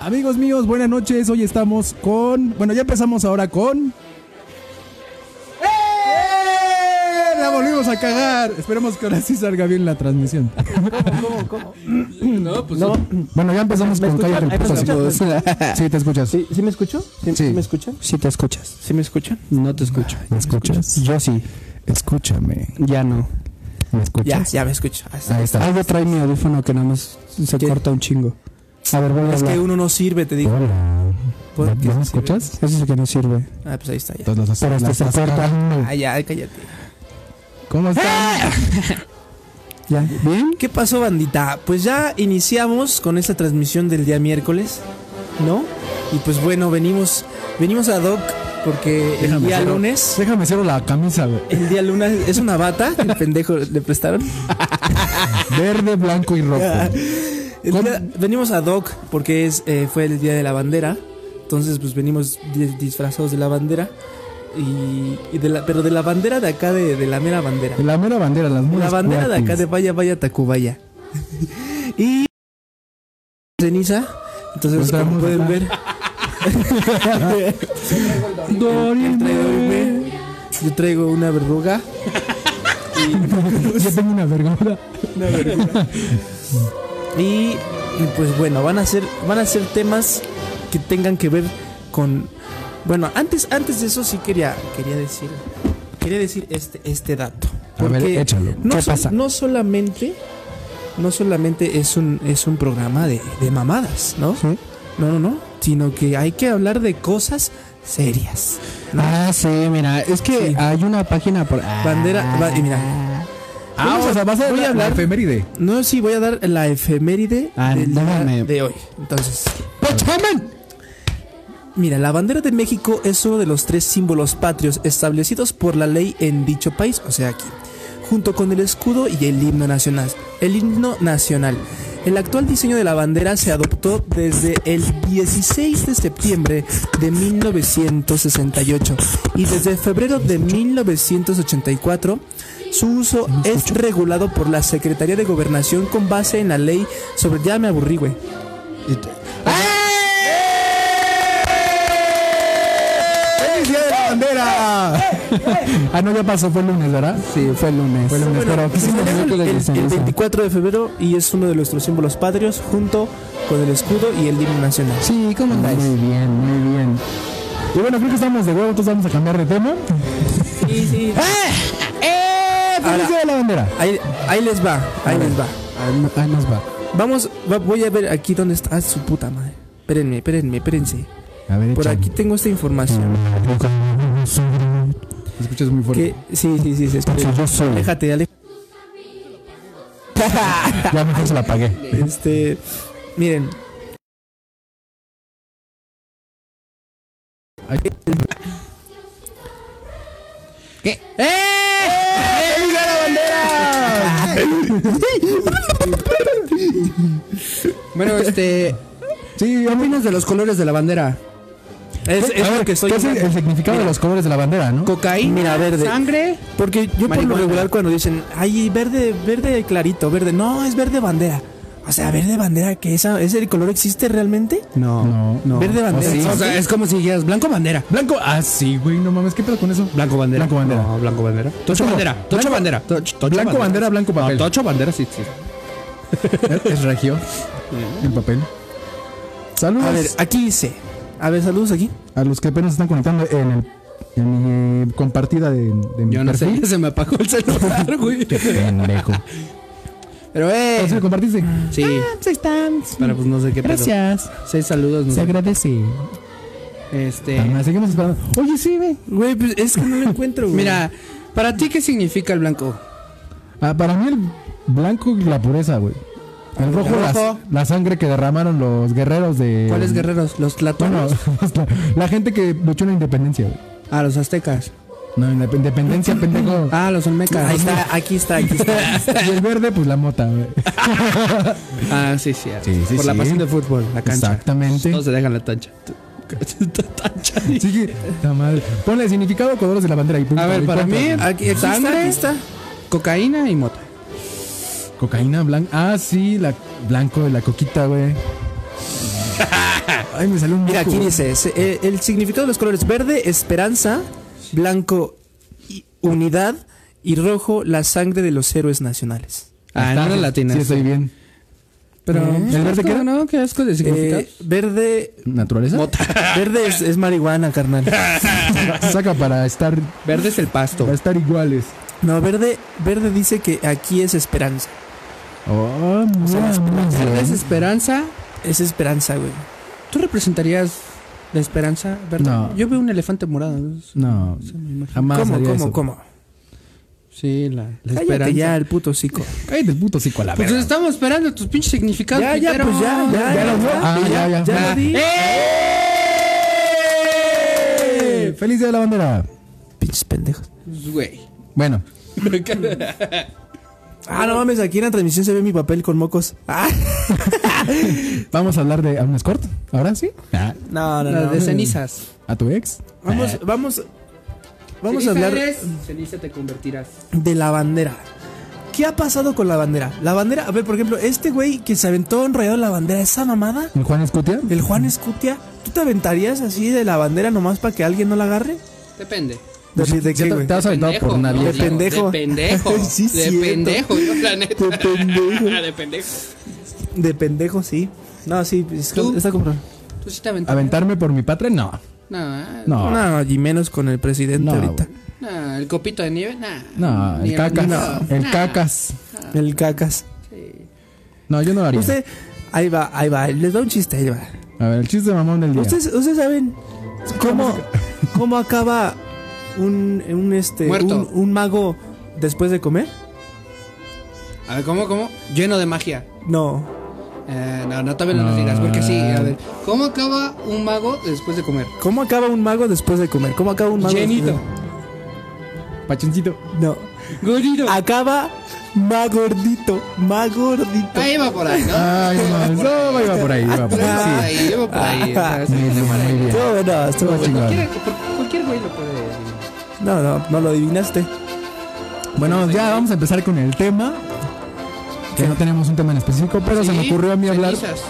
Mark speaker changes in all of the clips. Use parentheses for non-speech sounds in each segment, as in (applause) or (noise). Speaker 1: Amigos míos, buenas noches. Hoy estamos con. Bueno, ya empezamos ahora con. ¡Eh! La volvimos a cagar. Esperemos que ahora sí salga bien la transmisión.
Speaker 2: ¿Cómo, cómo?
Speaker 3: No, pues
Speaker 2: No,
Speaker 4: Bueno, ya empezamos
Speaker 2: ¿Me
Speaker 4: con
Speaker 2: escuchan?
Speaker 4: Cállate el
Speaker 2: ¿Ahí me
Speaker 4: puto
Speaker 2: escuchan?
Speaker 4: así. Sí, te escuchas.
Speaker 2: ¿Sí, sí me escucho? ¿Sí,
Speaker 4: Sí.
Speaker 2: sí me escuchan?
Speaker 5: Si te escuchas.
Speaker 2: ¿Sí me escuchan?
Speaker 5: No te escucho.
Speaker 4: ¿Me escuchas?
Speaker 5: Yo sí,
Speaker 1: Escúchame.
Speaker 5: ya no.
Speaker 4: ¿Me escuchas?
Speaker 2: ya me escucho. Ah, sí.
Speaker 4: Ahí está.
Speaker 5: Algo trae mi audífono que nada más se
Speaker 2: ¿Qué?
Speaker 5: corta un chingo.
Speaker 4: A ver, vuelve a
Speaker 2: Es que
Speaker 4: hablar.
Speaker 2: uno no sirve, te digo.
Speaker 4: Hola.
Speaker 2: ¿Por qué
Speaker 4: ¿Ya me
Speaker 2: se sirve?
Speaker 4: escuchas?
Speaker 5: Eso es lo que no sirve.
Speaker 2: Ah, pues ahí está ya.
Speaker 1: Todos los
Speaker 4: Pero este hasta se corta.
Speaker 2: Ah, ya, cállate.
Speaker 1: ¿Cómo están?
Speaker 5: ¿Ya? ¿Bien?
Speaker 4: (laughs)
Speaker 2: ¿Qué pasó, bandita? Pues ya iniciamos con esta transmisión del día miércoles, ¿no? Y pues bueno, venimos, venimos a Doc porque el
Speaker 1: Déjame
Speaker 2: día
Speaker 1: cero.
Speaker 2: lunes,
Speaker 1: Déjame cero la camisa, güey.
Speaker 2: el día lunes es una bata que el pendejo le prestaron.
Speaker 1: Verde, blanco y rojo.
Speaker 2: El
Speaker 1: ¿Cómo?
Speaker 2: día- venimos a Doc porque es, eh, fue el día de la bandera. Entonces, pues venimos di- disfrazados de la bandera. Y, y de la, pero de la bandera de acá, de, de la mera bandera.
Speaker 1: La mera bandera, las
Speaker 2: La
Speaker 1: mulas
Speaker 2: bandera de acá
Speaker 1: cuatis.
Speaker 2: de Vaya Vaya Tacubaya. (laughs) y ceniza. Entonces,
Speaker 1: Pues
Speaker 2: como
Speaker 1: vamos
Speaker 2: pueden
Speaker 1: acá.
Speaker 2: ver. Él trae Dorime, Yo traigo una verruga.
Speaker 1: Yo tengo una vergüenza.
Speaker 2: (laughs) Y, y, pues bueno, van a ser van a ser temas que tengan que ver con bueno, antes antes de eso sí quería quería decir quería decir este este dato.
Speaker 1: A ver,
Speaker 2: Porque
Speaker 1: échalo.
Speaker 2: No,
Speaker 5: ¿Qué
Speaker 2: so-
Speaker 5: pasa?
Speaker 2: no solamente no solamente es un es un programa de, de mamadas, ¿no?
Speaker 5: Sí.
Speaker 2: No, no, no, sino que hay que hablar de cosas serias. ¿no?
Speaker 5: Ah, sí, mira. Es que
Speaker 2: Sí.
Speaker 5: hay una página por. Ah.
Speaker 2: Bandera, va- y mira.
Speaker 1: Ah, o sea, vas a,
Speaker 2: voy a hablar.
Speaker 1: efeméride.
Speaker 2: No, sí, voy a dar la efeméride
Speaker 5: Ah,
Speaker 2: del día
Speaker 5: déjame.
Speaker 2: de hoy. Entonces, Mira, la bandera de México es uno de los tres símbolos patrios establecidos por la ley en dicho país, o sea aquí, junto con el escudo y el himno nacional. El himno nacional. El actual diseño de la bandera se adoptó desde el 16 de septiembre de 1968 y desde febrero de 1984 su uso es regulado por la Secretaría de Gobernación con base en la ley sobre ya me aburrí, güey.
Speaker 4: ¡Eh!
Speaker 1: ¡Feliz
Speaker 5: ¡Eh!
Speaker 1: día de la bandera!
Speaker 4: Ah, no, ya pasó. Fue el lunes, ¿verdad?
Speaker 5: Sí, fue el lunes. pues
Speaker 4: Fue el lunes. Pero
Speaker 2: Se
Speaker 4: quisimos
Speaker 2: celebra
Speaker 4: decir que
Speaker 2: el,
Speaker 4: le
Speaker 2: el
Speaker 4: dicen eso.
Speaker 2: 24 de febrero y es uno de nuestros símbolos patrios junto con el escudo y el himno nacional.
Speaker 5: Sí, ¿cómo andáis?
Speaker 4: Muy bien, muy bien. Y bueno, creo que estamos de huevo, entonces vamos a cambiar de tema.
Speaker 2: Sí,
Speaker 4: (laughs)
Speaker 2: sí.
Speaker 4: Ah.
Speaker 2: Ahora-
Speaker 4: ¡Feliz día de la bandera!
Speaker 2: Ahí, ahí les va, ahí les va.
Speaker 5: Ahí no- ahí nos va.
Speaker 2: Vamos, va- voy a ver aquí dónde está ah, su puta madre. Espérenme, espérenme, espérense.
Speaker 1: A ver,
Speaker 2: Por
Speaker 1: échale.
Speaker 2: aquí tengo esta información.
Speaker 4: Mm,
Speaker 1: Te escuchas muy fuerte.
Speaker 2: Que, sí, sí, sí, se escucha.
Speaker 4: Yo soy.
Speaker 2: Aléjate, aléjate.
Speaker 4: Ya mejor se la pagué.
Speaker 2: Este, miren.
Speaker 1: ¿Qué? ¡Eh! ¡Feliz día de la bandera! (laughs)
Speaker 5: Bueno, este. Sí, ¿qué opinas de los colores de la bandera?
Speaker 2: Es, es
Speaker 4: A
Speaker 2: lo
Speaker 4: ver,
Speaker 2: que estoy
Speaker 4: ¿qué es el, el significado de los colores de la bandera, no?
Speaker 2: Cocaína, Mira, verde.
Speaker 5: ¿Sangre?
Speaker 2: Porque yo por lo
Speaker 5: Marihuana.
Speaker 2: regular cuando dicen, ay, verde, verde clarito, verde, no, es verde bandera. O sea, verde bandera, que esa, ese color existe realmente.
Speaker 5: No.
Speaker 4: No, no.
Speaker 2: Verde bandera.
Speaker 5: O sea,
Speaker 2: ¿no?
Speaker 5: o sea, es como si dijeras blanco bandera.
Speaker 1: Blanco. Ah, sí, güey. No mames, ¿qué pedo con eso?
Speaker 5: Blanco bandera.
Speaker 1: Blanco bandera.
Speaker 5: No, blanco bandera. Tocho
Speaker 1: como-
Speaker 5: bandera. Tocho
Speaker 1: blanco-
Speaker 5: bandera. To- tocho
Speaker 1: blanco bandera, blanco
Speaker 5: No,
Speaker 1: papel.
Speaker 5: tocho bandera, sí, sí.
Speaker 1: (laughs) Es regio. El papel. Saludos
Speaker 2: A ver, aquí dice. A ver, saludos aquí.
Speaker 1: a los que apenas están conectando en, el, en mi compartida de, de mi
Speaker 5: Yo no sé, (laughs)
Speaker 1: perfil.
Speaker 5: ya se me apagó el celular,
Speaker 4: (laughs)
Speaker 5: güey.
Speaker 1: (laughs) Pendejo. Ah.
Speaker 5: Pero, eh.
Speaker 1: ¿Sí lo compartiste?
Speaker 5: Sí. Pero pues no sé qué pedo.
Speaker 4: Gracias.
Speaker 5: Seis saludos. no
Speaker 4: Se
Speaker 5: sé.
Speaker 4: agradece.
Speaker 5: Este.
Speaker 1: Nada más, Ah, Seguimos esperando. Oye, sí, güey.
Speaker 2: Güey, pues es que no lo encuentro, güey.
Speaker 5: Mira, ¿para ti qué significa el blanco?
Speaker 1: Ah, para mí el blanco y la pureza, güey. El rojo,
Speaker 5: El
Speaker 1: la-
Speaker 5: rojo.
Speaker 1: La, sangre que derramaron los guerreros de...
Speaker 5: ¿Cuáles
Speaker 4: (laughs)
Speaker 5: guerreros? ¿Los
Speaker 1: Bueno,
Speaker 5: tlatonos?
Speaker 4: pues
Speaker 1: la, la gente que luchó en la independencia, güey.
Speaker 5: Ah, los aztecas.
Speaker 1: No, en la independencia, pendejo.
Speaker 5: Ah, los olmecas.
Speaker 2: Ahí está, aquí está, aquí está. (laughs)
Speaker 1: Y el verde, pues la mota, güey.
Speaker 5: Ah, sí, sí.
Speaker 1: Sí, sí,
Speaker 5: Por la
Speaker 1: sí.
Speaker 5: pasión de fútbol, la cancha.
Speaker 1: Exactamente.
Speaker 5: No se dejan la
Speaker 2: (laughs)
Speaker 5: tancha. Tancha.
Speaker 1: Sí, que- la madre. Ponle el significado colores de la bandera y punto,
Speaker 5: A ver,
Speaker 1: y
Speaker 5: para
Speaker 1: cuatro.
Speaker 5: mí,
Speaker 2: Aquí, aquí está,
Speaker 5: sangre,
Speaker 2: aquí está.
Speaker 5: cocaína y mota.
Speaker 1: Cocaína blanca. Ah, sí, la blanco de la coquita, güey. Ay, me salió un
Speaker 2: Mira,
Speaker 1: moco.
Speaker 2: aquí dice, se- eh, el significado de los colores verde, esperanza, blanco, y- unidad y rojo, la sangre de los héroes nacionales.
Speaker 5: Ah, no
Speaker 4: Está,
Speaker 5: era
Speaker 4: sí,
Speaker 5: latina.
Speaker 4: Sí, estoy bien.
Speaker 5: Pero. pues,
Speaker 4: ¿Eh? ¿El verde qué era?
Speaker 5: No, qué asco de significado.
Speaker 2: Eh, verde,
Speaker 4: ¿Naturaleza?
Speaker 2: (laughs) verde es, es marihuana, carnal.
Speaker 4: Saca para estar,
Speaker 5: Verde es el pasto.
Speaker 4: para estar iguales.
Speaker 2: No, verde, verde dice que aquí es esperanza.
Speaker 4: Oh,
Speaker 1: Ah,
Speaker 5: Verde es
Speaker 4: mames.
Speaker 5: esperanza.
Speaker 2: Es esperanza, güey.
Speaker 5: ¿Tú representarías la esperanza? ¿Verdad?
Speaker 4: No.
Speaker 5: Yo veo un elefante morado. es-
Speaker 4: No,
Speaker 5: se me imagina.
Speaker 4: jamás
Speaker 2: ¿Cómo,
Speaker 4: haría
Speaker 2: cómo,
Speaker 4: eso.
Speaker 2: cómo?
Speaker 5: Sí, la, la esperanza.
Speaker 2: Cállate ya, el puto cico.
Speaker 4: Cállate el puto psico a la
Speaker 5: Pues
Speaker 4: verga.
Speaker 5: estamos esperando tus pinches significados.
Speaker 2: Ya, ya,
Speaker 5: Quintero.
Speaker 2: pues ya, ya,
Speaker 4: ya lo- ah, ya, ya.
Speaker 2: lo di.
Speaker 4: ¡Eh! ¡Feliz Día de la Bandera!
Speaker 2: Pinches pendejos.
Speaker 5: Pues, Güey.
Speaker 4: Bueno,
Speaker 2: Ah, no mames, aquí en la transmisión se ve mi papel con mocos. Ah,
Speaker 4: vamos a hablar de Agnes Cort. ¿Ahora sí? Ah,
Speaker 2: no, no, no.
Speaker 5: Las de cenizas.
Speaker 4: ¿A tu ex?
Speaker 2: Vamos, vamos. Vamos a
Speaker 5: Ceniza
Speaker 2: hablar
Speaker 5: eres, ceniza te convertirás.
Speaker 2: de la bandera. ¿Qué ha pasado con la bandera? La bandera, a ver, por ejemplo, este güey que se aventó enrollado en la bandera, esa mamada,
Speaker 4: ¿El Juan Escutia?
Speaker 2: el Juan Escutia, ¿tú te aventarías así de la bandera nomás para que alguien no la agarre?
Speaker 5: Depende.
Speaker 2: ¿De, de,
Speaker 4: Ya
Speaker 2: qué,
Speaker 4: te-
Speaker 2: güey?
Speaker 4: te has aventado
Speaker 5: Pendejo,
Speaker 4: por
Speaker 5: no,
Speaker 4: nadie.
Speaker 2: De pendejo.
Speaker 5: De pendejo.
Speaker 2: (laughs) Sí,
Speaker 5: de
Speaker 2: cierto.
Speaker 5: pendejo, yo la neta.
Speaker 2: De pendejo.
Speaker 5: (laughs) de pendejo.
Speaker 2: De pendejo, sí. No, sí, es-
Speaker 5: ¿Tú?
Speaker 2: está comprado.
Speaker 5: ¿Tú sí te aventarías?
Speaker 4: ¿Aventarme por mi patria? No.
Speaker 5: No, no.
Speaker 4: No.
Speaker 2: No, y menos con el presidente
Speaker 4: No,
Speaker 2: ahorita.
Speaker 4: güey.
Speaker 5: el copito de nieve, nah.
Speaker 4: No,
Speaker 5: Ni
Speaker 4: el cacas.
Speaker 5: no,
Speaker 4: El
Speaker 5: nah.
Speaker 4: cacas.
Speaker 2: El cacas.
Speaker 5: Sí.
Speaker 4: No, yo no lo haría.
Speaker 2: Usted, ahí va, ahí va, les da un chiste, ahí va.
Speaker 4: A ver, el chiste mamón del día.
Speaker 2: Ustedes, ustedes saben cómo,
Speaker 4: (laughs)
Speaker 2: cómo acaba un, un, este,
Speaker 5: Muerto.
Speaker 2: un, un mago después de comer.
Speaker 5: A ver, ¿cómo, cómo? Lleno de magia.
Speaker 2: No,
Speaker 5: Eh, no, no, todavía no nos
Speaker 4: No.
Speaker 5: digas, porque sí. A
Speaker 2: Ah.
Speaker 5: ver, ¿cómo acaba un mago después de comer?
Speaker 2: ¿cómo acaba un mago después de comer? ¿Cómo acaba un mago?
Speaker 5: Llenito.
Speaker 2: después
Speaker 4: Pachoncito.
Speaker 2: de- No,
Speaker 5: Gordito.
Speaker 2: acaba más gordito, más gordito.
Speaker 5: Ahí va por ahí, ¿no?
Speaker 2: Ah.
Speaker 4: Ay, (laughs) no, no, iba por ahí, iba por
Speaker 5: Iba por
Speaker 4: ahí.
Speaker 5: ahí, iba por ahí. o
Speaker 4: Sí.
Speaker 5: sea, sí,
Speaker 4: Muy
Speaker 5: de
Speaker 4: bien, muy
Speaker 5: maravilla.
Speaker 4: bien.
Speaker 2: Ah, Estuvo bueno, estuvo bueno.
Speaker 4: chingón.
Speaker 5: Cualquiera- por- Cualquier güey lo puede decir.
Speaker 2: No, no, no lo adivinaste. (laughs)
Speaker 4: Bueno, ya vamos a empezar con el tema. Que no tenemos un tema en específico, pero se me
Speaker 5: Sí,
Speaker 4: ocurrió a mí hablar.
Speaker 5: cenizas.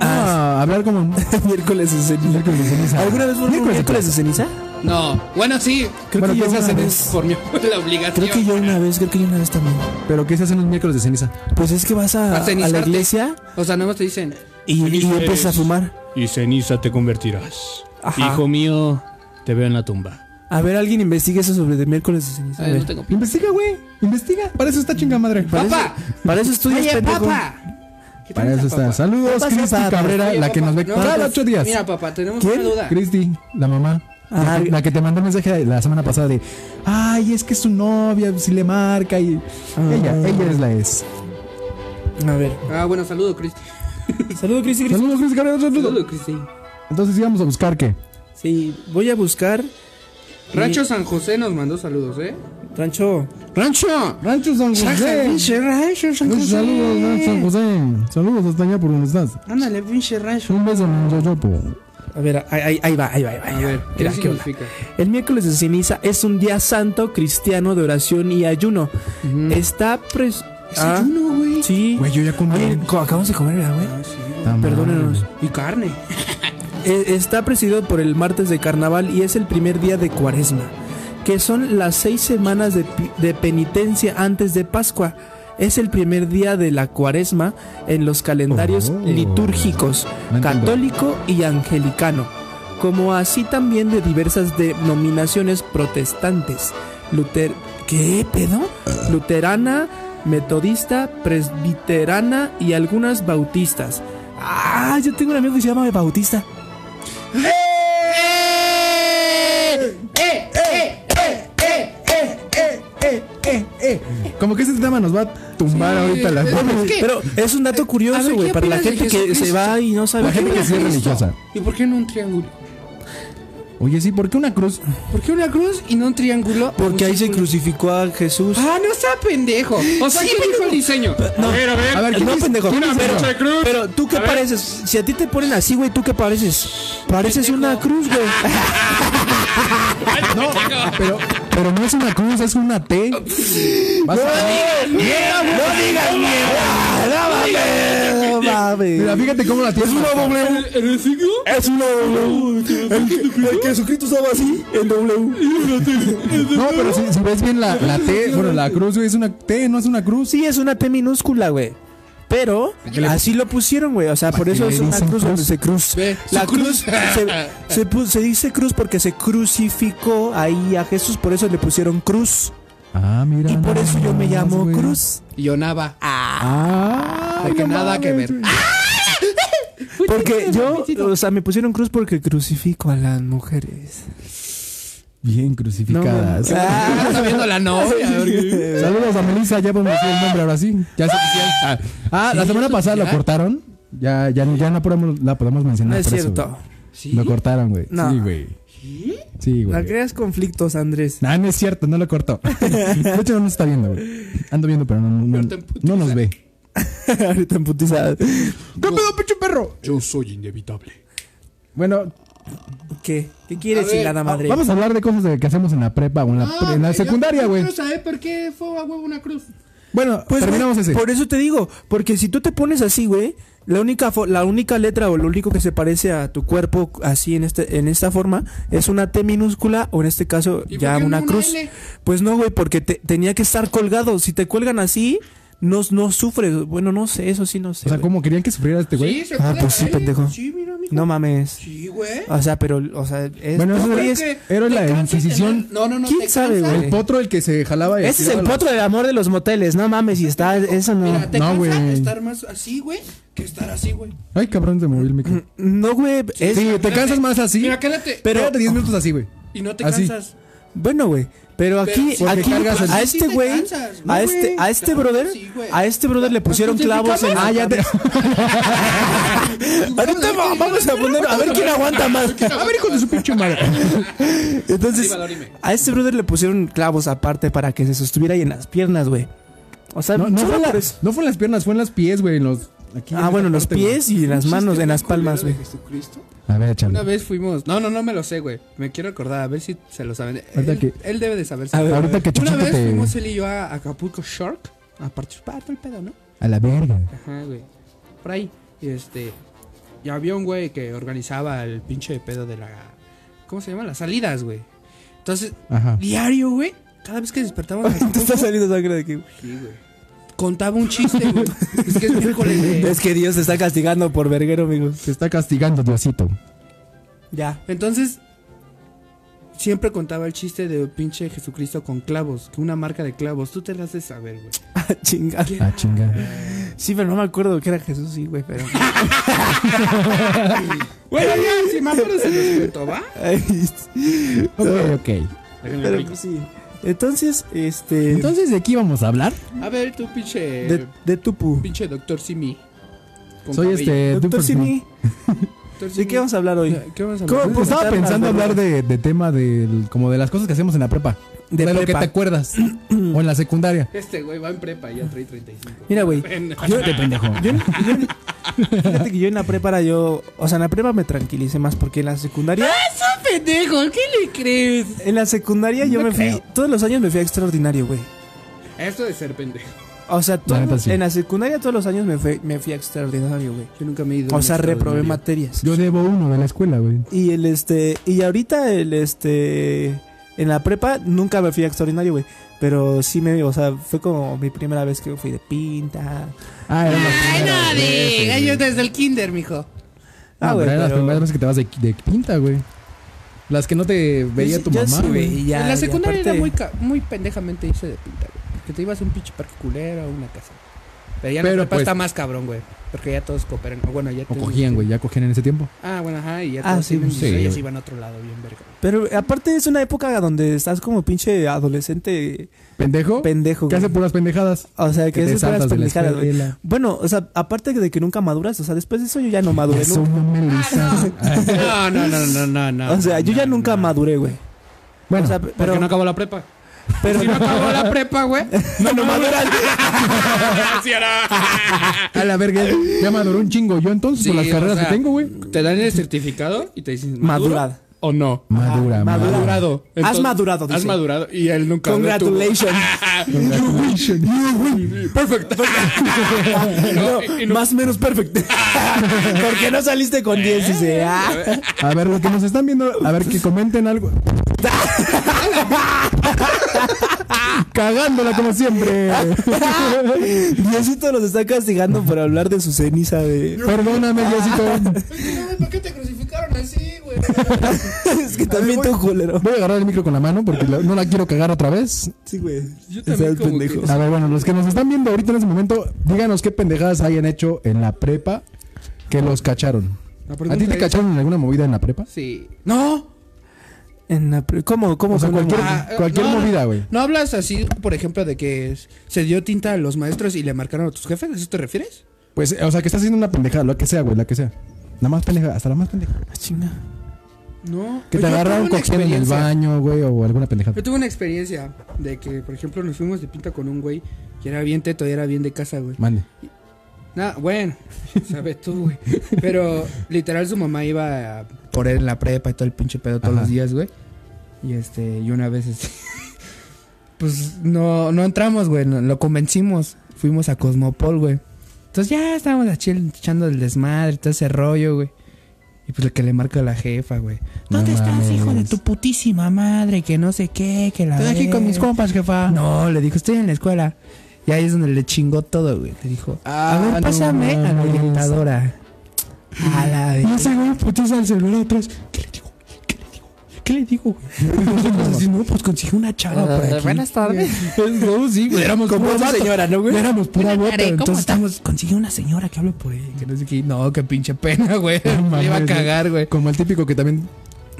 Speaker 4: Ah, hablar como.
Speaker 2: miércoles de ceniza.
Speaker 4: Miércoles de ceniza.
Speaker 2: ¿Alguna vez fueron
Speaker 4: Miércoles de
Speaker 2: miércoles de ceniza?
Speaker 5: No, bueno, sí.
Speaker 2: Creo
Speaker 4: Bueno,
Speaker 2: que yo
Speaker 4: ¿qué se
Speaker 2: una
Speaker 4: hace en
Speaker 2: vez.
Speaker 5: Por mi (laughs) la obligación.
Speaker 2: Creo que yo una vez, creo que yo una vez también.
Speaker 4: Pero ¿qué se hacen los miércoles de ceniza?
Speaker 2: Pues es que vas a,
Speaker 5: A
Speaker 2: a la
Speaker 5: cenizarte.
Speaker 2: iglesia
Speaker 5: O sea, nomás te dicen.
Speaker 2: y, y
Speaker 3: Ceniza
Speaker 2: empiezas a
Speaker 3: eres.
Speaker 2: fumar.
Speaker 3: Y ceniza te convertirás.
Speaker 2: Ajá.
Speaker 3: Hijo mío, te veo en la tumba.
Speaker 2: A ver, alguien investigue eso sobre de miércoles de ceniza.
Speaker 5: "Ay,
Speaker 2: A ver.
Speaker 5: no tengo pi-".
Speaker 4: Investiga, güey. Investiga. Para eso está chinga madre.
Speaker 2: Para eso-
Speaker 5: ¡Papá!
Speaker 2: Para eso estudias,
Speaker 5: Oye,
Speaker 2: pendejo.
Speaker 5: papá. ¿Qué
Speaker 4: Para eso
Speaker 5: tranza,
Speaker 4: está.
Speaker 5: papá?
Speaker 4: Saludos,
Speaker 2: Papá,
Speaker 4: Cristi
Speaker 2: papá.
Speaker 4: Cabrera,
Speaker 5: Oye,
Speaker 4: la que
Speaker 5: papá,
Speaker 4: nos ve
Speaker 5: no,
Speaker 4: cada
Speaker 5: papá,
Speaker 4: ocho días.
Speaker 5: Mira, papá, tenemos
Speaker 2: ¿Quién?
Speaker 5: una duda.
Speaker 4: Cristi, la mamá.
Speaker 2: Ah,
Speaker 4: la, que, la que te mandó el mensaje de la semana pasada de Ay, es que es su novia, si le marca y.
Speaker 2: Ah.
Speaker 4: Ella, ella es la es.
Speaker 2: A ver.
Speaker 5: Ah, bueno, saludo, Cristi.
Speaker 2: Saludos, Cris y Cris.
Speaker 4: Saludos, Cristi Cabrera, saludos.
Speaker 5: Saludo, Cristi.
Speaker 4: Entonces íbamos a buscar qué.
Speaker 2: Sí, voy a buscar.
Speaker 5: Rancho San José nos mandó saludos, ¿eh?
Speaker 2: Rancho.
Speaker 5: ¡Rancho!
Speaker 4: Rancho San
Speaker 5: Saca,
Speaker 4: José.
Speaker 5: pinche rancho, San
Speaker 4: Muchos
Speaker 5: José.
Speaker 4: Saludos, Rancho San José. Saludos hasta allá por donde estás.
Speaker 5: Ándale, pinche rancho.
Speaker 4: Un beso, Yoyopo.
Speaker 2: A ver, ahí, ahí- ahí va, ahí va, ahí va.
Speaker 5: A
Speaker 2: ahí va.
Speaker 5: ver, ¿qué
Speaker 2: Mira, onda.
Speaker 5: significa?
Speaker 2: El miércoles de ceniza es un día santo cristiano de oración y ayuno. Está pres. Ah,
Speaker 5: Ayuno, güey.
Speaker 2: Sí.
Speaker 4: Güey, yo ya comí.
Speaker 2: Oye, co- acabamos de comer, ¿verdad, güey?
Speaker 4: Ta madre.
Speaker 2: Perdónenos.
Speaker 5: Ah, Y carne.
Speaker 2: (laughs) Eh, Está presidido por el martes de carnaval y es el primer día de cuaresma, que son las seis semanas de, pi- de penitencia antes de Pascua. Es el primer día de la cuaresma en los calendarios
Speaker 4: Oh.
Speaker 2: litúrgicos
Speaker 4: No entiendo.
Speaker 2: católico y anglicano, como así también de diversas denominaciones protestantes. Luter ¿Qué pedo? Luterana, metodista, presbiterana y algunas bautistas. Ah, yo tengo un amigo que se llama Bautista.
Speaker 4: Como que ese tema nos va a tumbar
Speaker 5: Sí,
Speaker 4: ahorita la
Speaker 5: es- ¿Qué?
Speaker 2: Pero es un dato
Speaker 5: a
Speaker 2: curioso,
Speaker 5: ver,
Speaker 2: güey,
Speaker 5: ¿qué
Speaker 2: para la
Speaker 5: opinas de
Speaker 2: gente que se
Speaker 5: Jesucristo?
Speaker 2: va y no sabe.
Speaker 4: La gente que sí es religiosa.
Speaker 5: ¿Y por qué no un triángulo?
Speaker 4: Oye, sí, ¿por qué una cruz?
Speaker 5: ¿Por qué una cruz y no un triángulo?
Speaker 2: Porque ahí se
Speaker 5: cruz.
Speaker 2: crucificó a Jesús.
Speaker 5: Ah, no está pendejo. O sea, ¿quién dijo el diseño?
Speaker 3: A ver, a ver.
Speaker 4: A ver, ¿quién
Speaker 2: no,
Speaker 4: es-
Speaker 2: pendejo.
Speaker 4: quién es
Speaker 2: Pero,
Speaker 4: esa?
Speaker 3: de cruz.
Speaker 2: pero tú qué
Speaker 3: A ver.
Speaker 2: pareces. Si a ti te ponen así, güey, ¿tú qué pareces? Pareces
Speaker 5: (laughs) Pendejo.
Speaker 2: una cruz, güey.
Speaker 4: No, pero
Speaker 1: Pero no es una cruz, es una T.
Speaker 6: Mira, fíjate cómo la tiene.
Speaker 7: Es una W. El, el que Jesucristo estaba así en W.
Speaker 1: No, pero si, si ves bien la, la T,
Speaker 6: Bueno, la cruz, güey, es una T, no es una cruz.
Speaker 2: Sí, es una T minúscula, güey. Pero así lo pusieron, güey. O sea, por eso
Speaker 1: le
Speaker 2: es una
Speaker 1: dicen
Speaker 2: cruz donde se cruz.
Speaker 5: Ve,
Speaker 2: La
Speaker 5: su
Speaker 2: cruz,
Speaker 5: cruz.
Speaker 2: se, se pu- se dice cruz porque se crucificó ahí a Jesús. Por eso le pusieron cruz.
Speaker 1: Ah, mira.
Speaker 2: Y por eso yo me llamo cruz.
Speaker 5: Ionaba.
Speaker 1: Ah,
Speaker 5: de que nada que ver.
Speaker 2: Porque yo, o sea, me pusieron cruz porque crucifico a las mujeres. Ah,
Speaker 1: bien crucificadas.
Speaker 5: (laughs) Estás Ah, viendo la novia.
Speaker 1: Saludos a Melissa, ya podemos decir el nombre ahora sí. Ya es oficial. Ah, ah, la semana pasada lo cortaron. Ya, ya, ya no podemos, la podemos mencionar.
Speaker 2: (laughs) No es
Speaker 1: por eso,
Speaker 2: cierto.
Speaker 1: güey. Lo cortaron, güey.
Speaker 2: No.
Speaker 1: Sí, güey. Sí,
Speaker 2: No
Speaker 1: güey.
Speaker 2: creas conflictos, Andrés. (laughs)
Speaker 1: Ah, No, no es cierto, no lo cortó. De hecho, no nos está viendo, güey. Ando viendo, pero no, no,
Speaker 5: te emputiza.
Speaker 1: no nos ve.
Speaker 2: Ahorita emputizada.
Speaker 1: ¿Qué pedo, pinche perro?
Speaker 8: Yo soy inevitable.
Speaker 1: Bueno,
Speaker 2: ¿Qué? ¿Qué quieres,
Speaker 5: A ver,
Speaker 2: hilada madre?
Speaker 1: vamos a hablar de cosas de que hacemos en la prepa o en la,
Speaker 5: Ah,
Speaker 1: pre- en la secundaria, güey.
Speaker 5: pues, ¿Por qué fue a huevo una cruz?
Speaker 1: Bueno,
Speaker 2: Pues,
Speaker 1: terminamos
Speaker 2: güey,
Speaker 1: ese.
Speaker 2: Por eso te digo, porque si tú te pones así, güey, la única fo- la única letra o lo único que se parece a tu cuerpo así en este en esta forma es una T minúscula o en este caso
Speaker 5: ¿Y
Speaker 2: ya
Speaker 5: por qué no
Speaker 2: una
Speaker 5: una
Speaker 2: cruz.
Speaker 5: L?
Speaker 2: Pues no, güey, porque te- tenía que estar colgado. Si te cuelgan así, no, no sufres. Bueno, no sé, eso sí no sé.
Speaker 1: O sea,
Speaker 2: güey.
Speaker 1: como querían que sufriera este güey.
Speaker 5: Sí, se
Speaker 2: Ah,
Speaker 5: puede
Speaker 2: pues sí,
Speaker 5: hacer.
Speaker 2: pendejo.
Speaker 5: Sí, mira, mijo.
Speaker 2: No mames.
Speaker 5: Sí, güey.
Speaker 2: O sea, pero, o sea, es-
Speaker 1: Bueno, eso
Speaker 2: no,
Speaker 1: era-
Speaker 2: güey, es-
Speaker 1: Ah, era la
Speaker 5: Te cansas de
Speaker 1: Inquisición.
Speaker 5: la- No, no, no.
Speaker 2: ¿Quién
Speaker 5: te
Speaker 2: sabe,
Speaker 5: cansas-
Speaker 2: güey?
Speaker 6: El potro el que se jalaba y
Speaker 2: Ese es el
Speaker 6: estiraba
Speaker 2: potro del amor de los moteles. No mames, y está, eso no.
Speaker 5: Mira, te
Speaker 1: No,
Speaker 5: cansa
Speaker 1: güey.
Speaker 5: estar más así, güey, que estar así, güey.
Speaker 1: Ay, cabrón, se movió el micro.
Speaker 2: No, güey, es-
Speaker 1: Sí, te cansas más así.
Speaker 5: Mira, quédate.
Speaker 2: (clears throat) pero-
Speaker 1: Quédate 10 minutos así, güey.
Speaker 5: Y no te
Speaker 1: Así.
Speaker 5: cansas.
Speaker 2: Bueno, güey, pero aquí,
Speaker 5: Pero-
Speaker 2: aquí
Speaker 5: cargas el-
Speaker 2: a
Speaker 5: Sí
Speaker 2: este
Speaker 5: te
Speaker 2: güey,
Speaker 5: cansas, ¿no,
Speaker 2: a este,
Speaker 5: güey?
Speaker 2: a este
Speaker 5: Claro que
Speaker 2: brother,
Speaker 5: sí, güey.
Speaker 2: a este brother le pusieron clavos en
Speaker 1: Ah, ya
Speaker 5: (laughs)
Speaker 1: te.
Speaker 2: Ahorita va- vamos a poner a ver quién aguanta más.
Speaker 1: A ver, hijo de su pinche madre.
Speaker 5: (laughs)
Speaker 2: Entonces,
Speaker 5: Valorime.
Speaker 2: a este brother le pusieron clavos aparte para que se sostuviera ahí en las piernas, güey. O sea,
Speaker 1: No, no
Speaker 2: solo
Speaker 1: fue en la-
Speaker 2: por eso.
Speaker 1: no fue en las piernas, fue en las pies, güey. En los. aquí
Speaker 2: Ah,
Speaker 1: en
Speaker 2: bueno, en los
Speaker 1: esta parte,
Speaker 2: pies y en las manos, en las palmas, güey.
Speaker 5: Jesucristo.
Speaker 1: güey. A ver,
Speaker 5: Una
Speaker 1: chaval.
Speaker 5: vez fuimos. No, no, no me lo sé, güey. Me quiero acordar, a ver si se lo saben.
Speaker 1: Ahorita
Speaker 5: Él,
Speaker 1: que-
Speaker 5: él debe de saberse.
Speaker 1: A ver, ahorita que
Speaker 5: Una
Speaker 1: Chuchito
Speaker 5: vez
Speaker 1: te.
Speaker 5: fuimos él y yo a Acapulco Shark a participar todo el pedo, ¿no?
Speaker 1: A la verga.
Speaker 5: Ajá, güey. Por ahí. Y este. Y había un güey que organizaba el pinche pedo de la. ¿Cómo se llama? Las salidas, güey. Entonces,
Speaker 1: Ajá.
Speaker 5: diario, güey. Cada vez que despertamos en
Speaker 2: Te (laughs) está
Speaker 5: Acapulco,
Speaker 2: saliendo sangre de aquí.
Speaker 5: sí, güey, contaba un chiste, güey. es que es miércoles
Speaker 1: Eh.
Speaker 5: de.
Speaker 2: Es que Dios te está castigando por verguero, amigo.
Speaker 1: Se está castigando, Diosito.
Speaker 2: Ya. (laughs)
Speaker 5: Entonces, siempre contaba el chiste de pinche Jesucristo con clavos, que una marca de clavos. Tú te la haces saber, güey.
Speaker 2: Ah, Chinga.
Speaker 1: Ah, chinga.
Speaker 2: Sí, pero no me acuerdo que era Jesús, sí, güey,
Speaker 1: (laughs)
Speaker 2: pero. (laughs)
Speaker 5: Bueno, ya, si me acuerdo se los cuento, ¿va?
Speaker 1: Ok, ok.
Speaker 2: Pero pues sí. Entonces, este.
Speaker 1: Entonces, eh, ¿de aquí vamos a hablar?
Speaker 5: A ver, tú pinche.
Speaker 2: de, de Tupu.
Speaker 5: Pinche doctor Simi. Con
Speaker 1: Soy
Speaker 5: cabello.
Speaker 1: este.
Speaker 2: Doctor
Speaker 1: Duper
Speaker 2: Simi,
Speaker 5: Doctor
Speaker 2: ¿de
Speaker 5: Simi.
Speaker 2: qué vamos a hablar
Speaker 1: (laughs)
Speaker 2: hoy?
Speaker 5: ¿Qué vamos a
Speaker 2: ¿Cómo?
Speaker 5: hablar?
Speaker 1: Pues estaba
Speaker 2: Presentar
Speaker 1: pensando
Speaker 2: las
Speaker 1: hablar de, de tema del, como de las cosas que hacemos en la prepa.
Speaker 2: De
Speaker 1: De, lo que
Speaker 2: prepa.
Speaker 1: te (clears throat) acuerdas. o en la secundaria.
Speaker 5: Este güey va en prepa, ya trae 35.
Speaker 2: Mira, güey.
Speaker 5: Ven.
Speaker 2: Yo, yo- yo- fíjate que yo en la prepara yo. O sea, en la prepa me tranquilicé más porque en la secundaria.
Speaker 5: ¡Ah, pendejo! ¿Qué le crees?
Speaker 2: En la secundaria yo me fui. Todos los años me fui a extraordinario, güey.
Speaker 5: Esto de ser pendejo.
Speaker 2: O sea, todos-
Speaker 1: neta, sí.
Speaker 2: en la secundaria todos los años me fui, me fui a extraordinario, güey.
Speaker 5: Yo nunca me he ido.
Speaker 2: O sea, reprobé materias.
Speaker 1: Yo debo uno de la escuela, güey.
Speaker 2: Y el este. Y ahorita el este. En la prepa nunca me fui a extraordinario, güey. Pero sí me. O sea, fue como mi primera vez que fui de pinta.
Speaker 1: Ah, era la primera
Speaker 5: no,
Speaker 1: vez,
Speaker 5: diga,
Speaker 1: güey.
Speaker 5: yo desde el kinder, mijo.
Speaker 2: Ah,
Speaker 1: No,
Speaker 2: güey,
Speaker 1: pero eran las
Speaker 2: pero-
Speaker 1: primeras veces que te vas de, de pinta, güey. Las que no te veía
Speaker 2: Yo
Speaker 1: tu
Speaker 2: sí- yo
Speaker 1: mamá,
Speaker 2: sí,
Speaker 1: güey.
Speaker 2: y ya-
Speaker 5: en la
Speaker 2: y
Speaker 5: secundaria
Speaker 2: aparte-
Speaker 5: era muy, ca- muy pendejamente hice de pinta, güey. Que te ibas a un pinche parque culero o una casa. Pero ya en la
Speaker 1: Pero,
Speaker 5: prepa
Speaker 1: pues-
Speaker 5: está más cabrón, güey. Porque ya todos cooperan. O bueno, ya
Speaker 1: O
Speaker 5: te-
Speaker 1: cogían, güey, ya cogían en ese tiempo.
Speaker 5: Ah, bueno, ajá. Y ya
Speaker 2: Ah,
Speaker 5: todos
Speaker 2: sí,
Speaker 5: tienen
Speaker 1: sí,
Speaker 5: sus reyes
Speaker 1: güey.
Speaker 5: y van a otro lado, bien
Speaker 2: (laughs)
Speaker 5: verga.
Speaker 2: Pero eh, aparte es una época donde estás como pinche adolescente
Speaker 1: ¿Pendejo?
Speaker 2: pendejo.
Speaker 1: que
Speaker 2: güey.
Speaker 1: hace puras pendejadas.
Speaker 2: O sea, que
Speaker 1: te
Speaker 2: es puras
Speaker 1: saltas de la
Speaker 2: pendejadas, güey.
Speaker 1: escuela.
Speaker 2: Bueno, o sea, aparte de que nunca maduras, o sea, después de eso yo ya no maduré
Speaker 1: Eso
Speaker 2: nunca.
Speaker 1: no me lo hizo.
Speaker 5: No, no, no, no, no, no.
Speaker 2: O sea, yo ya nunca maduré, güey.
Speaker 1: Bueno,
Speaker 2: O sea,
Speaker 5: Porque
Speaker 2: pero
Speaker 5: no acabó la prepa.
Speaker 2: pero
Speaker 5: Si
Speaker 2: (laughs)
Speaker 5: no acabó la prepa, güey.
Speaker 1: (laughs)
Speaker 2: no, no maduras.
Speaker 1: a la verga, ya maduró un chingo yo entonces por
Speaker 5: (laughs) Sí,
Speaker 1: las carreras
Speaker 5: o sea,
Speaker 1: que tengo, güey.
Speaker 5: Te dan el certificado y te dicen.
Speaker 2: Madurada.
Speaker 9: o no.
Speaker 1: Madura, madura.
Speaker 9: Madurado.
Speaker 2: Has madurado,
Speaker 9: Has
Speaker 2: dice.
Speaker 9: madurado. Y él nunca.
Speaker 5: (laughs)
Speaker 2: Congratulations. (laughs)
Speaker 9: Perfecto.
Speaker 2: No, Eh, más o menos (laughs) perfecto. Porque no saliste con 10 dice. ah.
Speaker 1: A ver, los que nos están viendo, a ver, que comenten algo. (laughs) Cagándola como siempre.
Speaker 2: Diosito nos está castigando por hablar de su ceniza de.
Speaker 1: Perdóname, Diosito.
Speaker 5: ¿Por qué te crucificaron así, güey?
Speaker 2: (laughs) es que también tú culero.
Speaker 1: Voy a agarrar el micro con la mano porque la- no la quiero cagar otra vez.
Speaker 2: Sí, güey.
Speaker 5: Yo
Speaker 2: Está
Speaker 5: también
Speaker 2: el
Speaker 5: como
Speaker 2: pendejo.
Speaker 1: A ver, bueno, los que nos están viendo ahorita en este momento, díganos qué pendejadas hayan hecho en la prepa que los cacharon.
Speaker 5: La
Speaker 1: ¿A ti
Speaker 5: pregunta
Speaker 1: te
Speaker 5: es-
Speaker 1: cacharon en alguna movida en la prepa?
Speaker 5: Sí.
Speaker 2: No. En la pre- ¿Cómo? ¿Cómo?
Speaker 1: O sea,
Speaker 2: fue la-
Speaker 1: cualquier,
Speaker 5: Ah, eh,
Speaker 1: cualquier
Speaker 5: no, no.
Speaker 1: movida, güey.
Speaker 5: ¿No hablas así, por ejemplo, de que s- se dio tinta a los maestros y le marcaron a tus jefes? ¿A eso te refieres?
Speaker 1: Pues, eh, o sea, que estás haciendo una pendejada, lo que sea, güey, la que sea. La más pendeja, hasta la más pendeja.
Speaker 2: Ah, Chinga.
Speaker 5: No.
Speaker 1: Que te agarraron cogiendo en el baño, güey, o alguna pendejada.
Speaker 5: Yo tuve una experiencia de que, por ejemplo, nos fuimos de pinta con un güey que era bien teto y era bien de casa, güey.
Speaker 1: Mande.
Speaker 5: Nada, bueno, sabes tú, güey. Pero literal su mamá iba a- por él en la prepa y todo el pinche pedo todos
Speaker 1: Ajá.
Speaker 5: los días, güey. Y este, y una vez este, pues no, no entramos, güey, no- lo convencimos. Fuimos a Cosmopol, güey. Entonces ya estábamos aquí echando el desmadre, todo ese rollo, güey. Y pues el que le marca a la jefa, güey.
Speaker 1: No
Speaker 5: ¿Dónde estás,
Speaker 1: mames.
Speaker 5: hijo de tu putísima madre? Que no sé qué, que la.
Speaker 1: Estoy aquí con mis
Speaker 5: verga".
Speaker 1: compas, jefa.
Speaker 5: No, le dijo, estoy en la escuela. Y ahí es donde le chingó todo, güey. Le dijo,
Speaker 1: Ah,
Speaker 5: a ver,
Speaker 1: no
Speaker 5: pásame a la
Speaker 1: mames.
Speaker 5: orientadora. A la de...
Speaker 1: sé, güey, putiza el celular atrás.
Speaker 4: (laughs)
Speaker 1: ¿Qué le digo? ¿Qué le digo? ¿Qué le digo, güey? Y nosotros así, no, pues consiguió una chava por aquí. Buenas tardes. No, sí, güey, éramos
Speaker 2: Como
Speaker 1: pura
Speaker 2: una
Speaker 1: bota.
Speaker 2: señora, ¿no, güey?
Speaker 1: Éramos pura bota,
Speaker 5: ¿Cómo
Speaker 1: entonces
Speaker 5: estamos? Consiguió una señora que hable por ella. Que no sé qué. No, qué pinche pena, güey.
Speaker 1: No
Speaker 5: Le iba a
Speaker 1: mames,
Speaker 5: cagar, güey.
Speaker 1: Como el típico que también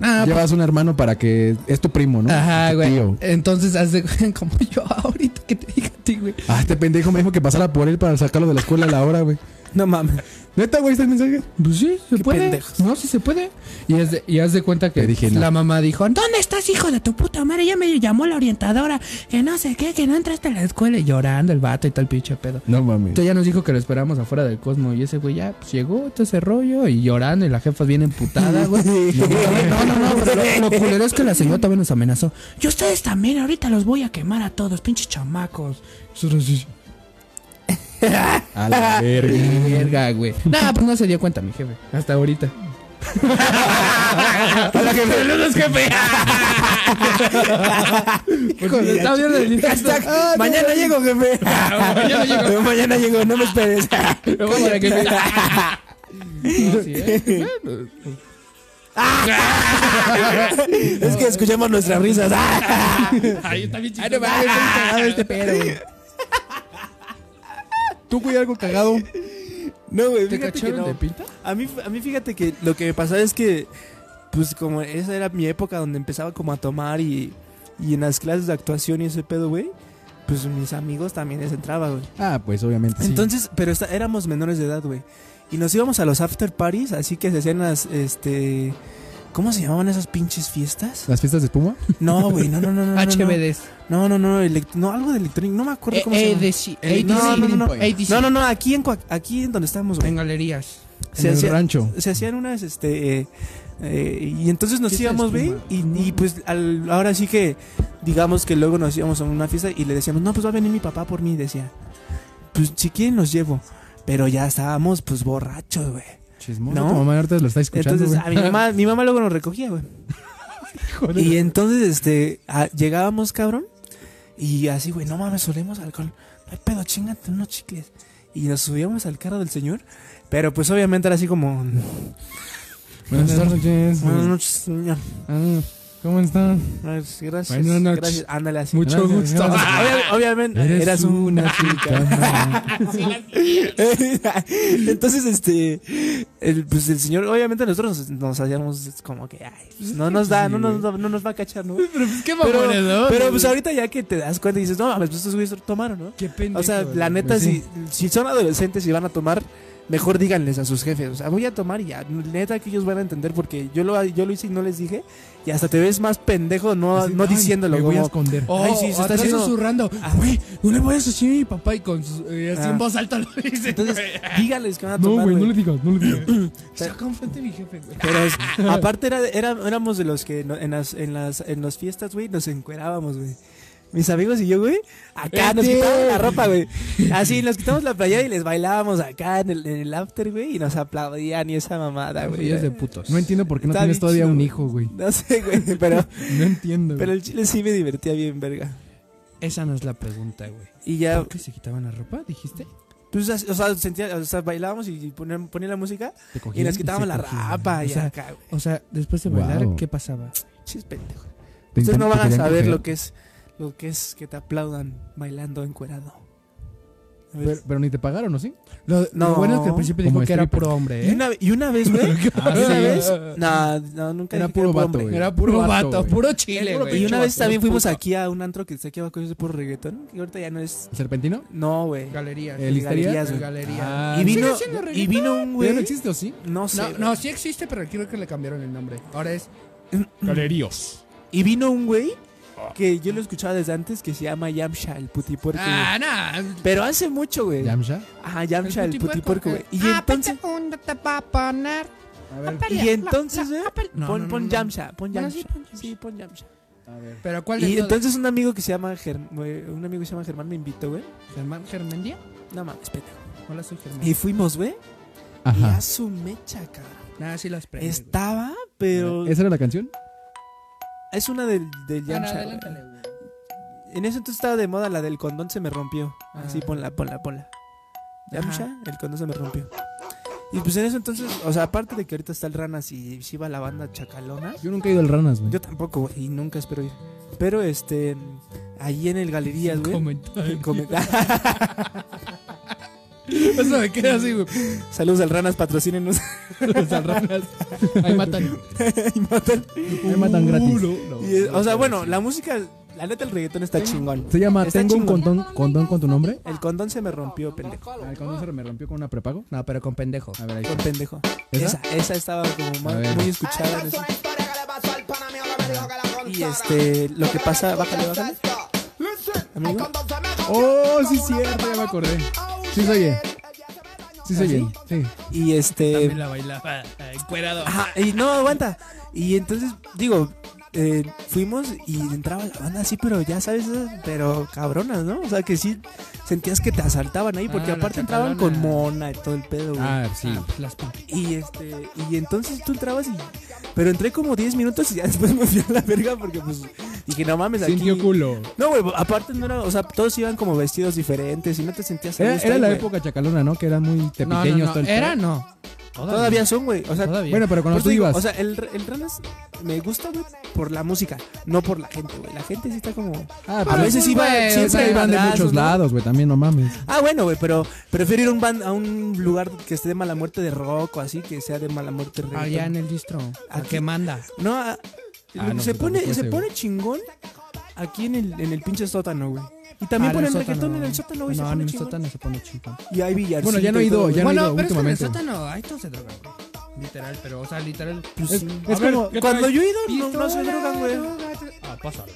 Speaker 5: Ah, pues,
Speaker 1: llevas un hermano para que es tu primo, ¿no?
Speaker 5: Ajá,
Speaker 1: Tu
Speaker 5: güey.
Speaker 1: tío.
Speaker 5: Entonces, haz de como yo ahorita que te diga a ti, güey.
Speaker 1: Ah, este pendejo me dijo que pasara por él para sacarlo de la escuela a la hora, güey.
Speaker 2: No mames.
Speaker 1: ¿Neta, güey, está el mensaje?
Speaker 5: Pues sí, se
Speaker 2: Qué
Speaker 5: puede.
Speaker 2: pendejos.
Speaker 5: No, sí se puede. Y haz de, y haz de cuenta que
Speaker 1: Te dije, no.
Speaker 5: la mamá dijo, ¿dónde estás, hijo de tu puta madre? Ya me llamó la orientadora, que no sé qué, que no entraste a la escuela. Y llorando el vato y tal pinche pedo.
Speaker 1: No mames.
Speaker 5: Entonces ya nos dijo que lo esperamos afuera del Cosmo. Y ese güey ya pues, llegó, todo ese rollo. Y llorando, y la jefa bien
Speaker 2: (laughs)
Speaker 5: emputada, güey. No, no, no, pero lo, lo culero es que la señora también nos amenazó. Y ustedes también, ahorita los voy a quemar a todos, pinches chamacos. Nosotros sí,
Speaker 1: A la verga.
Speaker 5: Verga, güey. Nah, pues no se dio cuenta, mi jefe. Hasta ahorita. Saludos, jefe. Híjole, está bien "Ah, el directo.
Speaker 2: Hashtag, mañana llego, (laughs) jefe. Ah, mañana llego. mañana llego, no me (laughs) esperes.
Speaker 5: Me voy para que me- No, sí, ¿eh?
Speaker 2: es que escuchamos nuestras risas.
Speaker 5: Ah, Ay,
Speaker 2: Ah,
Speaker 5: no mames, está bien cagado este pedo, güey.
Speaker 1: ¿Tú, güey, algo cagado?
Speaker 2: no, güey,
Speaker 5: ¿Te
Speaker 2: fíjate que
Speaker 5: cacharon
Speaker 2: no.
Speaker 5: de pinta?
Speaker 2: A mí, a mí fíjate que lo que me pasaba es que, pues como esa era mi época donde empezaba como a tomar y, y en las clases de actuación y ese pedo, güey, pues mis amigos también les entraba, güey.
Speaker 1: Ah, pues obviamente. sí.
Speaker 2: Entonces, pero esta- éramos menores de edad, güey. Y nos íbamos a los after parties, así que se hacían las, este... ¿Cómo se llamaban esas pinches fiestas?
Speaker 1: ¿Las fiestas de espuma?
Speaker 2: No, güey, no, no, no, no. no,
Speaker 5: HBDs.
Speaker 2: No, no, no, elec- no, algo de electrónico, no me acuerdo
Speaker 5: Eh,
Speaker 2: cómo se llama.
Speaker 5: ADC.
Speaker 1: El-
Speaker 2: no, no, no, no.
Speaker 5: ADC.
Speaker 2: No, no, no, aquí en, Coac- aquí en donde estábamos, güey.
Speaker 5: En galerías.
Speaker 2: Se
Speaker 1: en el
Speaker 2: hacía-
Speaker 1: rancho.
Speaker 2: se hacían unas, este, eh, eh, y entonces nos
Speaker 5: Fiesta de
Speaker 2: íbamos, güey,
Speaker 5: espuma.
Speaker 2: y, y, pues al- ahora sí que, digamos que luego nos íbamos a una fiesta y le decíamos, no, pues va a venir mi papá por mí, decía, pues si quieren los llevo, pero ya estábamos pues borrachos, güey.
Speaker 1: Chismoso.
Speaker 2: No.
Speaker 1: No. Tu mamá ahorita lo está escuchando,
Speaker 2: Entonces,
Speaker 1: güey.
Speaker 2: a mi mamá, mi mamá luego nos recogía, güey. y entonces, este, a- llegábamos, cabrón, y así, güey, no mames, solemos alcohol. No hay pedo, chingate unos chicles. Y nos subíamos al carro del señor, pero pues obviamente era así como,
Speaker 1: Buenas tardes.
Speaker 2: buenas noches, señor.
Speaker 1: Ah, ¿Cómo están?
Speaker 2: Gracias, Ah, gracias.
Speaker 1: Buenas noches.
Speaker 2: gracias. Ándale así.
Speaker 1: Mucho
Speaker 2: Ah, obvia- obviamente, eras, una chica. (laughs) Entonces, este, el, pues el señor, obviamente nosotros nos, nos hacíamos como que, ay, pues, no nos da, no nos, no nos va a cachar, ¿no? Pero,
Speaker 5: ¿Qué
Speaker 2: pero, pues ahorita ya que te das cuenta y dices, no, mames, pues estos güeyes tomaron, ¿no?
Speaker 5: Qué pendejo.
Speaker 2: O sea, la neta, si, si son adolescentes y van a tomar, Mejor díganles a sus jefes, o sea, voy a tomar y ya, neta que ellos van a entender porque yo lo, yo lo hice y no les dije. Y hasta te ves más pendejo no,
Speaker 1: Así,
Speaker 2: no
Speaker 1: ay,
Speaker 2: diciéndolo.
Speaker 1: Me voy a
Speaker 2: como-
Speaker 1: esconder.
Speaker 2: Ay, sí, se está
Speaker 5: Oh, atrás
Speaker 2: haciendo-
Speaker 5: susurrando. Güey, no le vayas a decir a mi papá y con sus, eh, así
Speaker 2: Ah.
Speaker 5: en voz alta lo dice.
Speaker 2: Entonces, díganles que van a
Speaker 4: No,
Speaker 2: tomar.
Speaker 4: güey, no
Speaker 2: güey.
Speaker 4: le digas, no le digas.
Speaker 5: Está confronte mi jefe, güey.
Speaker 2: Pero es- aparte era, era- éramos de los que no- en las en las en las fiestas, güey, nos encuerábamos, güey. Mis amigos y yo, güey, acá
Speaker 5: Este.
Speaker 2: nos quitábamos la ropa, güey. Así, nos quitamos la playera y les bailábamos acá en el, en el after, güey, y nos aplaudían y esa mamada, Ah, güey.
Speaker 5: Ellos de putos.
Speaker 1: No entiendo por qué no
Speaker 2: Está
Speaker 1: tienes
Speaker 2: bien
Speaker 1: todavía
Speaker 2: chido,
Speaker 1: un
Speaker 2: güey.
Speaker 1: hijo, güey.
Speaker 2: No sé, güey, pero,
Speaker 1: No entiendo.
Speaker 2: pero el chile sí me divertía bien, verga.
Speaker 5: Esa no es la pregunta, güey.
Speaker 2: Y ya,
Speaker 5: ¿Por qué se quitaban la ropa? ¿Dijiste?
Speaker 2: pues, o sea, sentía, o sea, bailábamos y ponían, ponían la música
Speaker 5: Te
Speaker 2: y nos quitábamos la rapa
Speaker 5: O
Speaker 2: y
Speaker 5: sea,
Speaker 2: acá, güey.
Speaker 5: O sea, después de
Speaker 1: Wow.
Speaker 5: bailar, ¿qué pasaba?
Speaker 2: Chis pendejo.
Speaker 1: Te
Speaker 2: Ustedes no
Speaker 1: intent-
Speaker 2: van a
Speaker 1: te querían
Speaker 2: saber
Speaker 1: coger.
Speaker 2: lo que es lo que es que te aplaudan bailando encuerado. A ver.
Speaker 1: Pero, pero ni te pagaron, ¿o sí?
Speaker 5: Lo,
Speaker 2: No.
Speaker 5: lo bueno es que al principio dijo
Speaker 1: Como
Speaker 5: que era
Speaker 1: stripper.
Speaker 5: puro hombre,
Speaker 2: Y
Speaker 5: ¿eh?
Speaker 2: una, y una vez,
Speaker 5: (laughs)
Speaker 2: güey.
Speaker 1: Ah,
Speaker 2: y una
Speaker 1: sí.
Speaker 2: vez. No, no, nunca
Speaker 1: Era
Speaker 2: dije que
Speaker 1: puro vato,
Speaker 2: hombre.
Speaker 1: güey.
Speaker 5: Era puro
Speaker 1: Puro
Speaker 5: vato,
Speaker 1: vato, güey.
Speaker 5: puro chile,
Speaker 1: Puro
Speaker 5: güey.
Speaker 2: Y una vez
Speaker 1: vato,
Speaker 2: también
Speaker 1: puro
Speaker 2: fuimos
Speaker 1: puto.
Speaker 2: aquí a un antro que está aquí abajo, es de puro reggaetón, que ahorita ya no es.
Speaker 1: ¿El serpentino?
Speaker 2: No, güey.
Speaker 5: Galería.
Speaker 1: ¿El Histeria?
Speaker 2: Galerías,
Speaker 5: El
Speaker 2: güey.
Speaker 5: Galería.
Speaker 1: Ah,
Speaker 2: Y vino,
Speaker 5: ¿Sigue siendo
Speaker 2: y
Speaker 5: reggaetón?
Speaker 2: vino un
Speaker 1: ¿Ya no
Speaker 2: güey.
Speaker 1: existe o sí?
Speaker 2: No sé.
Speaker 5: No,
Speaker 2: güey.
Speaker 5: no, sí existe, pero creo que le cambiaron el nombre. Ahora es...
Speaker 4: Galeríos.
Speaker 2: Y vino un güey que yo lo escuchaba desde antes que se llama Yamsha, el putipuerco. güey.
Speaker 5: Ah, no.
Speaker 2: Pero hace mucho, güey.
Speaker 1: ¿Yamsha?
Speaker 2: Ajá, Yamsha, el putipuerco, güey.
Speaker 5: Ah,
Speaker 2: Y entonces.
Speaker 1: A ver,
Speaker 2: Y entonces, güey,
Speaker 5: No,
Speaker 2: pon,
Speaker 5: no, no,
Speaker 2: pon
Speaker 5: no.
Speaker 2: Yamsha, pon
Speaker 5: Bueno,
Speaker 2: Yamsha.
Speaker 5: sí,
Speaker 2: Sí,
Speaker 5: pon Yamsha.
Speaker 2: pon Yamsha.
Speaker 1: a ver.
Speaker 5: Pero ¿cuál es
Speaker 2: Y entonces un amigo que se llama Germ- güey, un amigo que se llama Germán me invitó, güey.
Speaker 5: Germán Germendía.
Speaker 2: No mames, pendejo.
Speaker 5: Hola, soy Germán.
Speaker 2: Y fuimos, güey. Y
Speaker 1: Ajá.
Speaker 2: a su mecha, cabrón.
Speaker 5: Nada, sí las prende, güey.
Speaker 2: Estaba, pero
Speaker 1: ¿Esa era la canción?
Speaker 2: es una del, del
Speaker 5: Bueno,
Speaker 2: Yamsha. güey.
Speaker 5: adelántale, güey.
Speaker 2: En ese entonces estaba de moda la del condón se me rompió.
Speaker 5: Ah.
Speaker 2: Así ponla, ponla, ponla.
Speaker 5: Ajá.
Speaker 2: Yamsha, el condón se me rompió. Y pues en ese entonces, o sea, aparte de que ahorita está el Ranas y si va la banda Chacalona,
Speaker 1: Yo nunca he ido al Ranas, güey.
Speaker 2: yo tampoco, güey, y nunca espero ir. Pero este, ahí en el Galerías, güey. (laughs)
Speaker 4: Comentario.
Speaker 1: (laughs)
Speaker 2: Comenta-
Speaker 5: Eso me queda así, güey.
Speaker 2: Saludos al Ranas, patrocínenos.
Speaker 4: Ahí matan.
Speaker 2: y matan.
Speaker 1: Me matan gratis.
Speaker 2: (laughs) Y, eh, o sea, bueno, la música, la neta, el reggaetón está chingón.
Speaker 1: Se llama
Speaker 2: Está
Speaker 1: Tengo un
Speaker 2: chingón.
Speaker 1: condón, condón con tu nombre.
Speaker 2: El condón se me rompió, pendejo.
Speaker 1: Ah, El condón se me rompió con una prepago.
Speaker 5: No, pero con pendejo.
Speaker 1: A ver, ahí
Speaker 2: Por
Speaker 1: está.
Speaker 2: pendejo.
Speaker 1: ¿Esa?
Speaker 2: Esa, esa estaba como ma-
Speaker 1: A ver.
Speaker 2: muy escuchada. en eso. Y este, lo que pasa, bájale, bájale. Amigo.
Speaker 1: Oh, sí, cierto, ya me acordé. Sí, se oye. Sí, se oye. Sí.
Speaker 2: Y este.
Speaker 5: la bailaba encuerado.
Speaker 2: Ajá, y no, aguanta. Y entonces, digo, eh, fuimos y entraba la banda así, pero ya sabes, esas- pero cabronas, ¿no? O sea, que sí sentías que te asaltaban ahí, porque
Speaker 5: Ah, las
Speaker 2: aparte entraban con
Speaker 5: chacalonas.
Speaker 2: mona y todo el pedo, güey.
Speaker 1: Ah, sí.
Speaker 5: Las pam-
Speaker 2: Y este, y entonces tú entrabas y. Pero entré como 10 minutos y ya (laughs) después me fui a la verga porque pues dije, no mames, aquí.
Speaker 1: Sintió culo.
Speaker 2: No, güey, aparte no era, o sea, todos iban como vestidos diferentes y no te sentías a
Speaker 1: Era,
Speaker 2: gusto
Speaker 1: Eh, era
Speaker 2: ahí,
Speaker 1: la
Speaker 2: güey.
Speaker 1: época chacalona, ¿no? Que era muy
Speaker 5: No, no,
Speaker 1: tepiqueños
Speaker 5: no.
Speaker 1: todo el
Speaker 5: Era,
Speaker 1: pedo.
Speaker 5: no.
Speaker 2: Todavía son, güey. O sea,
Speaker 5: Todavía.
Speaker 1: Bueno, pero cuando
Speaker 2: por
Speaker 1: tú
Speaker 2: eso Pues digo,
Speaker 1: ibas.
Speaker 2: o sea, el, el Ranas me gusta, güey, por la música, no por la gente, güey. La gente sí está como.
Speaker 1: ah,
Speaker 2: A
Speaker 1: pero
Speaker 2: veces iba,
Speaker 5: güey, o
Speaker 2: siempre
Speaker 1: siempre iban de
Speaker 2: madrazos,
Speaker 1: muchos
Speaker 2: ¿no?
Speaker 1: lados, güey. También, no mames.
Speaker 2: Ah, bueno, güey, pero prefiero ir a un, ban- a un lugar que esté de mala muerte de rock o así, que sea de mala muerte de
Speaker 5: Allá
Speaker 2: reggaetón.
Speaker 5: en el distro. ¿A
Speaker 2: Aquí.
Speaker 5: qué manda?
Speaker 2: No, ah,
Speaker 1: Ah, no,
Speaker 2: se
Speaker 1: pues,
Speaker 2: pone,
Speaker 1: tampoco
Speaker 2: se
Speaker 1: ese,
Speaker 2: pone chingón aquí en el, en el pinche sótano, güey. Y
Speaker 5: Ah,
Speaker 2: también
Speaker 5: en
Speaker 2: ponen
Speaker 5: el
Speaker 2: reggaetón
Speaker 5: sótano.
Speaker 2: en el sótano, güey. se
Speaker 5: No,
Speaker 2: pone
Speaker 5: en el
Speaker 2: chingón.
Speaker 5: sótano se pone chico.
Speaker 2: Y hay billarcito
Speaker 1: Bueno, ya no
Speaker 2: y
Speaker 1: he ido,
Speaker 2: todo, güey.
Speaker 1: Ya no
Speaker 5: bueno,
Speaker 1: digo,
Speaker 5: pero es que en el
Speaker 1: últimamente.
Speaker 5: sótano, ahí todos se drogan. güey. Literal, pero, o sea, literal.
Speaker 2: Pues,
Speaker 1: Es,
Speaker 2: sí.
Speaker 1: es como.
Speaker 2: Cuando yo he ido, no,
Speaker 5: Pistola,
Speaker 2: no se drogan, güey.
Speaker 5: droga, droga.
Speaker 4: Ah, pásalo.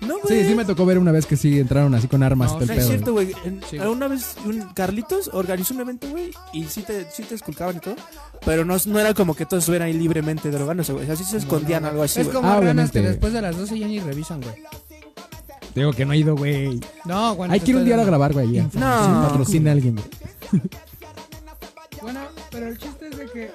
Speaker 2: No, güey.
Speaker 1: Sí, sí me tocó ver una vez que sí entraron así con armas
Speaker 5: No,
Speaker 1: todo el
Speaker 5: sí,
Speaker 2: Es
Speaker 1: pedo.
Speaker 2: cierto, güey. En-
Speaker 5: Sí.
Speaker 2: Una vez un Carlitos organizó un evento, güey, y sí te, sí te esculcaban y todo, pero no, no era como que todos estuvieran ahí libremente drogándose, güey. Así se escondían algo así,
Speaker 5: es
Speaker 2: güey.
Speaker 5: como
Speaker 1: Ah,
Speaker 5: ranas que
Speaker 1: obviamente.
Speaker 5: después de las 12 ya ni revisan, güey.
Speaker 1: güey. Te digo que no he ido, güey.
Speaker 5: No, bueno.
Speaker 1: Hay
Speaker 5: te
Speaker 1: que ir un
Speaker 5: estoy
Speaker 1: día a
Speaker 5: dando-
Speaker 1: grabar, güey. ya.
Speaker 2: No.
Speaker 1: Patrocina a alguien, güey.
Speaker 5: Bueno, pero el chiste es de que.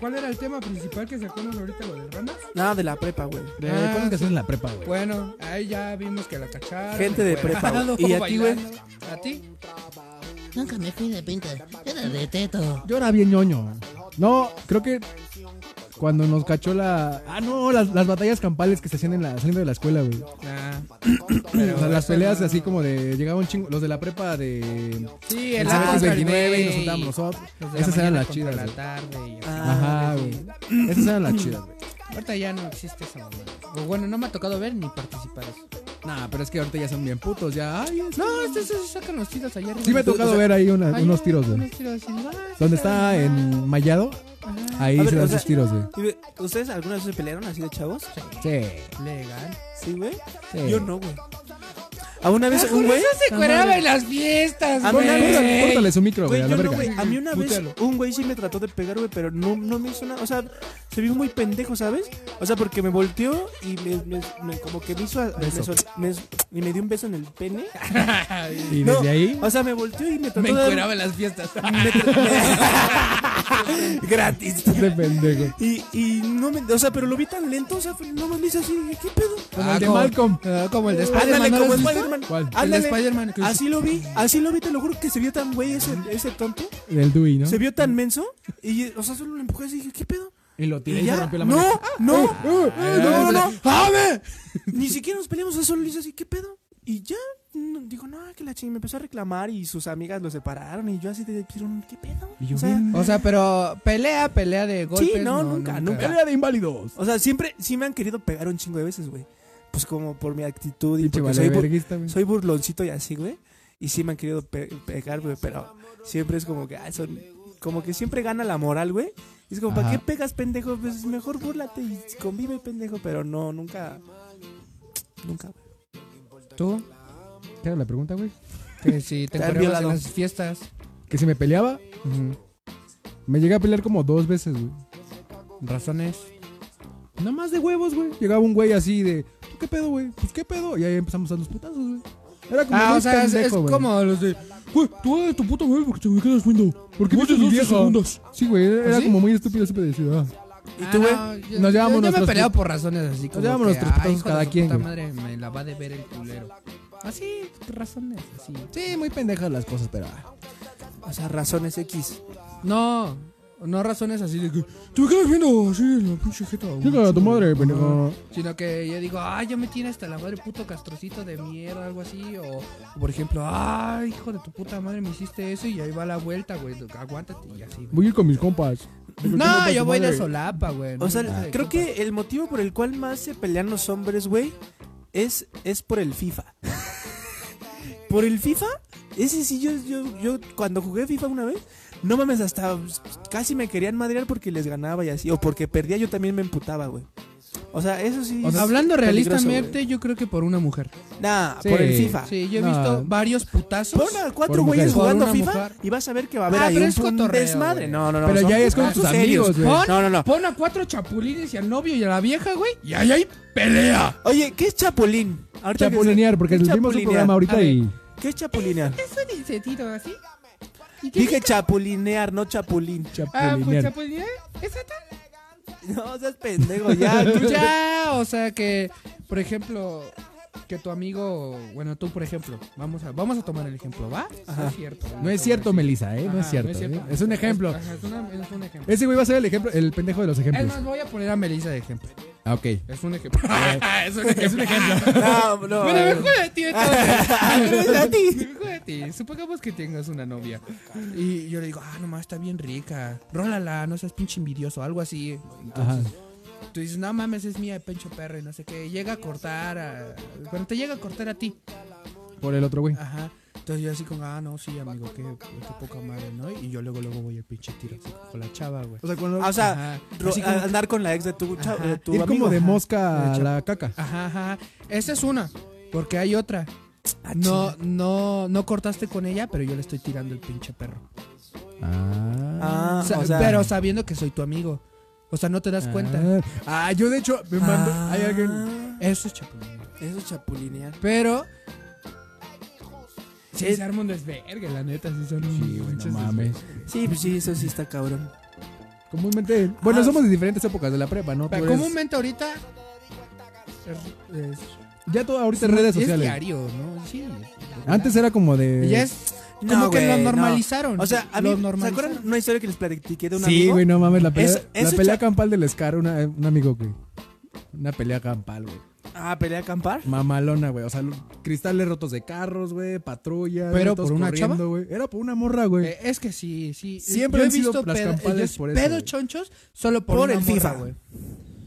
Speaker 5: ¿Cuál era el tema principal que sacaron ahorita lo de ranas?
Speaker 2: Nada de la prepa, güey.
Speaker 1: De
Speaker 5: Ah,
Speaker 1: cosas que hacen en la prepa, güey.
Speaker 5: Bueno, ahí ya vimos que la cacharon.
Speaker 2: Gente de prepa,
Speaker 5: (laughs)
Speaker 2: güey. ¿Y a ti, güey?
Speaker 5: ¿A ti?
Speaker 10: Nunca me fui de pinta, era de teto.
Speaker 1: Yo era bien ñoño. No, creo que cuando nos cachó la. Ah, no, las, las batallas campales que se hacían en la, saliendo de la escuela, güey.
Speaker 5: Ah,
Speaker 1: O sea, las peleas así como de. Llegaba un chingo. Los de la prepa de.
Speaker 5: sí, el
Speaker 1: El
Speaker 5: ah,
Speaker 1: 29 y nos juntábamos nosotros. Esas eran las chidas,
Speaker 5: La Ah.
Speaker 1: güey.
Speaker 5: tarde y-
Speaker 2: Ah,
Speaker 1: Ajá, güey. Esas eran las chidas, güey.
Speaker 5: Ahorita ya no existe esa mamada. O bueno, no me ha tocado ver ni participar. eso.
Speaker 1: Nah, pero es que ahorita ya son bien putos, ya. Ay, es-
Speaker 5: No, estos se sacan los tiros allá arriba.
Speaker 1: Sí me ha tocado ver ahí una-
Speaker 5: Ay,
Speaker 1: unos tiros, güey.
Speaker 5: unos tiros así, ah,
Speaker 1: Donde está en Mayado, ahí
Speaker 2: A ver,
Speaker 1: se
Speaker 2: o
Speaker 1: dan
Speaker 2: sea-
Speaker 1: sus tiros, güey.
Speaker 2: Y ve, ¿Ustedes alguna vez se pelearon así de chavos?
Speaker 1: Sí.
Speaker 5: Legal.
Speaker 2: Sí, güey.
Speaker 1: Sí.
Speaker 2: Yo no, güey. ¿A una vez un güey?
Speaker 5: se cueraba en las fiestas,
Speaker 2: A mí una vez-
Speaker 1: Córtale,
Speaker 5: güey.
Speaker 1: córtale su micro, güey,
Speaker 2: Güey,
Speaker 1: a
Speaker 2: yo
Speaker 1: la
Speaker 2: no,
Speaker 1: verga.
Speaker 2: güey. A mí una vez
Speaker 1: Putealo.
Speaker 2: un güey sí me trató de pegar, güey, pero no, no me hizo nada. O sea, se vio muy pendejo, ¿sabes? O sea, porque me volteó y me, me- me- como que me hizo... a- Me, sol- me- y me dio un beso en el pene.
Speaker 1: Y
Speaker 2: (laughs) No,
Speaker 1: desde ahí.
Speaker 2: O sea, me volteó y me trató
Speaker 5: Me
Speaker 2: de...
Speaker 5: encueraba en las fiestas.
Speaker 1: (laughs)
Speaker 2: Gratis.
Speaker 1: Este pendejo.
Speaker 2: Y, y no me... O sea, pero lo vi tan lento, o sea, fue- no me hizo así. dije, ¿Qué pedo?
Speaker 1: Ah, Como el de Malcolm.
Speaker 5: Ah, Como el de
Speaker 2: Ándale,
Speaker 5: Spider-Man. ¿no
Speaker 2: como
Speaker 5: lo has visto?
Speaker 2: Spider-Man.
Speaker 1: ¿Cuál? El Ah, de
Speaker 5: El de
Speaker 2: Ándale.
Speaker 5: Spider-Man. que-
Speaker 2: Así lo vi, así lo vi, te lo juro que se vio tan güey ese, ese tonto.
Speaker 1: El Dewey, ¿no?
Speaker 2: Se vio tan menso. Y, o sea, solo lo empujé así y dije, ¿qué pedo?
Speaker 1: Y lo tiré
Speaker 2: Y
Speaker 1: y se
Speaker 2: ya.
Speaker 1: rompió la mano.
Speaker 2: No, no, no, no, no.
Speaker 1: ¡Ave!
Speaker 2: eh, (laughs) Ni siquiera nos peleamos, o sea, solo le hice así, ¿qué pedo? Y ya, no, digo, no, que la chingada. Me empezó a reclamar y sus amigas lo separaron. Y yo así de, pero, ¿qué pedo?
Speaker 1: Y yo,
Speaker 2: o sea,
Speaker 1: bien.
Speaker 5: O sea, pero pelea, pelea de golpes.
Speaker 2: no, nunca, nunca.
Speaker 1: Pelea de inválidos.
Speaker 2: o sea, siempre, sí me han querido pegar un chingo de veces, güey. Pues como por mi actitud y
Speaker 1: Pinche
Speaker 2: porque soy, bur-
Speaker 1: valeverguista, güey.
Speaker 2: soy burloncito y así, güey. Y sí me han querido pe- pegar, güey, pero siempre es como que, ah, son, como que siempre gana la moral, güey. Y es como, ¿para
Speaker 1: Ajá.
Speaker 2: qué pegas, pendejo? Pues mejor búrlate y convive, pendejo, pero no, nunca, nunca, güey.
Speaker 5: ¿Tú?
Speaker 1: ¿Qué era la pregunta, güey?
Speaker 5: Que si te
Speaker 2: Te han
Speaker 5: encuerabas en
Speaker 2: violado.
Speaker 5: las fiestas.
Speaker 1: Que si me peleaba, me llegué a pelear como dos veces, güey.
Speaker 5: Razones.
Speaker 1: Nada más de huevos, güey. Llegaba un güey así de, ¿tú qué pedo, güey? Pues qué pedo. Y ahí empezamos a los putazos, güey. Era como
Speaker 5: Ah,
Speaker 1: muy
Speaker 5: o sea, es-
Speaker 1: pendejo,
Speaker 5: es
Speaker 1: güey.
Speaker 5: como los de.
Speaker 4: Güey, tú eres tu puta madre porque te me quedas viendo.
Speaker 1: ¿Por qué
Speaker 4: Vos
Speaker 1: viste
Speaker 4: de
Speaker 1: mi
Speaker 4: 12
Speaker 1: vieja?
Speaker 4: segundos.
Speaker 1: Sí, güey, era
Speaker 5: ¿Ah, sí?
Speaker 1: como muy estúpido siempre decir, ah.
Speaker 2: ¿Y tú, güey?
Speaker 5: Ah, no, yo-
Speaker 1: Nos llevamos
Speaker 5: yo- Yo me he
Speaker 1: nuestros
Speaker 5: peleado por razones así. Como
Speaker 1: llevamos
Speaker 5: que,
Speaker 1: nuestros putazos
Speaker 5: "Ay, hijo de
Speaker 1: cada
Speaker 5: su
Speaker 1: quien,
Speaker 5: puta
Speaker 1: güey".
Speaker 5: madre, me la va de ver el culero. Así, razones así.
Speaker 1: Sí, muy pendejas las cosas, pero. ah.
Speaker 2: O sea, razones X.
Speaker 5: No, no razones así de que.
Speaker 4: Te me quedas viendo así en la pinche jeta. güey.
Speaker 1: Llega a tu madre, pendejo.
Speaker 5: Sino que yo digo, ay, yo me tiene hasta la madre, puto castrocito de mierda, algo así. O, o por ejemplo, ay, hijo de tu puta madre, me hiciste eso y ahí va la vuelta, güey. Aguántate y así. güey.
Speaker 1: Voy a ir con mis compas.
Speaker 5: No, yo voy de
Speaker 1: sola.
Speaker 5: solapa, güey.
Speaker 2: O sea,
Speaker 5: no,
Speaker 2: creo que el motivo por el cual más se pelean los hombres, güey, es, es por
Speaker 1: (laughs)
Speaker 2: el FIFA. por el FIFA, ese sí, yo, yo, yo cuando jugué FIFA una vez, no mames, hasta casi me querían madrear porque les ganaba y así, o porque perdía yo también me emputaba, güey. O sea, eso sí.
Speaker 5: O sea,
Speaker 2: es
Speaker 5: hablando
Speaker 2: peligroso,
Speaker 5: realistamente, yo creo que por una mujer.
Speaker 2: güey. Nah,
Speaker 1: Sí,
Speaker 2: por el FIFA.
Speaker 5: Sí, yo he
Speaker 1: No.
Speaker 5: visto varios putazos.
Speaker 2: Pon a cuatro
Speaker 1: Por mujeres.
Speaker 2: güeyes jugando
Speaker 5: Por una
Speaker 2: FIFA
Speaker 5: mujer.
Speaker 2: y vas a ver que va a haber
Speaker 5: Ah,
Speaker 2: ahí
Speaker 5: pero
Speaker 2: un,
Speaker 5: es cotorreo,
Speaker 2: desmadre.
Speaker 5: güey.
Speaker 2: No, no, no.
Speaker 1: Pero
Speaker 2: son
Speaker 1: ya es con
Speaker 2: putazos
Speaker 1: tus amigos,
Speaker 2: serios.
Speaker 1: güey.
Speaker 5: Pon-
Speaker 2: No, no, no.
Speaker 5: Pon a cuatro chapulines y al novio y a la vieja, güey.
Speaker 4: Y ahí hay pelea.
Speaker 2: Oye, ¿qué es chapulín? Ahorita que se-
Speaker 1: Chapulinear, porque
Speaker 2: ¿qué es
Speaker 1: vimos un
Speaker 2: chapulinear?
Speaker 1: programa ahorita y.
Speaker 2: ¿Qué es chapulinear?
Speaker 5: Es un incentivo así. ¿Y qué
Speaker 2: Dije chapulinear, no chapulín.
Speaker 5: Ah, pues
Speaker 1: Chapulinear.
Speaker 5: chapulinear. Esa tal.
Speaker 2: (laughs) No seas pendejo, ya. (laughs) tú ya.
Speaker 5: ya, o sea que, por ejemplo, que tu amigo, bueno, tú, por ejemplo, vamos a, vamos a tomar el ejemplo, ¿va? No es cierto.
Speaker 1: No es cierto, Melissa, ¿eh? No es
Speaker 5: Ajá,
Speaker 1: cierto. ¿eh? Es un ejemplo.
Speaker 5: Ajá, Es, una- es un ejemplo.
Speaker 1: Ese güey va a ser el ejemplo, el pendejo de los
Speaker 5: Es
Speaker 1: ejemplos.
Speaker 5: más, voy a poner a Melissa de ejemplo.
Speaker 1: Ah, ok.
Speaker 5: Es un ejemplo. (laughs) es un ejemplo.
Speaker 1: (laughs)
Speaker 2: No, no. Ah,
Speaker 5: bueno, me juego de ti, entonces.
Speaker 2: a ti.
Speaker 5: Me juego de ti. Supongamos que tengas una novia. Y yo le digo, ah, nomás está bien rica. Rólala, no seas pinche envidioso, algo así.
Speaker 1: Ajá.
Speaker 5: Tú dices, no mames, es mía, Pencho Perro, y no sé qué. Llega a cortar a... Cuando te llega a cortar a ti.
Speaker 1: Por el otro güey.
Speaker 5: Ajá. Entonces yo así como, ah, no, sí, amigo, qué, qué poca madre, ¿no? Y yo luego, luego voy al pinche tiro así con la chava, güey.
Speaker 1: O sea, cuando.
Speaker 2: O sea,
Speaker 5: Ajá.
Speaker 2: ro-
Speaker 5: Así como
Speaker 2: a-
Speaker 5: que-
Speaker 2: andar con la ex de tu, cha-
Speaker 5: Ajá.
Speaker 2: de tu
Speaker 1: ir
Speaker 2: amigo. Eh,
Speaker 1: como de
Speaker 5: Ajá.
Speaker 1: mosca a la caca.
Speaker 5: Ajá, ajá. Esa es una. Porque hay otra.
Speaker 2: Ah,
Speaker 5: No,
Speaker 2: chinga.
Speaker 5: no, no cortaste con ella, pero yo le estoy tirando el pinche perro.
Speaker 1: Ah.
Speaker 2: Ah,
Speaker 5: Sa-
Speaker 2: o sea,
Speaker 5: pero sabiendo que soy tu amigo. O sea, no te das Pues cuenta.
Speaker 1: Ah, Ah, yo de hecho me mando.
Speaker 2: Ah.
Speaker 1: Hay alguien.
Speaker 5: Eso es chapulín.
Speaker 2: Eso es chapulinear.
Speaker 5: Pero.
Speaker 2: Sí.
Speaker 5: Sí, se arma un desvergue, la neta. Sí, son
Speaker 1: Sí, güey, no
Speaker 5: pinches
Speaker 1: mames.
Speaker 2: Sí, pues sí, eso sí está cabrón.
Speaker 1: Comúnmente. Bueno,
Speaker 2: Ah.
Speaker 1: somos de diferentes épocas de la prepa, ¿no? Tú
Speaker 2: Pues
Speaker 5: Pero
Speaker 1: eres-
Speaker 5: comúnmente ahorita. Es,
Speaker 1: Ya todo ahorita en redes
Speaker 5: es
Speaker 1: sociales.
Speaker 5: diario, ¿no? Sí.
Speaker 1: Antes era como de.
Speaker 5: Ya es. Como
Speaker 2: No,
Speaker 5: que
Speaker 2: güey,
Speaker 5: lo
Speaker 2: no.
Speaker 5: normalizaron.
Speaker 2: O sea, a mí,
Speaker 5: Lo
Speaker 2: ¿se
Speaker 5: normalizaron.
Speaker 2: acuerdan una historia que les platiqué de un
Speaker 1: Sí,
Speaker 2: amigo?
Speaker 1: güey, no mames. La pelea,
Speaker 2: Eso-
Speaker 1: la
Speaker 2: eso
Speaker 1: pelea
Speaker 2: cha-
Speaker 1: campal del Scar, una- un amigo que. Una pelea campal, güey.
Speaker 2: Ah, pelea acampar.
Speaker 1: Mamalona, güey. O sea, cristales rotos de carros, güey. Patrullas.
Speaker 5: ¿Pero
Speaker 1: güey, todos
Speaker 5: por una
Speaker 1: corriendo,
Speaker 5: chava?
Speaker 1: güey. Era por una morra, güey.
Speaker 5: Eh, es que sí, sí.
Speaker 1: Siempre
Speaker 5: Yo he
Speaker 1: han sido
Speaker 5: visto
Speaker 1: las
Speaker 5: pedo-
Speaker 1: campales
Speaker 5: yo-
Speaker 1: por eso,
Speaker 5: pedos
Speaker 1: güey.
Speaker 5: chonchos solo por,
Speaker 2: Por
Speaker 5: una
Speaker 2: el
Speaker 5: morra,
Speaker 2: FIFA.
Speaker 5: güey.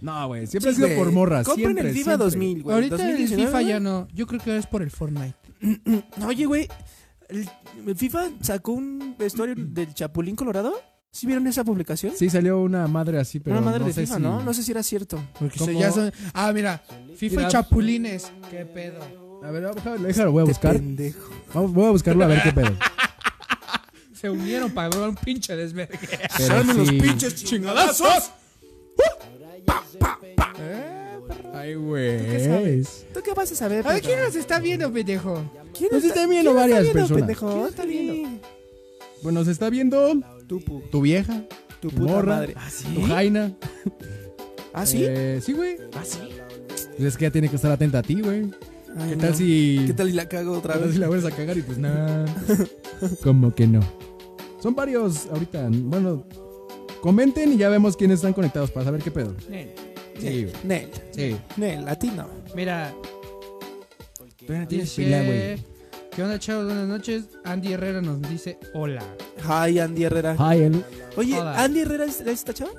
Speaker 1: No, güey. Siempre ha
Speaker 2: Sí,
Speaker 1: sido
Speaker 2: güey.
Speaker 1: por morras.
Speaker 2: Compren
Speaker 1: siempre,
Speaker 2: el FIFA
Speaker 1: siempre.
Speaker 2: 2000, güey.
Speaker 5: Ahorita el
Speaker 2: 2019,
Speaker 5: FIFA ya no. Yo creo que ahora es por el Fortnite.
Speaker 2: No, Oye, güey, el, el FIFA sacó un vestuario del Chapulín Colorado. ¿Sí vieron esa publicación?
Speaker 1: Sí, salió una madre así, pero.
Speaker 2: Una madre
Speaker 1: no
Speaker 2: de
Speaker 1: sé
Speaker 2: FIFA,
Speaker 1: si-
Speaker 2: ¿no? No sé si era cierto.
Speaker 5: Porque
Speaker 1: ¿Cómo?
Speaker 5: se- ya son. Ah, mira. FIFA
Speaker 1: Mira.
Speaker 5: y Chapulines. Qué pedo.
Speaker 1: A ver, déjalo, déjalo, voy a buscar.
Speaker 2: Pendejo.
Speaker 1: Vamos, voy a buscarlo a ver qué
Speaker 2: (laughs)
Speaker 1: pedo.
Speaker 5: Se unieron para ver un pinche desvergue.
Speaker 1: Pero
Speaker 2: Salme los
Speaker 1: sí.
Speaker 2: pinches chingadazos!
Speaker 1: Ay, güey.
Speaker 5: qué sabes?
Speaker 2: ¿Tú qué vas a saber?
Speaker 5: (laughs) A ver,
Speaker 2: pendejo?
Speaker 5: ¿quién nos está viendo, pendejo?
Speaker 2: ¿Quién
Speaker 1: Nos
Speaker 2: está-
Speaker 1: están viendo pues
Speaker 2: quién
Speaker 1: varias
Speaker 2: está viendo,
Speaker 1: personas.
Speaker 2: pendejo?
Speaker 5: ¿Quién está viendo?
Speaker 1: Bueno, se está viendo
Speaker 2: Tu, pu-
Speaker 1: tu vieja,
Speaker 2: tu
Speaker 1: tu
Speaker 2: puta
Speaker 1: morra,
Speaker 2: madre. ¿Ah, sí?
Speaker 1: tu jaina.
Speaker 2: ¿Ah, sí?
Speaker 1: Eh, sí, güey.
Speaker 2: ¿Ah, sí?
Speaker 1: Pues es que ya tiene que estar atenta a ti, güey.
Speaker 2: Ay,
Speaker 1: ¿Qué tal
Speaker 2: no.
Speaker 1: si.
Speaker 2: ¿Qué tal y la cago otra
Speaker 1: A ver
Speaker 2: vez?
Speaker 1: si la vuelves a cagar y pues nada. Como que no. Son varios ahorita. Bueno, comenten y ya vemos quiénes están conectados para saber qué pedo. Sí, güey.
Speaker 2: Nel,
Speaker 1: Sí.
Speaker 2: Nel, a ti no.
Speaker 5: Mira,
Speaker 1: tienes
Speaker 5: dice-
Speaker 1: pila, güey.
Speaker 5: ¿Qué onda, chavos? Buenas noches. Andy Herrera nos dice hola.
Speaker 2: Hi, Andy Herrera.
Speaker 1: Ay, el-
Speaker 2: Oye,
Speaker 5: Hola.
Speaker 2: ¿Andy Herrera es, es esta chava?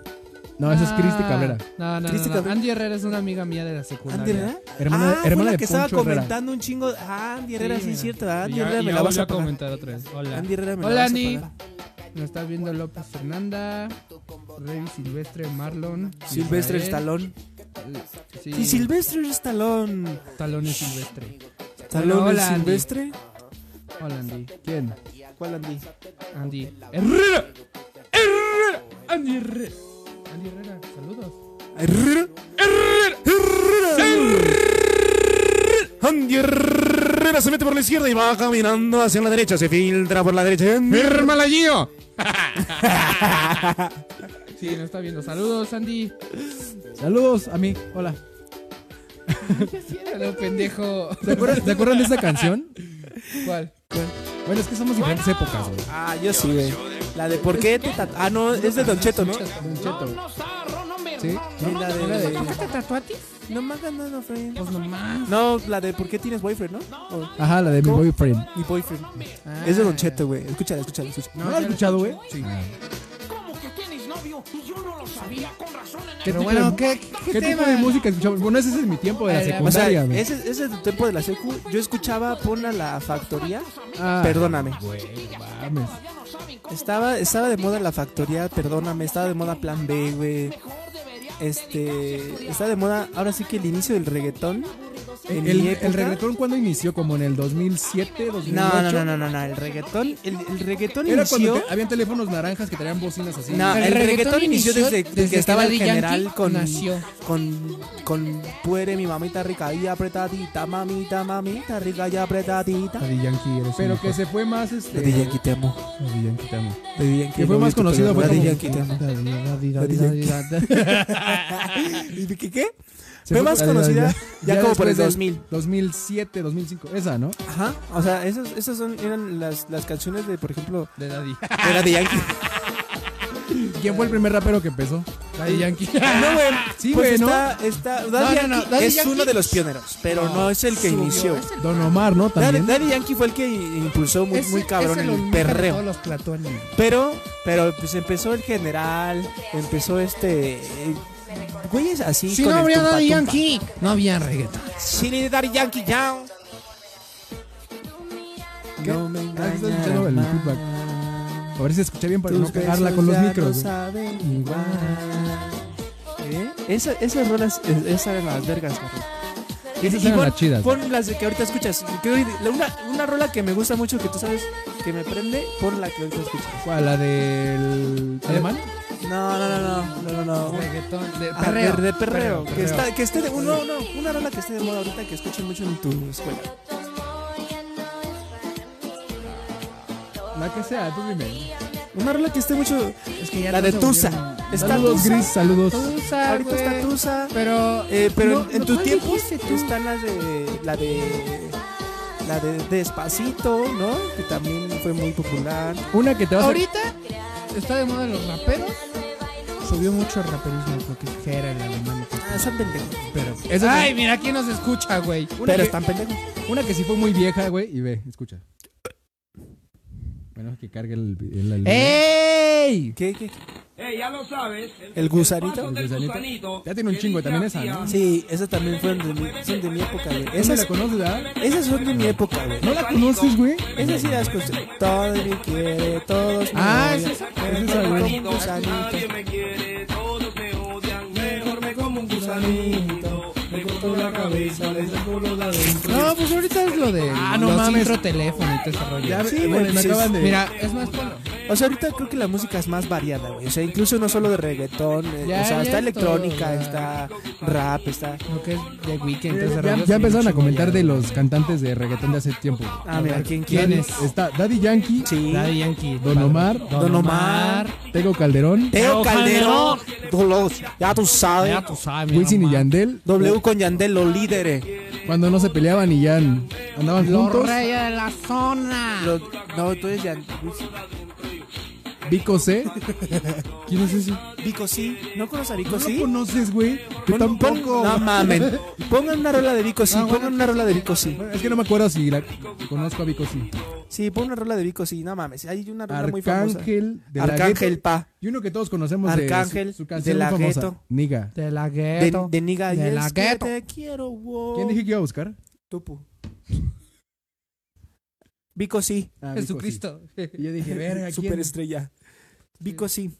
Speaker 1: No, esa es Cristi
Speaker 5: Ah,
Speaker 1: Cabrera.
Speaker 5: No, no,
Speaker 2: Cristi
Speaker 5: no, no.
Speaker 2: Cabrera.
Speaker 5: Andy Herrera es una amiga mía de la secundaria.
Speaker 2: ¿Andy Herrera?
Speaker 1: Hermana,
Speaker 2: ah,
Speaker 1: de- hermana
Speaker 2: fue la
Speaker 1: de Poncho
Speaker 2: que estaba
Speaker 1: Herrera.
Speaker 2: comentando un chingo. Ah, Andy Herrera, sí,
Speaker 5: mira.
Speaker 2: es cierto. ah, Andy
Speaker 5: Y ya-
Speaker 2: Herrera
Speaker 5: y
Speaker 2: me
Speaker 5: ya
Speaker 2: la vas
Speaker 5: volvió
Speaker 2: a pagar.
Speaker 5: comentar otra vez. Hola.
Speaker 2: Andy Herrera me la
Speaker 5: Hola,
Speaker 2: vas a
Speaker 5: Andy.
Speaker 2: pagar.
Speaker 5: Nos está viendo López Fernanda, Rey Silvestre, Marlon.
Speaker 2: Silvestre
Speaker 5: Israel.
Speaker 2: Stallone.
Speaker 5: Sí,
Speaker 2: Sí, Silvestre Stallone.
Speaker 5: Stallone es Silvestre.
Speaker 2: Stallone
Speaker 5: Hola,
Speaker 2: es
Speaker 5: Andy.
Speaker 2: Silvestre.
Speaker 5: Hola, Andy.
Speaker 1: ¿Quién?
Speaker 2: ¿Cuál Andy?
Speaker 5: Andy Herrera. Herrera. Andy Herrera. Andy Herrera, saludos.
Speaker 2: Herrera.
Speaker 3: Andy Herrera se mete por la izquierda y va caminando hacia la derecha. Se filtra por la derecha.
Speaker 4: Malayo.
Speaker 5: Sí, nos está viendo. Saludos, Andy.
Speaker 1: Saludos a mí. Hola.
Speaker 5: Saludos,
Speaker 2: (laughs)
Speaker 5: pendejo.
Speaker 1: ¿Se acuerdan, se acuerdan de esa canción?
Speaker 5: ¿Cuál?
Speaker 1: Bueno, es que somos diferentes épocas, güey.
Speaker 2: Ah, yo sí, güey. La de por qué te tat- Ah, no, es de Don Cheto, ¿no?
Speaker 1: Don Cheto, güey. Sí.
Speaker 2: Sí, la de.
Speaker 5: ¿Sacaste tatuatis?
Speaker 2: No me hagas nada, friend.
Speaker 5: Pues nomás.
Speaker 2: No, la de por qué tienes boyfriend, ¿no? O
Speaker 1: Ajá, la de mi
Speaker 2: ¿Cómo?
Speaker 1: boyfriend.
Speaker 2: mi boyfriend.
Speaker 5: Ah.
Speaker 2: es de Don Cheto, güey. Escúchala, escúchala, escúchala.
Speaker 1: ¿No la has escuchado, güey? Sí. ¿Cómo que tienes novio? Y yo no
Speaker 5: Pero
Speaker 1: lo sabía con razón.
Speaker 5: bueno, ¿qué, Eh,
Speaker 1: ¿Qué tipo de música escuchamos? Bueno, ese es mi tiempo de la
Speaker 5: O sea,
Speaker 2: O sea,
Speaker 1: secundaria, güey.
Speaker 2: ese, ese es tu tiempo de la secu. Yo escuchaba Pon a la factoría.
Speaker 1: Ah,
Speaker 2: Perdóname.
Speaker 1: mames.
Speaker 2: Estaba, estaba de moda la factoría, perdóname, estaba de moda plan B, güey. Este, está de moda ahora sí que el inicio del reggaetón. En
Speaker 1: ¿El,
Speaker 2: mi
Speaker 1: el
Speaker 2: época-
Speaker 1: reggaetón cuándo inició? ¿Como en el 2007, 2008?
Speaker 2: No, no, no, no, no, no, el reggaetón, el, el reggaetón
Speaker 1: Era
Speaker 2: inició.
Speaker 1: cuando te- habían teléfonos naranjas que traían bocinas así.
Speaker 2: No, el, reggaetón inició desde, desde que estaba el
Speaker 5: Daddy Yankee
Speaker 2: general con,
Speaker 5: nació.
Speaker 2: con con puere mi mamita rica y apretadita, mamita, mamita rica y apretadita.
Speaker 4: Daddy Yankee eres
Speaker 1: Pero que se fue más este.
Speaker 2: Daddy Yankee te amo.
Speaker 4: Daddy Yankee te amo.
Speaker 2: Daddy Yankee,
Speaker 1: Que fue
Speaker 2: no,
Speaker 1: más
Speaker 2: yo te
Speaker 1: conocido, fue
Speaker 2: perdono. Daddy
Speaker 1: como-
Speaker 2: Yankee te amo.
Speaker 4: Daddy Yankee.
Speaker 2: (laughs) ¿Y de qué qué?
Speaker 1: Se
Speaker 2: Fue
Speaker 1: fue-
Speaker 2: más
Speaker 1: Daddy
Speaker 2: conocida
Speaker 1: Yankee.
Speaker 2: ya como por
Speaker 1: después
Speaker 2: el
Speaker 1: del
Speaker 2: 2000.
Speaker 1: 2007, 2005. Esa, ¿no?
Speaker 2: Ajá, o sea, esas, esas son, eran las, las canciones de, por ejemplo,
Speaker 5: De Daddy.
Speaker 2: de Daddy
Speaker 5: (laughs)
Speaker 2: Yankee.
Speaker 1: ¿Quién fue el primer rapero que empezó?
Speaker 5: Daddy Yankee.
Speaker 2: (laughs) No, güey.
Speaker 1: Sí,
Speaker 2: pues
Speaker 1: güey, ¿no?
Speaker 2: está, está- Daddy
Speaker 5: No, no, no,
Speaker 2: Yankee
Speaker 5: Daddy
Speaker 2: es
Speaker 5: Yankee-
Speaker 2: uno de los pioneros, pero no, es el que inició.
Speaker 1: Don Omar, ¿no?
Speaker 2: Daddy,
Speaker 1: También.
Speaker 2: Daddy Yankee fue el que impulsó muy,
Speaker 5: Ese-
Speaker 2: muy cabrón
Speaker 5: ese
Speaker 2: el,
Speaker 5: lo ubican
Speaker 2: perreo.
Speaker 5: Todos los platones.
Speaker 2: Pero, pero pues empezó el general, empezó este. eh, Güeyes así.
Speaker 5: Si
Speaker 2: con
Speaker 5: no
Speaker 2: el
Speaker 5: habría
Speaker 2: tumpa,
Speaker 5: Daddy
Speaker 2: tumpa.
Speaker 5: Yankee, no había reggaetón.
Speaker 2: Si no habría Daddy Yankee, ya. No me
Speaker 1: Ah, estás
Speaker 2: engañarás
Speaker 1: escuchando el
Speaker 2: más.
Speaker 1: feedback. A ver si escuché bien para
Speaker 2: Tus
Speaker 1: no cagarla
Speaker 2: besos
Speaker 1: con los
Speaker 2: ya no
Speaker 1: micros. güey.
Speaker 2: saben igual. ¿Eh? Esa- esas rolas, es- esas eran las vergas, cabrón.
Speaker 1: Esas eran
Speaker 2: pon-
Speaker 1: las chidas.
Speaker 2: Pon las de que ahorita escuchas. Que hoy- la- una, una rola que me gusta mucho, que tú sabes que me prende, pon la que ahorita escuchas.
Speaker 1: ¿Cuál? ¿La del alemán?
Speaker 2: No, no, no, no, no, no, no.
Speaker 5: Reggaetón. De
Speaker 2: Ah,
Speaker 5: perreo.
Speaker 2: de, de perreo, que,
Speaker 5: perreo.
Speaker 2: está- que esté de uno, no, una rola que esté de moda ahorita que escuchen mucho en tu escuela.
Speaker 1: La que sea, tú dime.
Speaker 2: Una rola que esté mucho,
Speaker 5: Es que ya
Speaker 2: la
Speaker 5: no
Speaker 2: de
Speaker 5: se
Speaker 2: Tusa.
Speaker 5: volvieron-
Speaker 2: Está
Speaker 1: Saludos,
Speaker 2: Tusa.
Speaker 1: Gris, saludos.
Speaker 5: Tusa,
Speaker 2: Ahorita está
Speaker 5: güey.
Speaker 2: Tusa.
Speaker 5: Pero,
Speaker 2: Eh, pero
Speaker 5: No,
Speaker 2: en, en
Speaker 5: no,
Speaker 2: tus
Speaker 5: ¿cuál
Speaker 2: tiempos
Speaker 5: dijiste tú?
Speaker 2: están las de la de la de Despacito, ¿no? Que también fue muy popular.
Speaker 1: Una que te vas a.
Speaker 5: ahorita está de moda los raperos. Subió mucho el raperismo porque que era el alemán.
Speaker 2: Ah, están pendejos.
Speaker 5: Pero,
Speaker 1: Esa-
Speaker 5: Ay, mira quién nos escucha, güey.
Speaker 1: Una
Speaker 2: Pero
Speaker 1: que-
Speaker 2: están pendejos.
Speaker 1: Una que sí fue muy vieja, güey, y ve, escucha. Bueno, que cargue el. el, el-
Speaker 5: ¡Ey!
Speaker 2: ¿Qué, qué, qué?
Speaker 11: Eh, ya lo sabes. El,
Speaker 2: el gusanito?
Speaker 11: del
Speaker 1: gusanito.
Speaker 11: gusanito.
Speaker 1: Ya tiene un chingo también esa, ¿no?
Speaker 2: Sí, esas también fueron de mi, son de mi época, güey.
Speaker 1: ¿Esa
Speaker 2: Esas,
Speaker 1: la conoces, verdad?
Speaker 2: esas son de mi época, güey.
Speaker 1: ¿No la conoces, güey?
Speaker 2: Esas sí las escuché. Todo me quiere, todos me
Speaker 1: Ah,
Speaker 2: odian,
Speaker 1: esa-
Speaker 2: pero
Speaker 1: esa
Speaker 2: me
Speaker 1: es la
Speaker 2: como
Speaker 1: buena.
Speaker 2: un gusanito.
Speaker 11: Nadie me quiere, todos me odian. Mejor me como un gusanito. Me corto la cabeza, le saco lo de adentro.
Speaker 5: No, pues ahorita es lo de
Speaker 1: Ah, no
Speaker 5: los
Speaker 1: mames.
Speaker 5: intro teléfono y todo ese rollo.
Speaker 1: Ya,
Speaker 2: Sí,
Speaker 1: eh,
Speaker 2: güey,
Speaker 1: bueno, me
Speaker 2: pues,
Speaker 1: acaban
Speaker 2: es-
Speaker 1: de.
Speaker 5: Mira, es más bueno.
Speaker 2: O sea, ahorita creo que la música es más variada, güey. O sea, incluso no solo de reggaetón. eh,
Speaker 5: Ya,
Speaker 2: o sea,
Speaker 5: ya
Speaker 2: está
Speaker 5: es
Speaker 2: electrónica,
Speaker 5: todo, ya.
Speaker 2: está rap, está.
Speaker 5: Lo que es The Weeknd, todo ese
Speaker 1: ya,
Speaker 5: rollo.
Speaker 1: ya
Speaker 5: es bien
Speaker 1: empezaron a
Speaker 5: chingo
Speaker 1: comentar
Speaker 5: ya.
Speaker 1: de los cantantes de reggaetón de hace tiempo.
Speaker 2: Ah, mira, ¿quién
Speaker 5: ¿Quién
Speaker 2: quiere?
Speaker 5: es?
Speaker 1: Está Daddy Yankee,
Speaker 2: Sí.
Speaker 5: Daddy Yankee.
Speaker 1: Don
Speaker 5: padre.
Speaker 1: Omar,
Speaker 2: Don Omar,
Speaker 1: Tego Calderón,
Speaker 2: Teo Calderón.
Speaker 5: Calderón.
Speaker 2: Dolos, ya tú sabes.
Speaker 5: Ya tú sabes.
Speaker 1: Wisin y
Speaker 5: nomás.
Speaker 1: Yandel,
Speaker 2: W con Yandel, los líderes.
Speaker 1: cuando no se peleaban y ya andaban
Speaker 5: Los
Speaker 1: juntos.
Speaker 5: reyes de la
Speaker 1: Ah.
Speaker 5: zona.
Speaker 2: Los- no, tú eres Yandel.
Speaker 1: Vico C.
Speaker 5: ¿Quién es ese?
Speaker 2: Vico sí. ¿No conoces a Vico
Speaker 1: ¿No lo
Speaker 2: ¿Ah, sí?
Speaker 1: conoces, güey? Tú
Speaker 2: Pon- pon-
Speaker 1: tampoco. (laughs)
Speaker 2: No mamen. Pongan una rola de Vico sí.
Speaker 1: Ah, bueno.
Speaker 2: Pongan una rola de Vico sí.
Speaker 1: Bueno, Es que no me acuerdo si la conozco a Vico C.
Speaker 2: Sí, pon una rola de Vico sí. No mames. Hay una rola muy famosa.
Speaker 1: Arcángel de la
Speaker 2: Arcángel
Speaker 1: Gueto.
Speaker 2: Pa.
Speaker 1: Y uno que todos conocemos de
Speaker 2: Arcángel
Speaker 1: su- su, canción
Speaker 2: de la
Speaker 1: muy famosa.
Speaker 2: Gueto.
Speaker 1: Niga.
Speaker 5: De la
Speaker 2: De,
Speaker 5: gueto.
Speaker 2: de Niga
Speaker 5: De
Speaker 2: y
Speaker 5: la
Speaker 2: es que
Speaker 5: gueto.
Speaker 2: te quiero, wow.
Speaker 1: ¿Quién dije que iba a buscar?
Speaker 2: Tupu. Vico sí.
Speaker 1: Ah, Vico C.
Speaker 5: Jesucristo. (laughs)
Speaker 1: Y yo dije, verga, ¿quién?
Speaker 2: Superestrella. Vico sí.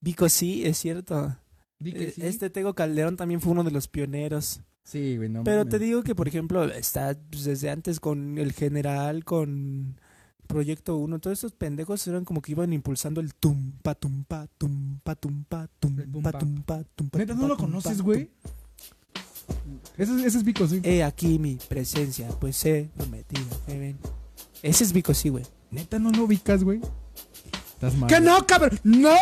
Speaker 2: Vico sí, es cierto.
Speaker 1: Di que
Speaker 5: E
Speaker 2: Eh,
Speaker 1: sí.
Speaker 2: Este Tego Calderón también fue uno de los pioneros.
Speaker 1: Sí, güey, no
Speaker 2: Pero
Speaker 1: mames.
Speaker 2: te digo que, por ejemplo, está pues, desde antes con el general, con Proyecto 1. Todos estos pendejos eran como que iban impulsando el tumpa, tumpa, tumpa, tumpa, tumpa,
Speaker 5: bumpa.
Speaker 2: tumpa, tumpa.
Speaker 1: ¿Neta no
Speaker 2: tumpa,
Speaker 1: lo
Speaker 2: tumpa,
Speaker 1: conoces,
Speaker 2: tum-
Speaker 1: güey? Ese, es- ese es Vico, sí.
Speaker 2: He aquí mi presencia, pues he prometido. me ven. Ese es Vico, sí, güey.
Speaker 1: ¿Neta no lo ubicas, güey? Estás mal.
Speaker 5: ¡Que no, cabrón! ¡No!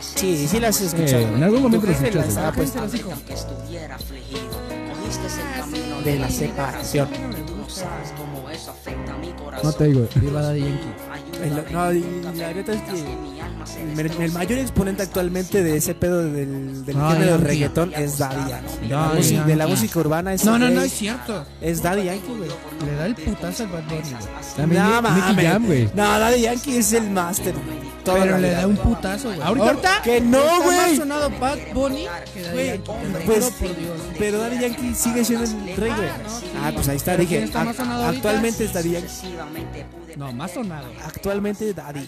Speaker 2: Sí, sí las he
Speaker 1: Eh,
Speaker 2: escuchado.
Speaker 1: en algún momento lo
Speaker 2: jefe
Speaker 1: escuchas,
Speaker 2: las
Speaker 12: Ah,
Speaker 1: güey.
Speaker 2: ha
Speaker 12: pues,
Speaker 2: puesto.
Speaker 13: que estuviera afligido. Cogiste el camino
Speaker 2: de la separación.
Speaker 13: Tú no sabes cómo eso afecta a mi corazón.
Speaker 1: No te digo.
Speaker 5: Viva Daddy Yankee.
Speaker 2: El- no, y la neta es que el, mer- el mayor exponente actualmente de ese pedo del, del
Speaker 5: Ay,
Speaker 2: género
Speaker 5: Yankee.
Speaker 2: reggaetón es Daddy Yankee. De la
Speaker 5: Daddy
Speaker 2: música- De la
Speaker 5: Yankee.
Speaker 2: música urbana es
Speaker 5: No, no, no,
Speaker 2: es-
Speaker 5: es cierto.
Speaker 2: Es Daddy Yankee, güey.
Speaker 5: Le da el putazo al Bad Bunny, güey.
Speaker 1: También
Speaker 2: No,
Speaker 1: Nicky
Speaker 2: mames.
Speaker 1: Jam, güey.
Speaker 2: No, Daddy Yankee es el máster. güey. Toda la
Speaker 5: Pero le
Speaker 2: vida,
Speaker 5: da un
Speaker 2: güey.
Speaker 5: putazo, güey.
Speaker 1: Ahorita-
Speaker 2: Que
Speaker 5: está
Speaker 2: no,
Speaker 5: más
Speaker 2: güey.
Speaker 5: sonado Bad Bunny que Daddy
Speaker 2: Güey,
Speaker 5: Yankee. Te lo
Speaker 2: pues,
Speaker 5: juro por Dios.
Speaker 2: pero Daddy Yankee sigue siendo el rey, güey. Ah, pues ahí está,
Speaker 5: Pero
Speaker 2: dije.
Speaker 5: ¿quién está más sonado
Speaker 2: ac-
Speaker 5: ahorita?
Speaker 2: Actualmente es Daddy Yankee.
Speaker 5: No, más sonado.
Speaker 2: Actualmente Daddy.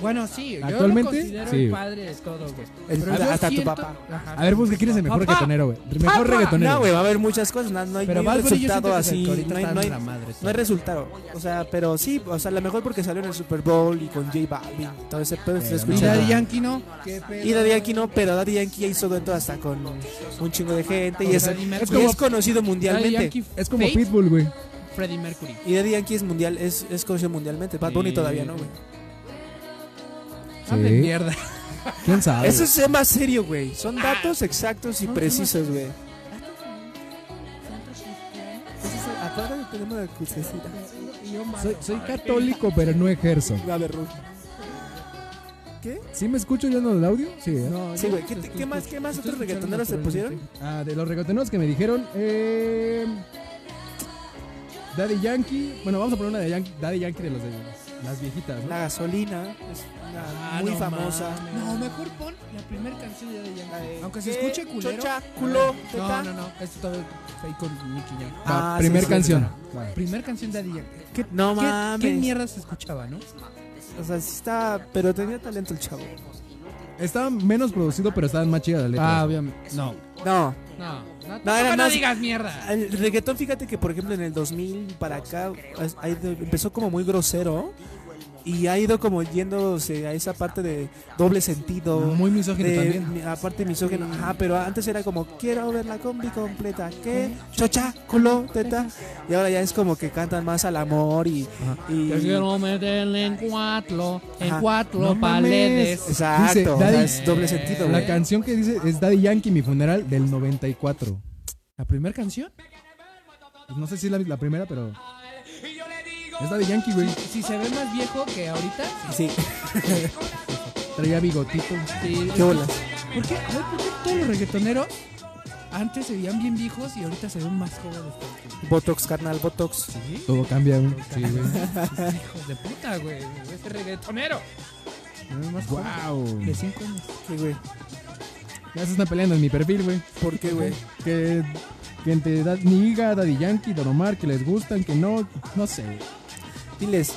Speaker 5: Bueno, sí, yo lo
Speaker 1: ¿Actualmente?
Speaker 5: considero
Speaker 1: Sí.
Speaker 5: el padre de todo, güey.
Speaker 2: El-
Speaker 5: Pero yo
Speaker 2: hasta tu
Speaker 5: siento-
Speaker 2: papá.
Speaker 5: Ajá.
Speaker 1: A ver, busca quién es el mejor
Speaker 5: Papá.
Speaker 1: reggaetonero, güey. Mejor
Speaker 5: Papá.
Speaker 1: reggaetonero.
Speaker 2: No, güey, va a haber muchas cosas. No, no hay,
Speaker 5: Pero
Speaker 2: no hay
Speaker 5: Bad Bunny yo siento
Speaker 2: resultado
Speaker 5: que es el
Speaker 2: así.
Speaker 5: que ahorita
Speaker 2: No hay,
Speaker 5: está
Speaker 2: no hay-
Speaker 5: dando la madre.
Speaker 2: no hay resultado. O sea, pero sí, o sea, a lo mejor porque salió en el Super Bowl y con J Balvin. Todo ese pedo se
Speaker 5: Y
Speaker 2: escucha.
Speaker 5: Daddy Yankee no. ¿Qué pedo?
Speaker 2: Y Daddy Yankee no, pero Daddy Yankee ya hizo dueto hasta con un chingo de gente y es,
Speaker 5: Con Freddie
Speaker 2: es,
Speaker 5: Mercury.
Speaker 2: es conocido
Speaker 5: Daddy
Speaker 2: mundialmente.
Speaker 5: Yankee,
Speaker 1: Es como
Speaker 5: Fate,
Speaker 1: Pitbull, güey.
Speaker 5: Freddie Mercury.
Speaker 2: Y Daddy Yankee es mundial, es, es conocido mundialmente. Bad Bunny
Speaker 5: Sí.
Speaker 2: todavía no, güey.
Speaker 5: Hablen (laughs) mierda.
Speaker 1: ¿Quién sabe?
Speaker 2: Eso es más serio, güey. Son
Speaker 5: Ah.
Speaker 2: datos exactos y precisos, güey. Acuérdate, tenemos la crucecita.
Speaker 1: Soy, soy católico, pero no ejerzo.
Speaker 2: A ver, Ruki. ¿Qué?
Speaker 1: ¿Sí me escucho yo en el audio? Sí. ¿eh?
Speaker 2: Sí, güey. ¿Qué, te- qué más, qué más otros reggaetoneros se pusieron?
Speaker 1: Ah, de los reggaetoneros que me dijeron, eh, Daddy Yankee. Bueno, vamos a poner una de Yankee, Daddy Yankee de los de las viejitas, ¿no?
Speaker 2: La gasolina es una muy famosa.
Speaker 5: Ah, No, mejor pon la primera canción de Daddy
Speaker 2: La de-
Speaker 5: Yankee. Aunque se
Speaker 2: ¿Qué?
Speaker 5: escuche culero.
Speaker 2: Chocha, culo, teta.
Speaker 5: No, no, no. Esto todo fake con Nicky Jam.
Speaker 1: Va,
Speaker 2: Ah, sí,
Speaker 1: primer
Speaker 2: sí,
Speaker 1: canción. Va.
Speaker 5: Primer canción de Daddy Yankee.
Speaker 2: ¿Qué? No
Speaker 5: ¿Qué,
Speaker 2: mames.
Speaker 5: qué mierda se escuchaba, no?
Speaker 2: O sea, sí está. Pero tenía talento el chavo.
Speaker 1: Estaba menos producido, pero estaban más chidas las letras.
Speaker 5: Ah, obviamente. No.
Speaker 2: No.
Speaker 5: No, no,
Speaker 2: No, era
Speaker 5: no,
Speaker 2: más-
Speaker 5: digas mierda.
Speaker 2: El reggaetón, fíjate que por ejemplo en el 2000 para acá es- ha ido- empezó como muy grosero y ha ido como yéndose a esa parte de doble sentido.
Speaker 1: Muy misógino
Speaker 2: de-
Speaker 1: Ah, también.
Speaker 2: mi- aparte misógino, ajá, pero antes era como quiero ver la combi completa, ¿qué? Chocha, culo, teta. Y ahora ya es como que cantan más al amor y. y-
Speaker 5: meterle en cuatro,
Speaker 2: Ajá.
Speaker 5: cuatro
Speaker 1: No mames.
Speaker 2: exacto,
Speaker 1: Dice,
Speaker 2: o sea,
Speaker 1: Daddy-
Speaker 2: es doble sentido,
Speaker 1: La
Speaker 2: güey.
Speaker 1: canción que dice es Daddy Yankee, mi funeral, del 94.
Speaker 5: ¿La primera canción?
Speaker 1: Pues No sé si es la, la primera, pero. Es Daddy Yankee, güey.
Speaker 5: Si se ve más viejo que ahorita.
Speaker 1: (laughs)
Speaker 2: Sí,
Speaker 1: Traía bigotito.
Speaker 5: sí.
Speaker 2: qué bolas.
Speaker 5: ¿Por qué? A ver, ¿por qué todos los reggaetoneros antes se veían bien viejos y ahorita se ven más jóvenes.
Speaker 2: Botox, carnal, Botox.
Speaker 5: ¿Sí?
Speaker 1: Todo cambia, güey. Sí, güey.
Speaker 5: Hijos de puta, güey. Este reggaetonero.
Speaker 1: Wow.
Speaker 5: De 5 años.
Speaker 2: Sí, güey.
Speaker 1: (laughs) Ya se está peleando en mi perfil, güey.
Speaker 2: ¿Por qué, güey?
Speaker 1: Que, que entre Dad Niga, Daddy Yankee, Don Omar, que les gustan, que no, no sé.
Speaker 2: Diles.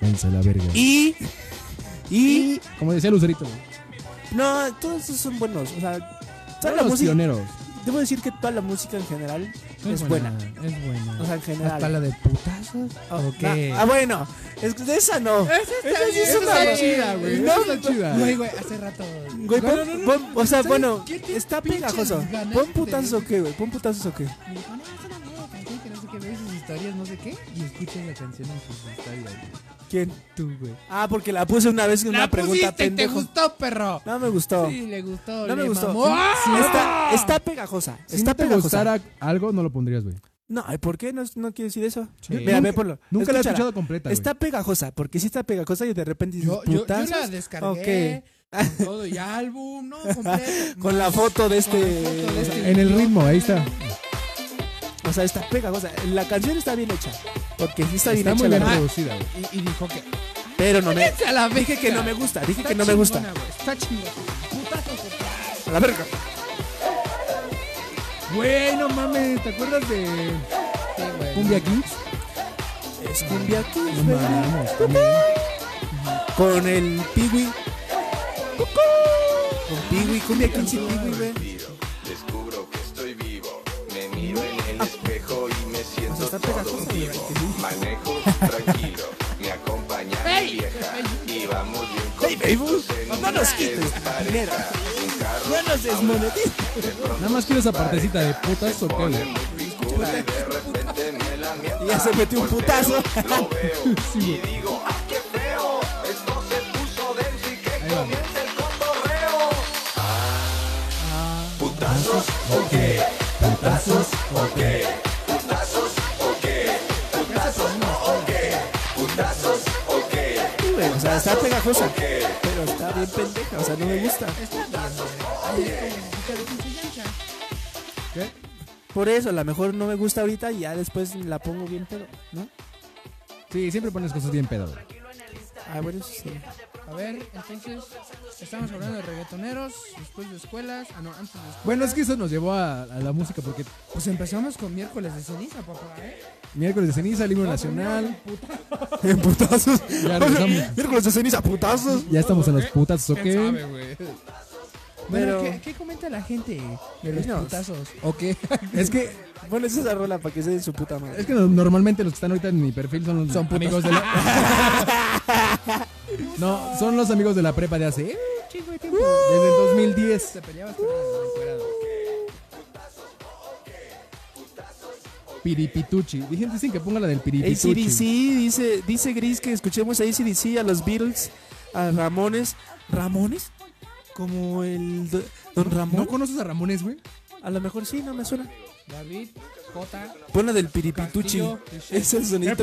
Speaker 1: Pensa la verga.
Speaker 2: Y. Y.
Speaker 1: Como decía Lucerito, güey.
Speaker 2: No, todos esos son buenos. O sea, toda
Speaker 1: Son
Speaker 2: la
Speaker 1: los
Speaker 2: música.
Speaker 1: pioneros.
Speaker 2: Debo decir que toda la música en general es, buena.
Speaker 5: Es buena.
Speaker 2: O sea, en
Speaker 5: ¿Hasta
Speaker 2: general.
Speaker 5: la de putazos? ¿O qué?
Speaker 2: Ah, bueno. Es, de esa no. Esa sí es
Speaker 1: Esa
Speaker 2: una.
Speaker 1: está chida, güey.
Speaker 2: No,
Speaker 1: Esa está
Speaker 2: ah,
Speaker 1: chida.
Speaker 5: Güey, güey, hace rato.
Speaker 2: Güey, pon- pon- o sea,
Speaker 5: ¿Sabes
Speaker 2: bueno,
Speaker 5: qué te
Speaker 2: está
Speaker 5: pinches
Speaker 2: pegajoso.
Speaker 5: ganas
Speaker 2: Pon
Speaker 5: de-
Speaker 2: putazos o qué, güey. Pon putazos o qué.
Speaker 5: Me dijo, no, es una mierda canción que no sé qué, veis sus historias, no sé qué. Y escuchas la canción en sus historias. güey.
Speaker 2: ¿Quién?
Speaker 5: Tú, güey.
Speaker 2: Ah, porque la puse una vez en una
Speaker 5: La
Speaker 2: pregunta
Speaker 5: pusiste, te
Speaker 2: pendejo.
Speaker 5: gustó, perro.
Speaker 2: No me gustó.
Speaker 5: Sí, le gustó.
Speaker 2: No me
Speaker 5: le
Speaker 2: gustó.
Speaker 5: mamó.
Speaker 2: Sí, Está,
Speaker 5: ¡Ah!
Speaker 2: está pegajosa.
Speaker 1: Si
Speaker 2: está
Speaker 1: no te
Speaker 2: pegajosa.
Speaker 1: gustara algo, no lo pondrías, güey.
Speaker 2: No, ay, ¿por qué no, no quiero decir eso?
Speaker 1: Sí.
Speaker 2: Mira, ve
Speaker 1: Nunca-
Speaker 2: por lo.
Speaker 1: Nunca la he
Speaker 2: Escúchala.
Speaker 1: escuchado completa, güey.
Speaker 2: Está pegajosa, porque sí está pegajosa y de repente dices,
Speaker 5: Yo, yo, yo
Speaker 2: "Putazos".
Speaker 5: la descargué. Con (laughs) todo y álbum, no, completo.
Speaker 2: Ok. Con la foto de
Speaker 5: Con la foto de
Speaker 2: este.
Speaker 5: este
Speaker 1: En el ritmo, ahí está.
Speaker 2: O sea, está pegajosa. La canción está bien hecha. Porque sí está bien
Speaker 1: Está
Speaker 2: hecha.
Speaker 1: muy
Speaker 2: la
Speaker 1: bien
Speaker 2: verdad.
Speaker 1: producida, güey.
Speaker 5: Y, y dijo que.
Speaker 2: pero no
Speaker 5: (laughs)
Speaker 2: me.
Speaker 5: A la vez
Speaker 2: Dije que no me gusta. Dije que no me gusta.
Speaker 5: Está chingona. Putazo, putazo.
Speaker 2: A la verga.
Speaker 1: Güey, no mames, ¿te acuerdas de Cumbia Kings?
Speaker 2: Es cumbia aquí,
Speaker 1: No
Speaker 2: baby.
Speaker 1: mames, también.
Speaker 2: Con el piwi. Con piwi, cumbia 15 piwi, güey.
Speaker 14: Descubro que estoy vivo. Me miro en el espejo y me siento
Speaker 2: está
Speaker 14: todo
Speaker 2: pegajosa,
Speaker 14: un vivo.
Speaker 2: güey.
Speaker 14: Manejo tranquilo. Me acompaña mi vieja. Y vamos bien
Speaker 2: Hey,
Speaker 14: contentos en
Speaker 2: No
Speaker 14: una
Speaker 2: nos quites dinero.
Speaker 14: pareja. Un carro
Speaker 2: No nos desmonetices.
Speaker 1: Nada más quiero esa partecita de putas o qué, güey. (laughs)
Speaker 14: pone muy picuda y de repente me la mienta.
Speaker 2: Y ya se metió un putazo.
Speaker 14: Lo veo y digo, ¡ah, qué feo! Esto se puso denso y que comience el cotorreo. Putazos, ok. Putazos, ok. Putazos, ok. Putazos, ok. Putazos, ok.
Speaker 2: Sí, güey, O sea, está pegajosa. Pero está bien pendeja. O sea, no me gusta. Por eso, a lo mejor no me gusta ahorita y ya después la pongo bien pedo, ¿no?
Speaker 1: Sí, siempre pones cosas bien pedo, güey.
Speaker 2: Ah, bueno, eso sí.
Speaker 5: A ver, entonces. Estamos hablando de reggaetoneros. Después de escuelas. Ah, no, antes de escuelas.
Speaker 1: Bueno, es que eso nos llevó a, a la música porque
Speaker 5: Pues empezamos con miércoles de ceniza, papá, ¿eh?
Speaker 1: miércoles de ceniza, el himno nacional,
Speaker 2: (laughs) En putazos.
Speaker 1: Ya regresamos.
Speaker 2: Miércoles de ceniza, putazos.
Speaker 1: ya estamos en los putas o
Speaker 5: ¿Quién sabe,
Speaker 1: qué.
Speaker 5: güey?
Speaker 2: Pero-
Speaker 5: Bueno, ¿qué, qué comenta la gente de los
Speaker 2: Dinos.
Speaker 5: putazos?
Speaker 1: (laughs)
Speaker 5: ¿O qué?
Speaker 2: Es que, bueno, es esa rola para que se den su puta
Speaker 1: Es
Speaker 2: madre.
Speaker 1: que no- normalmente los que están ahorita en mi perfil son los amigos de la... (laughs) No, son los amigos de la prepa de hace... eh, un chingo de tiempo. Desde el 2010.
Speaker 5: Te peleabas con el encuerado.
Speaker 1: Piripituchi. Dicen, dicen que ponga la del
Speaker 2: ACDC,
Speaker 1: piripituchi.
Speaker 2: dice, dice Gris que escuchemos a ACDC, a los Beatles, a Ramones. ¿Ramones? Como el do- Don
Speaker 1: ¿No
Speaker 2: Ramón.
Speaker 1: conoces a Ramones, güey?
Speaker 2: A lo mejor sí, no me suena.
Speaker 5: David, Jota,
Speaker 2: Pon la del piripituchi.
Speaker 5: Castillo,
Speaker 2: Es el sonido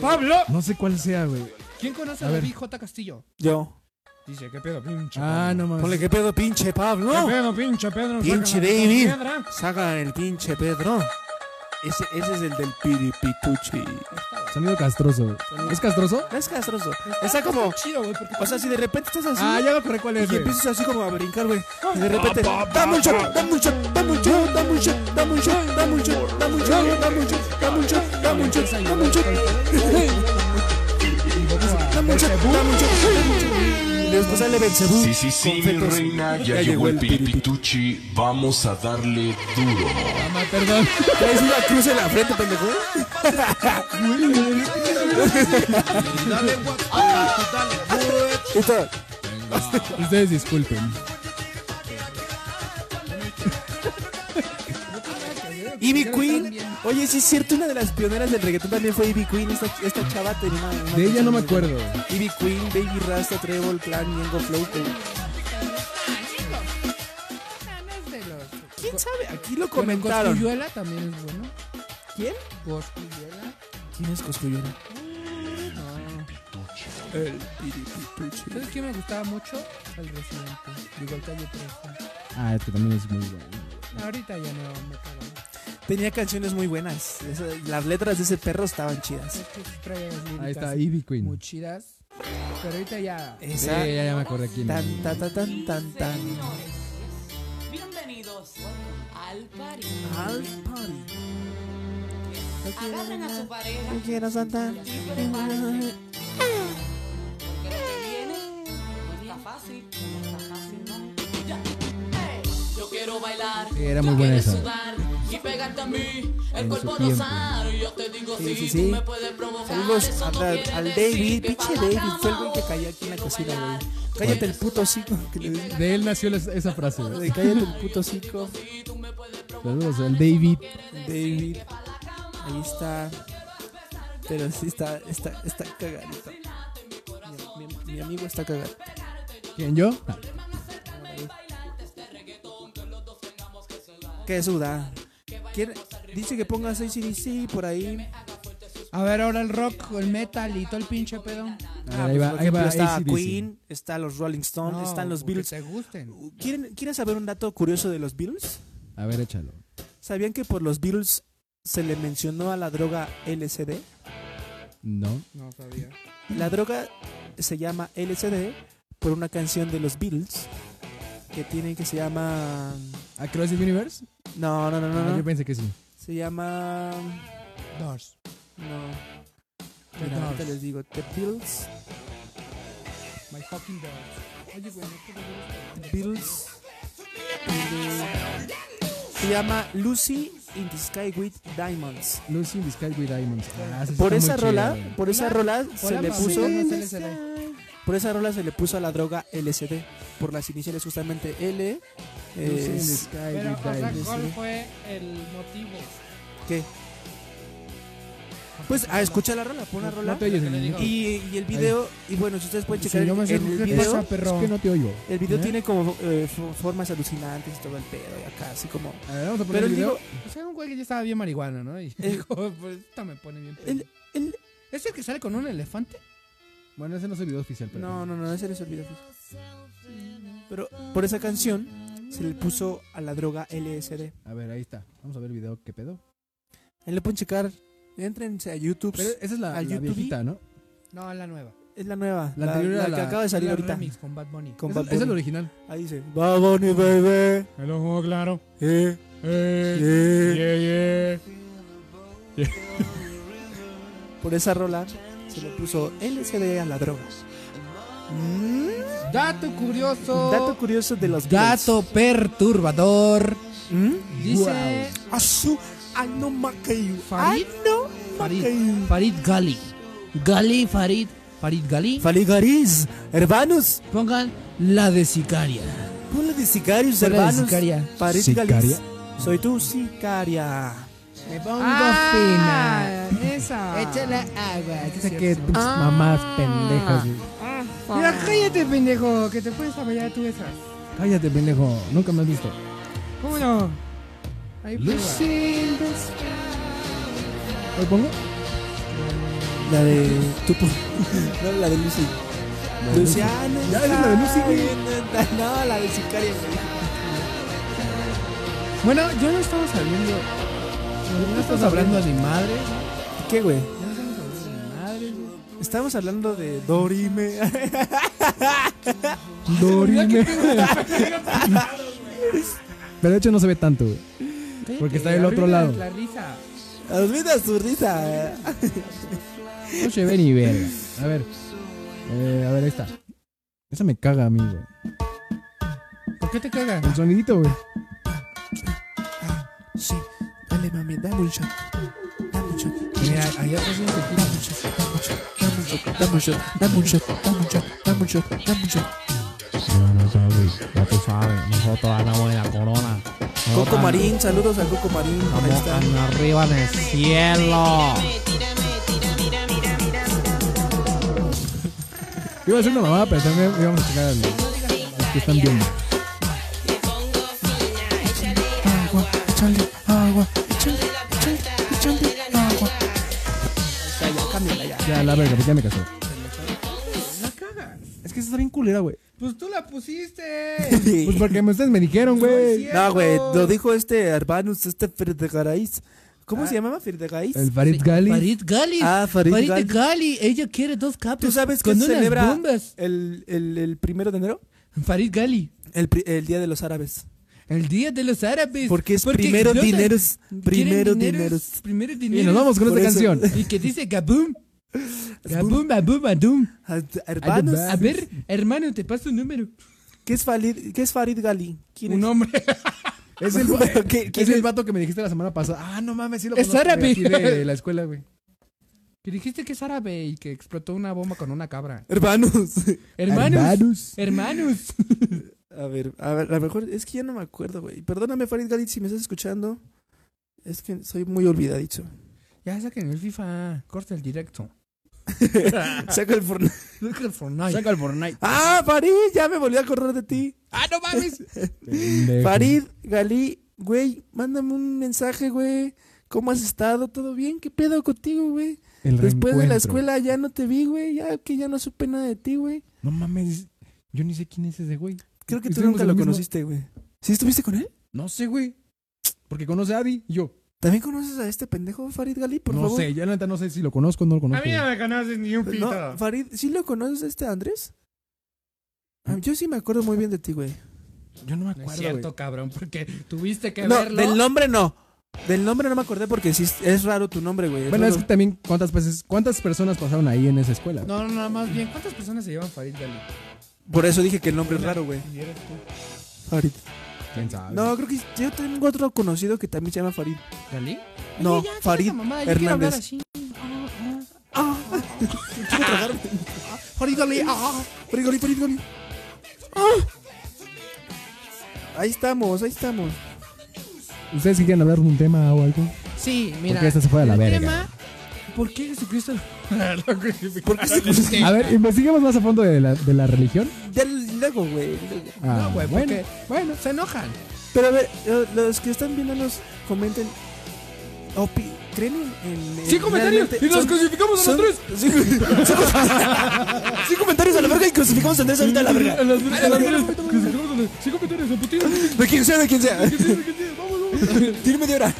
Speaker 5: Pablo?
Speaker 1: No sé cuál sea, güey.
Speaker 5: ¿Quién conoce
Speaker 1: A
Speaker 5: a,
Speaker 1: ver.
Speaker 5: David J. Castillo?
Speaker 2: Yo.
Speaker 5: Dice, ¿qué pedo, pinche?
Speaker 1: Ah, no
Speaker 2: Ponle
Speaker 1: mames.
Speaker 2: que pedo pinche Pablo.
Speaker 5: pedo, pinche Pedro?
Speaker 2: Pinche David. Saca el pinche Pedro. Ese, ese es el del piripituchi.
Speaker 1: Sonido castroso. güey. ¿Es castroso?
Speaker 2: No es castroso. Está como.
Speaker 5: Chido, güey, porque
Speaker 2: O sea, si de repente estás así.
Speaker 1: Ah, ya me acordé cuál es,
Speaker 2: Y
Speaker 1: güey.
Speaker 2: empiezas así como a brincar, güey. Y
Speaker 14: Ah,
Speaker 2: de repente, dame un shot, dame un shot, dame un shot, dame un shot, dame un shot, dame un shot, dame un shot, dame un shot, dame un shot, dame un shot, dame un shot. Dame un shot, dame un shot, dame un shot. Y después sale Belcebú.
Speaker 14: Sí, sí, sí, mi reina, ya, llegó el piripituchi. Vamos a darle duro.
Speaker 1: (laughs) Perdón.
Speaker 2: Traes una cruz en la frente,
Speaker 14: (laughs)
Speaker 2: pendejo. (laughs) Esto,
Speaker 1: Ustedes disculpen.
Speaker 2: Ivy Queen. Oye, sí es cierto, una de las pioneras del reggaetón también fue Ivy Queen. Esta, esta chava tenía una- una
Speaker 1: De ella no me
Speaker 2: canción muy
Speaker 1: acuerdo.
Speaker 2: buena. Ivy Queen, Baby Rasta, Trevor, Plan, Ñengo, Flow. pero- ¿Quién sabe? Aquí lo comentaron.
Speaker 5: Cosculluela también es bueno.
Speaker 2: ¿Quién?
Speaker 5: Cosculluela.
Speaker 2: ¿Quién es Coscuyuela? El piripituche.
Speaker 5: ¿Sabes quién me gustaba mucho? El residente. Digo, el calle 13.
Speaker 1: Ah, este también es muy bueno.
Speaker 5: Ahorita ya no me cago.
Speaker 2: Tenía canciones muy buenas. Eso- las letras de ese perro estaban chidas.
Speaker 5: Es que trae unas líricas
Speaker 1: Ahí está, Ivy Queen.
Speaker 5: Muy chidas. Pero ahorita ya.
Speaker 1: Sí, ya, ya me acordé quién es.
Speaker 2: Tan, tan, tan, tan, tan, tan.
Speaker 15: Bienvenidos al party.
Speaker 2: Al
Speaker 15: party. Agarren a su pareja.
Speaker 2: Yo quiero saltar.
Speaker 15: Y prepárense. Porque lo que viene no está fácil. No está fácil, no. Ya. Hey. Yo quiero bailar.
Speaker 1: Sí, era
Speaker 15: tú
Speaker 1: muy buena
Speaker 15: quieres
Speaker 1: esa.
Speaker 15: sudar y pegarte a mí. El
Speaker 1: En
Speaker 15: cuerpo
Speaker 1: su
Speaker 15: no
Speaker 1: tiempo.
Speaker 15: sabe. Yo te digo
Speaker 2: Sí,
Speaker 15: sí,
Speaker 2: sí,
Speaker 15: tú
Speaker 2: sí.
Speaker 15: me puedes provocar.
Speaker 2: Saludos
Speaker 15: Eso
Speaker 2: al,
Speaker 15: no quiere
Speaker 2: al
Speaker 15: decir
Speaker 2: David.
Speaker 15: que
Speaker 2: Pinche
Speaker 15: pa' la
Speaker 2: David.
Speaker 15: cama
Speaker 2: Fue el güey que cayó aquí en la cocina, güey. Cállate el puto hocico. que le-
Speaker 1: De él nació la- esa frase.
Speaker 2: de Cállate el puto hocico.
Speaker 1: Saludos al David.
Speaker 2: David. Ahí está. Pero sí está, está, está cagadito. Mi, mi- mi amigo está cagado.
Speaker 1: ¿Quién yo?
Speaker 2: Qué suda. ¿Quién- Dice que pongas ACDC por ahí.
Speaker 5: A ver, ahora el rock, el metal y todo el pinche pedo.
Speaker 1: ahí va-
Speaker 2: Ah, pues, por
Speaker 1: ahí va
Speaker 2: ejemplo, está
Speaker 1: AC/DC.
Speaker 2: Queen, está los Rolling Stones,
Speaker 5: No,
Speaker 2: están los
Speaker 5: porque
Speaker 2: Beatles.
Speaker 5: te gusten.
Speaker 2: ¿Quieren, ¿Quieren saber un dato curioso de los Beatles?
Speaker 1: A ver, échalo.
Speaker 2: ¿Sabían que por los Beatles se le mencionó a la droga LSD?
Speaker 1: No.
Speaker 5: No sabía.
Speaker 2: La droga se llama LSD por una canción de los Beatles que tiene que se llama...
Speaker 1: ¿Across the Universe?
Speaker 2: No, no, no, no.
Speaker 1: Ah,
Speaker 2: no.
Speaker 1: yo pensé que sí.
Speaker 2: Se llama...
Speaker 5: Doors.
Speaker 2: No.
Speaker 5: The
Speaker 2: Mira, ahorita
Speaker 5: Doors.
Speaker 2: les digo, The Beatles.
Speaker 5: My fucking doors. Oye, güey, no te lo
Speaker 2: The Beatles. Se llama Lucy in the Sky with Diamonds.
Speaker 1: Lucy in the Sky with Diamonds. Ah, esa sí
Speaker 2: Por
Speaker 1: está
Speaker 2: esa
Speaker 1: muy chida,
Speaker 2: rola,
Speaker 1: güey.
Speaker 2: por esa rola se
Speaker 5: hola,
Speaker 2: le
Speaker 5: mamá.
Speaker 2: puso...
Speaker 5: Sí, no se les da.
Speaker 2: Por esa rola se le puso a la droga LSD. Por las iniciales justamente L.
Speaker 1: Lucy in the
Speaker 2: es-
Speaker 1: Sky
Speaker 5: Pero,
Speaker 1: with
Speaker 5: o sea,
Speaker 1: Diamonds.
Speaker 5: ¿cuál fue el motivo?
Speaker 2: ¿Qué? Pues a escuchar la rola, pon la rola.
Speaker 1: No te oyes el niño.
Speaker 2: Y, y el video, y bueno, si ustedes pueden checar
Speaker 5: yo me
Speaker 2: el,
Speaker 5: sé
Speaker 2: el
Speaker 5: qué
Speaker 2: video.
Speaker 5: pasa, perro.
Speaker 1: Es que no te oigo.
Speaker 2: El video
Speaker 1: ¿Eh?
Speaker 2: tiene como eh, fo- formas alucinantes y todo el pedo y acá, así como.
Speaker 1: A ver, vamos a poner
Speaker 2: Pero
Speaker 1: el
Speaker 2: él
Speaker 1: video.
Speaker 2: digo,
Speaker 5: O sea, un güey que ya estaba bien marihuana, ¿no? Y
Speaker 2: El-
Speaker 5: dijo, (laughs) pues esta me pone bien.
Speaker 2: Eh. el-
Speaker 5: pedo". ¿Es el que sale con un elefante?
Speaker 1: Bueno, ese no es el video oficial, pero.
Speaker 2: No, no, no, ese les olvidó.
Speaker 5: Mm.
Speaker 2: Pero por esa canción se le puso a la droga LSD.
Speaker 1: A ver, ahí está. Vamos a ver el video. ¿Qué pedo?
Speaker 2: Ahí le pueden checar. Entrense a YouTube.
Speaker 1: Pero esa es la, la
Speaker 2: a YouTube.
Speaker 1: viejita, ¿no?
Speaker 5: No, la nueva.
Speaker 2: Es la nueva.
Speaker 1: La
Speaker 2: La,
Speaker 1: anterior era
Speaker 2: la que
Speaker 1: la-
Speaker 2: acaba de salir
Speaker 5: La
Speaker 2: ahorita.
Speaker 5: remix con Bad Bunny.
Speaker 2: Con
Speaker 1: Esa-
Speaker 2: Bad
Speaker 1: esa es la
Speaker 2: Bunny.
Speaker 1: original.
Speaker 2: Ahí dice. Bad Bunny, baby.
Speaker 4: El ojo claro.
Speaker 2: Eh, eh.
Speaker 4: Yeah, yeah.
Speaker 2: Por esa rola se le puso LSD a la droga.
Speaker 5: Dato curioso.
Speaker 2: Dato curioso de los
Speaker 5: Dato perturbador.
Speaker 2: Beatles. ¿Mm?
Speaker 5: Dice
Speaker 2: Asu, I know Makayu. I
Speaker 5: Farid.
Speaker 2: know
Speaker 5: Farid, Farid Gali. Gali, Farid. Farid Gali.
Speaker 2: Faligaris, hermanos.
Speaker 5: Pongan la de sicaria.
Speaker 2: Hola de sicarios,
Speaker 5: Hola de
Speaker 2: hermanos.
Speaker 5: sicaria.
Speaker 2: Farid
Speaker 1: Sicaria.
Speaker 2: Galis. Soy tu sicaria.
Speaker 5: Me pongo fina. Esa. Échale agua.
Speaker 1: Dice que tus mamás pendejas. güey.
Speaker 5: Mira, cállate, pendejo, que te puedes apoyar tú esas.
Speaker 1: Cállate, pendejo. Nunca me has visto.
Speaker 5: ¿Cómo no? Ahí Lucil
Speaker 1: ¿Lo pongo?
Speaker 2: La de. Tu,
Speaker 5: (laughs)
Speaker 2: pu- no, la de Lucy. Luciana.
Speaker 1: Ya, es la de Lucy,
Speaker 2: No, la de sicaria.
Speaker 5: Bueno, yo no estamos hablando. No estamos hablando de mi madre.
Speaker 2: ¿Qué, güey?
Speaker 5: No estamos hablando de mi madre. güey.
Speaker 2: Estamos hablando de (laughs) Dorime.
Speaker 5: Ah,
Speaker 1: Dorime. (laughs) Pero de hecho no se ve tanto, güey. Porque está del
Speaker 5: Eh,
Speaker 1: otro
Speaker 5: arruinas
Speaker 1: lado.
Speaker 5: La risa.
Speaker 2: Olvida su risa.
Speaker 1: No se ve ni verga. A ver. Eh, a ver, ahí está. Esa me caga a mí, güey.
Speaker 5: ¿Por qué te caga?
Speaker 1: El sonidito, güey.
Speaker 2: Ah, Sí, dale mami, dame un shot. Dame un shot.
Speaker 5: Mira, allá está haciendo
Speaker 2: Dame un shot, dame un shot, dame un shot, dame un shot, dame un shot, dame un shot, dame un shot.
Speaker 4: Ya tú sabes, nosotros andamos en la corona.
Speaker 2: Coco Marín, saludos a Coco Marín. Ahí está.
Speaker 4: arriba en el cielo.
Speaker 1: Iba a hacer una mamada, pero también íbamos a checar a los que están viendo.
Speaker 2: Agua, échale, agua, échale, échale, échale, agua. Ya, ya, cámbiala ya. (laughs)
Speaker 1: Ya, la verga, pues ya me casó.
Speaker 2: Es que está bien culera, güey.
Speaker 5: Pues tú la pusiste.
Speaker 1: Pues porque me- ustedes me dijeron, güey.
Speaker 2: No, güey, lo dijo este Arbanus, este Ferdegaray. ¿Cómo se llamaba Ferdegaray?
Speaker 1: El Farid Gali.
Speaker 2: Farid
Speaker 10: Gali.
Speaker 2: Ah, Farid,
Speaker 10: Farid
Speaker 2: Gali.
Speaker 10: Gali, ella quiere dos capos.
Speaker 2: ¿Tú sabes que
Speaker 10: con
Speaker 2: se
Speaker 10: unas
Speaker 2: celebra
Speaker 10: bombas.
Speaker 2: el, el, el primero de enero?
Speaker 10: Farid Gali.
Speaker 2: El, pri- el Día de los Árabes.
Speaker 10: El Día de los Árabes.
Speaker 2: Porque es primero
Speaker 10: explotan.
Speaker 2: dineros,
Speaker 10: Quieren
Speaker 2: primero dineros.
Speaker 10: Primero
Speaker 2: Y
Speaker 10: dineros.
Speaker 2: nos vamos con
Speaker 10: Por
Speaker 2: esta
Speaker 10: eso.
Speaker 2: (laughs)
Speaker 5: (laughs)
Speaker 2: canción.
Speaker 10: Y que dice Gaboom. Gaboom, baboom, badum.
Speaker 2: hermanos.
Speaker 10: A ver, hermano, te paso un número.
Speaker 2: ¿Qué es Farid, qué es Farid Gali? ¿Quién
Speaker 10: Un
Speaker 2: es?
Speaker 10: hombre.
Speaker 2: (laughs)
Speaker 1: Es el,
Speaker 2: Pero, ¿qué-
Speaker 1: es
Speaker 2: quién
Speaker 1: el
Speaker 2: es?
Speaker 1: vato que me dijiste la semana pasada. Ah, no mames, sí lo
Speaker 10: Es
Speaker 1: conozco, güey,
Speaker 10: árabe.
Speaker 1: aquí
Speaker 2: (laughs)
Speaker 1: de la escuela, güey.
Speaker 5: Que dijiste que es árabe y que explotó una bomba con una cabra.
Speaker 2: Hermanos. (laughs)
Speaker 5: Hermanos. Hermanos.
Speaker 2: A ver, a ver, a lo mejor es que ya no me acuerdo, güey. Perdóname, Farid Galit, si me estás escuchando. Es que soy muy olvidadizo.
Speaker 5: Ya saquen el FIFA. Corta el directo.
Speaker 2: (laughs) Saca el Fortnite.
Speaker 5: Saca el Fortnite.
Speaker 1: Saca el Fortnite.
Speaker 2: ¡Ah, Farid! Ya me volví a acordar de ti.
Speaker 5: ¡Ah, no mames!
Speaker 2: (laughs) Farid Galí, güey, mándame un mensaje, güey. ¿Cómo has estado? ¿Todo bien? ¿Qué pedo contigo, güey?
Speaker 1: El
Speaker 2: Después de
Speaker 1: reencuentro.
Speaker 2: la escuela ya no te vi, güey. Ya que ya no supe nada de ti, güey.
Speaker 1: No mames, yo ni sé quién es ese güey.
Speaker 2: Creo que tú
Speaker 1: Estuvimos
Speaker 2: nunca
Speaker 1: en
Speaker 2: lo
Speaker 1: mismo-
Speaker 2: conociste, güey. ¿Sí estuviste con él?
Speaker 1: No sé, güey. Porque conoce a Adi y yo.
Speaker 2: ¿También conoces a este pendejo, Farid Galí, por
Speaker 1: no
Speaker 2: favor?
Speaker 1: sé, yo la neta no sé si lo conozco o no lo conozco. güey.
Speaker 5: me conoces ni un
Speaker 2: No, Farid, ¿sí lo conoces a este Andrés? Ah, Yo sí me acuerdo muy bien de ti, güey.
Speaker 1: Yo no me
Speaker 5: es cierto, cabrón, porque tuviste que
Speaker 2: No,
Speaker 5: verlo.
Speaker 2: del nombre no. Del nombre no me acordé porque sí es- es raro tu nombre, güey. es
Speaker 1: Bueno, es
Speaker 2: raro.
Speaker 1: que también cuántas veces, cuántas personas pasaron ahí en esa escuela. güey?
Speaker 5: No, no, no, más bien. ¿Cuántas personas se llevan Farid Gali?
Speaker 2: Por eso dije que el nombre es raro, güey.
Speaker 5: Y eres tú.
Speaker 2: Farid.
Speaker 1: ¿Quién sabe?
Speaker 2: No, creo que yo tengo otro conocido que también se llama Farid.
Speaker 5: ¿Gali?
Speaker 2: No,
Speaker 10: Ya, ¿qué es
Speaker 2: Farid
Speaker 10: esa mamada? Yo quiero hablar
Speaker 2: Hernández.
Speaker 10: así. Ah, ah.
Speaker 2: Farid Gali, ah, Farid Gali, Farid Gali. Ah. Ahí estamos, ahí estamos.
Speaker 1: ¿Ustedes sí quieren hablar de un tema o algo?
Speaker 5: Sí, mira.
Speaker 1: Porque esta se fue a la
Speaker 5: el
Speaker 1: verga.
Speaker 5: tema- ¿Por qué Jesucristo lo crucificaron?
Speaker 1: A ver, investiguemos más a fondo de la, de la religión.
Speaker 2: Ya luego, güey.
Speaker 1: Ah,
Speaker 5: No,
Speaker 2: Pues,
Speaker 5: güey,
Speaker 1: bueno.
Speaker 5: porque. Bueno, se enojan.
Speaker 2: Pero a ver, lo- los que están viéndonos, comenten. opi- ¿Creen en- en.? en
Speaker 5: ¡Sí, comentarios!
Speaker 2: realmente-
Speaker 5: ¡Y nos
Speaker 2: son-
Speaker 5: crucificamos a
Speaker 2: son-
Speaker 5: los
Speaker 2: (laughs)
Speaker 5: tres!
Speaker 2: Sí, sí, comentarios a la verga y crucificamos a Andrés ahorita a la verga.
Speaker 5: (laughs) A los tres, a los tres. Crucificamos a los Sí, comentarios, a putido.
Speaker 2: De quien sea, de quien sea.
Speaker 5: Vamos, vamos.
Speaker 2: Tiene media hora.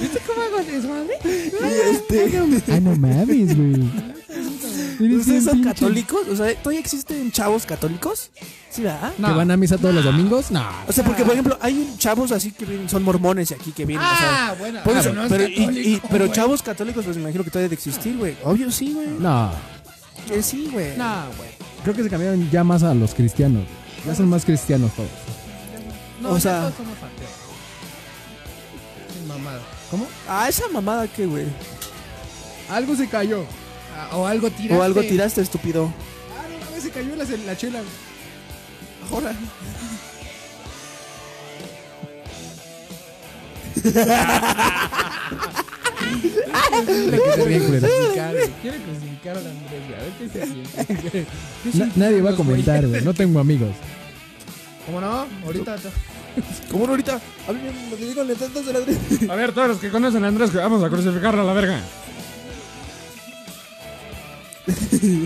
Speaker 5: ¿Viste cómo hago desmadre?
Speaker 2: Y (laughs) este.
Speaker 1: Ah, no mames, güey. Eres bien
Speaker 2: ¿Ustedes son
Speaker 1: pinche.
Speaker 2: católicos? O sea, ¿todavía existen chavos católicos? Sí, ¿verdad?
Speaker 1: ¿Que van a misa todos los domingos? No.
Speaker 2: O sea, porque por ejemplo, hay chavos así que vienen, son mormones y aquí que vienen. o sea,
Speaker 5: Ah, bueno.
Speaker 2: por eso,
Speaker 5: ah, no es
Speaker 2: pero, y-
Speaker 5: católico,
Speaker 2: y- pero
Speaker 5: güey.
Speaker 2: chavos católicos, pues me imagino que todavía de existir, güey. Obvio, sí, güey.
Speaker 1: No.
Speaker 2: Que sí, güey.
Speaker 5: No, güey.
Speaker 1: Creo que se cambiaron ya más a los cristianos. Ya son más cristianos todos.
Speaker 5: No,
Speaker 2: O
Speaker 5: ya
Speaker 2: sea-
Speaker 5: todos somos ateos. Qué Mamada. ¿Cómo?
Speaker 2: Ah, esa mamada, ¿qué, güey?
Speaker 1: Algo se cayó.
Speaker 5: Ah, o algo tiraste.
Speaker 2: O algo tiraste, estúpido.
Speaker 1: Ah, no mames, se cayó la, la chela.
Speaker 2: Hola.
Speaker 5: Crucificar, güey. Quiero crucificar a Andrés, güey. A ver qué se siente.
Speaker 1: nadie va a comentar, güey. No tengo amigos.
Speaker 5: ¿Cómo no? Ahorita.
Speaker 2: ¿Cómo no ahorita? Hablen, lo que digan, le tantas de la (laughs) derecha.
Speaker 4: A ver, todos los que conocen a Andrés, vamos a crucificarlo a la verga.
Speaker 1: (laughs)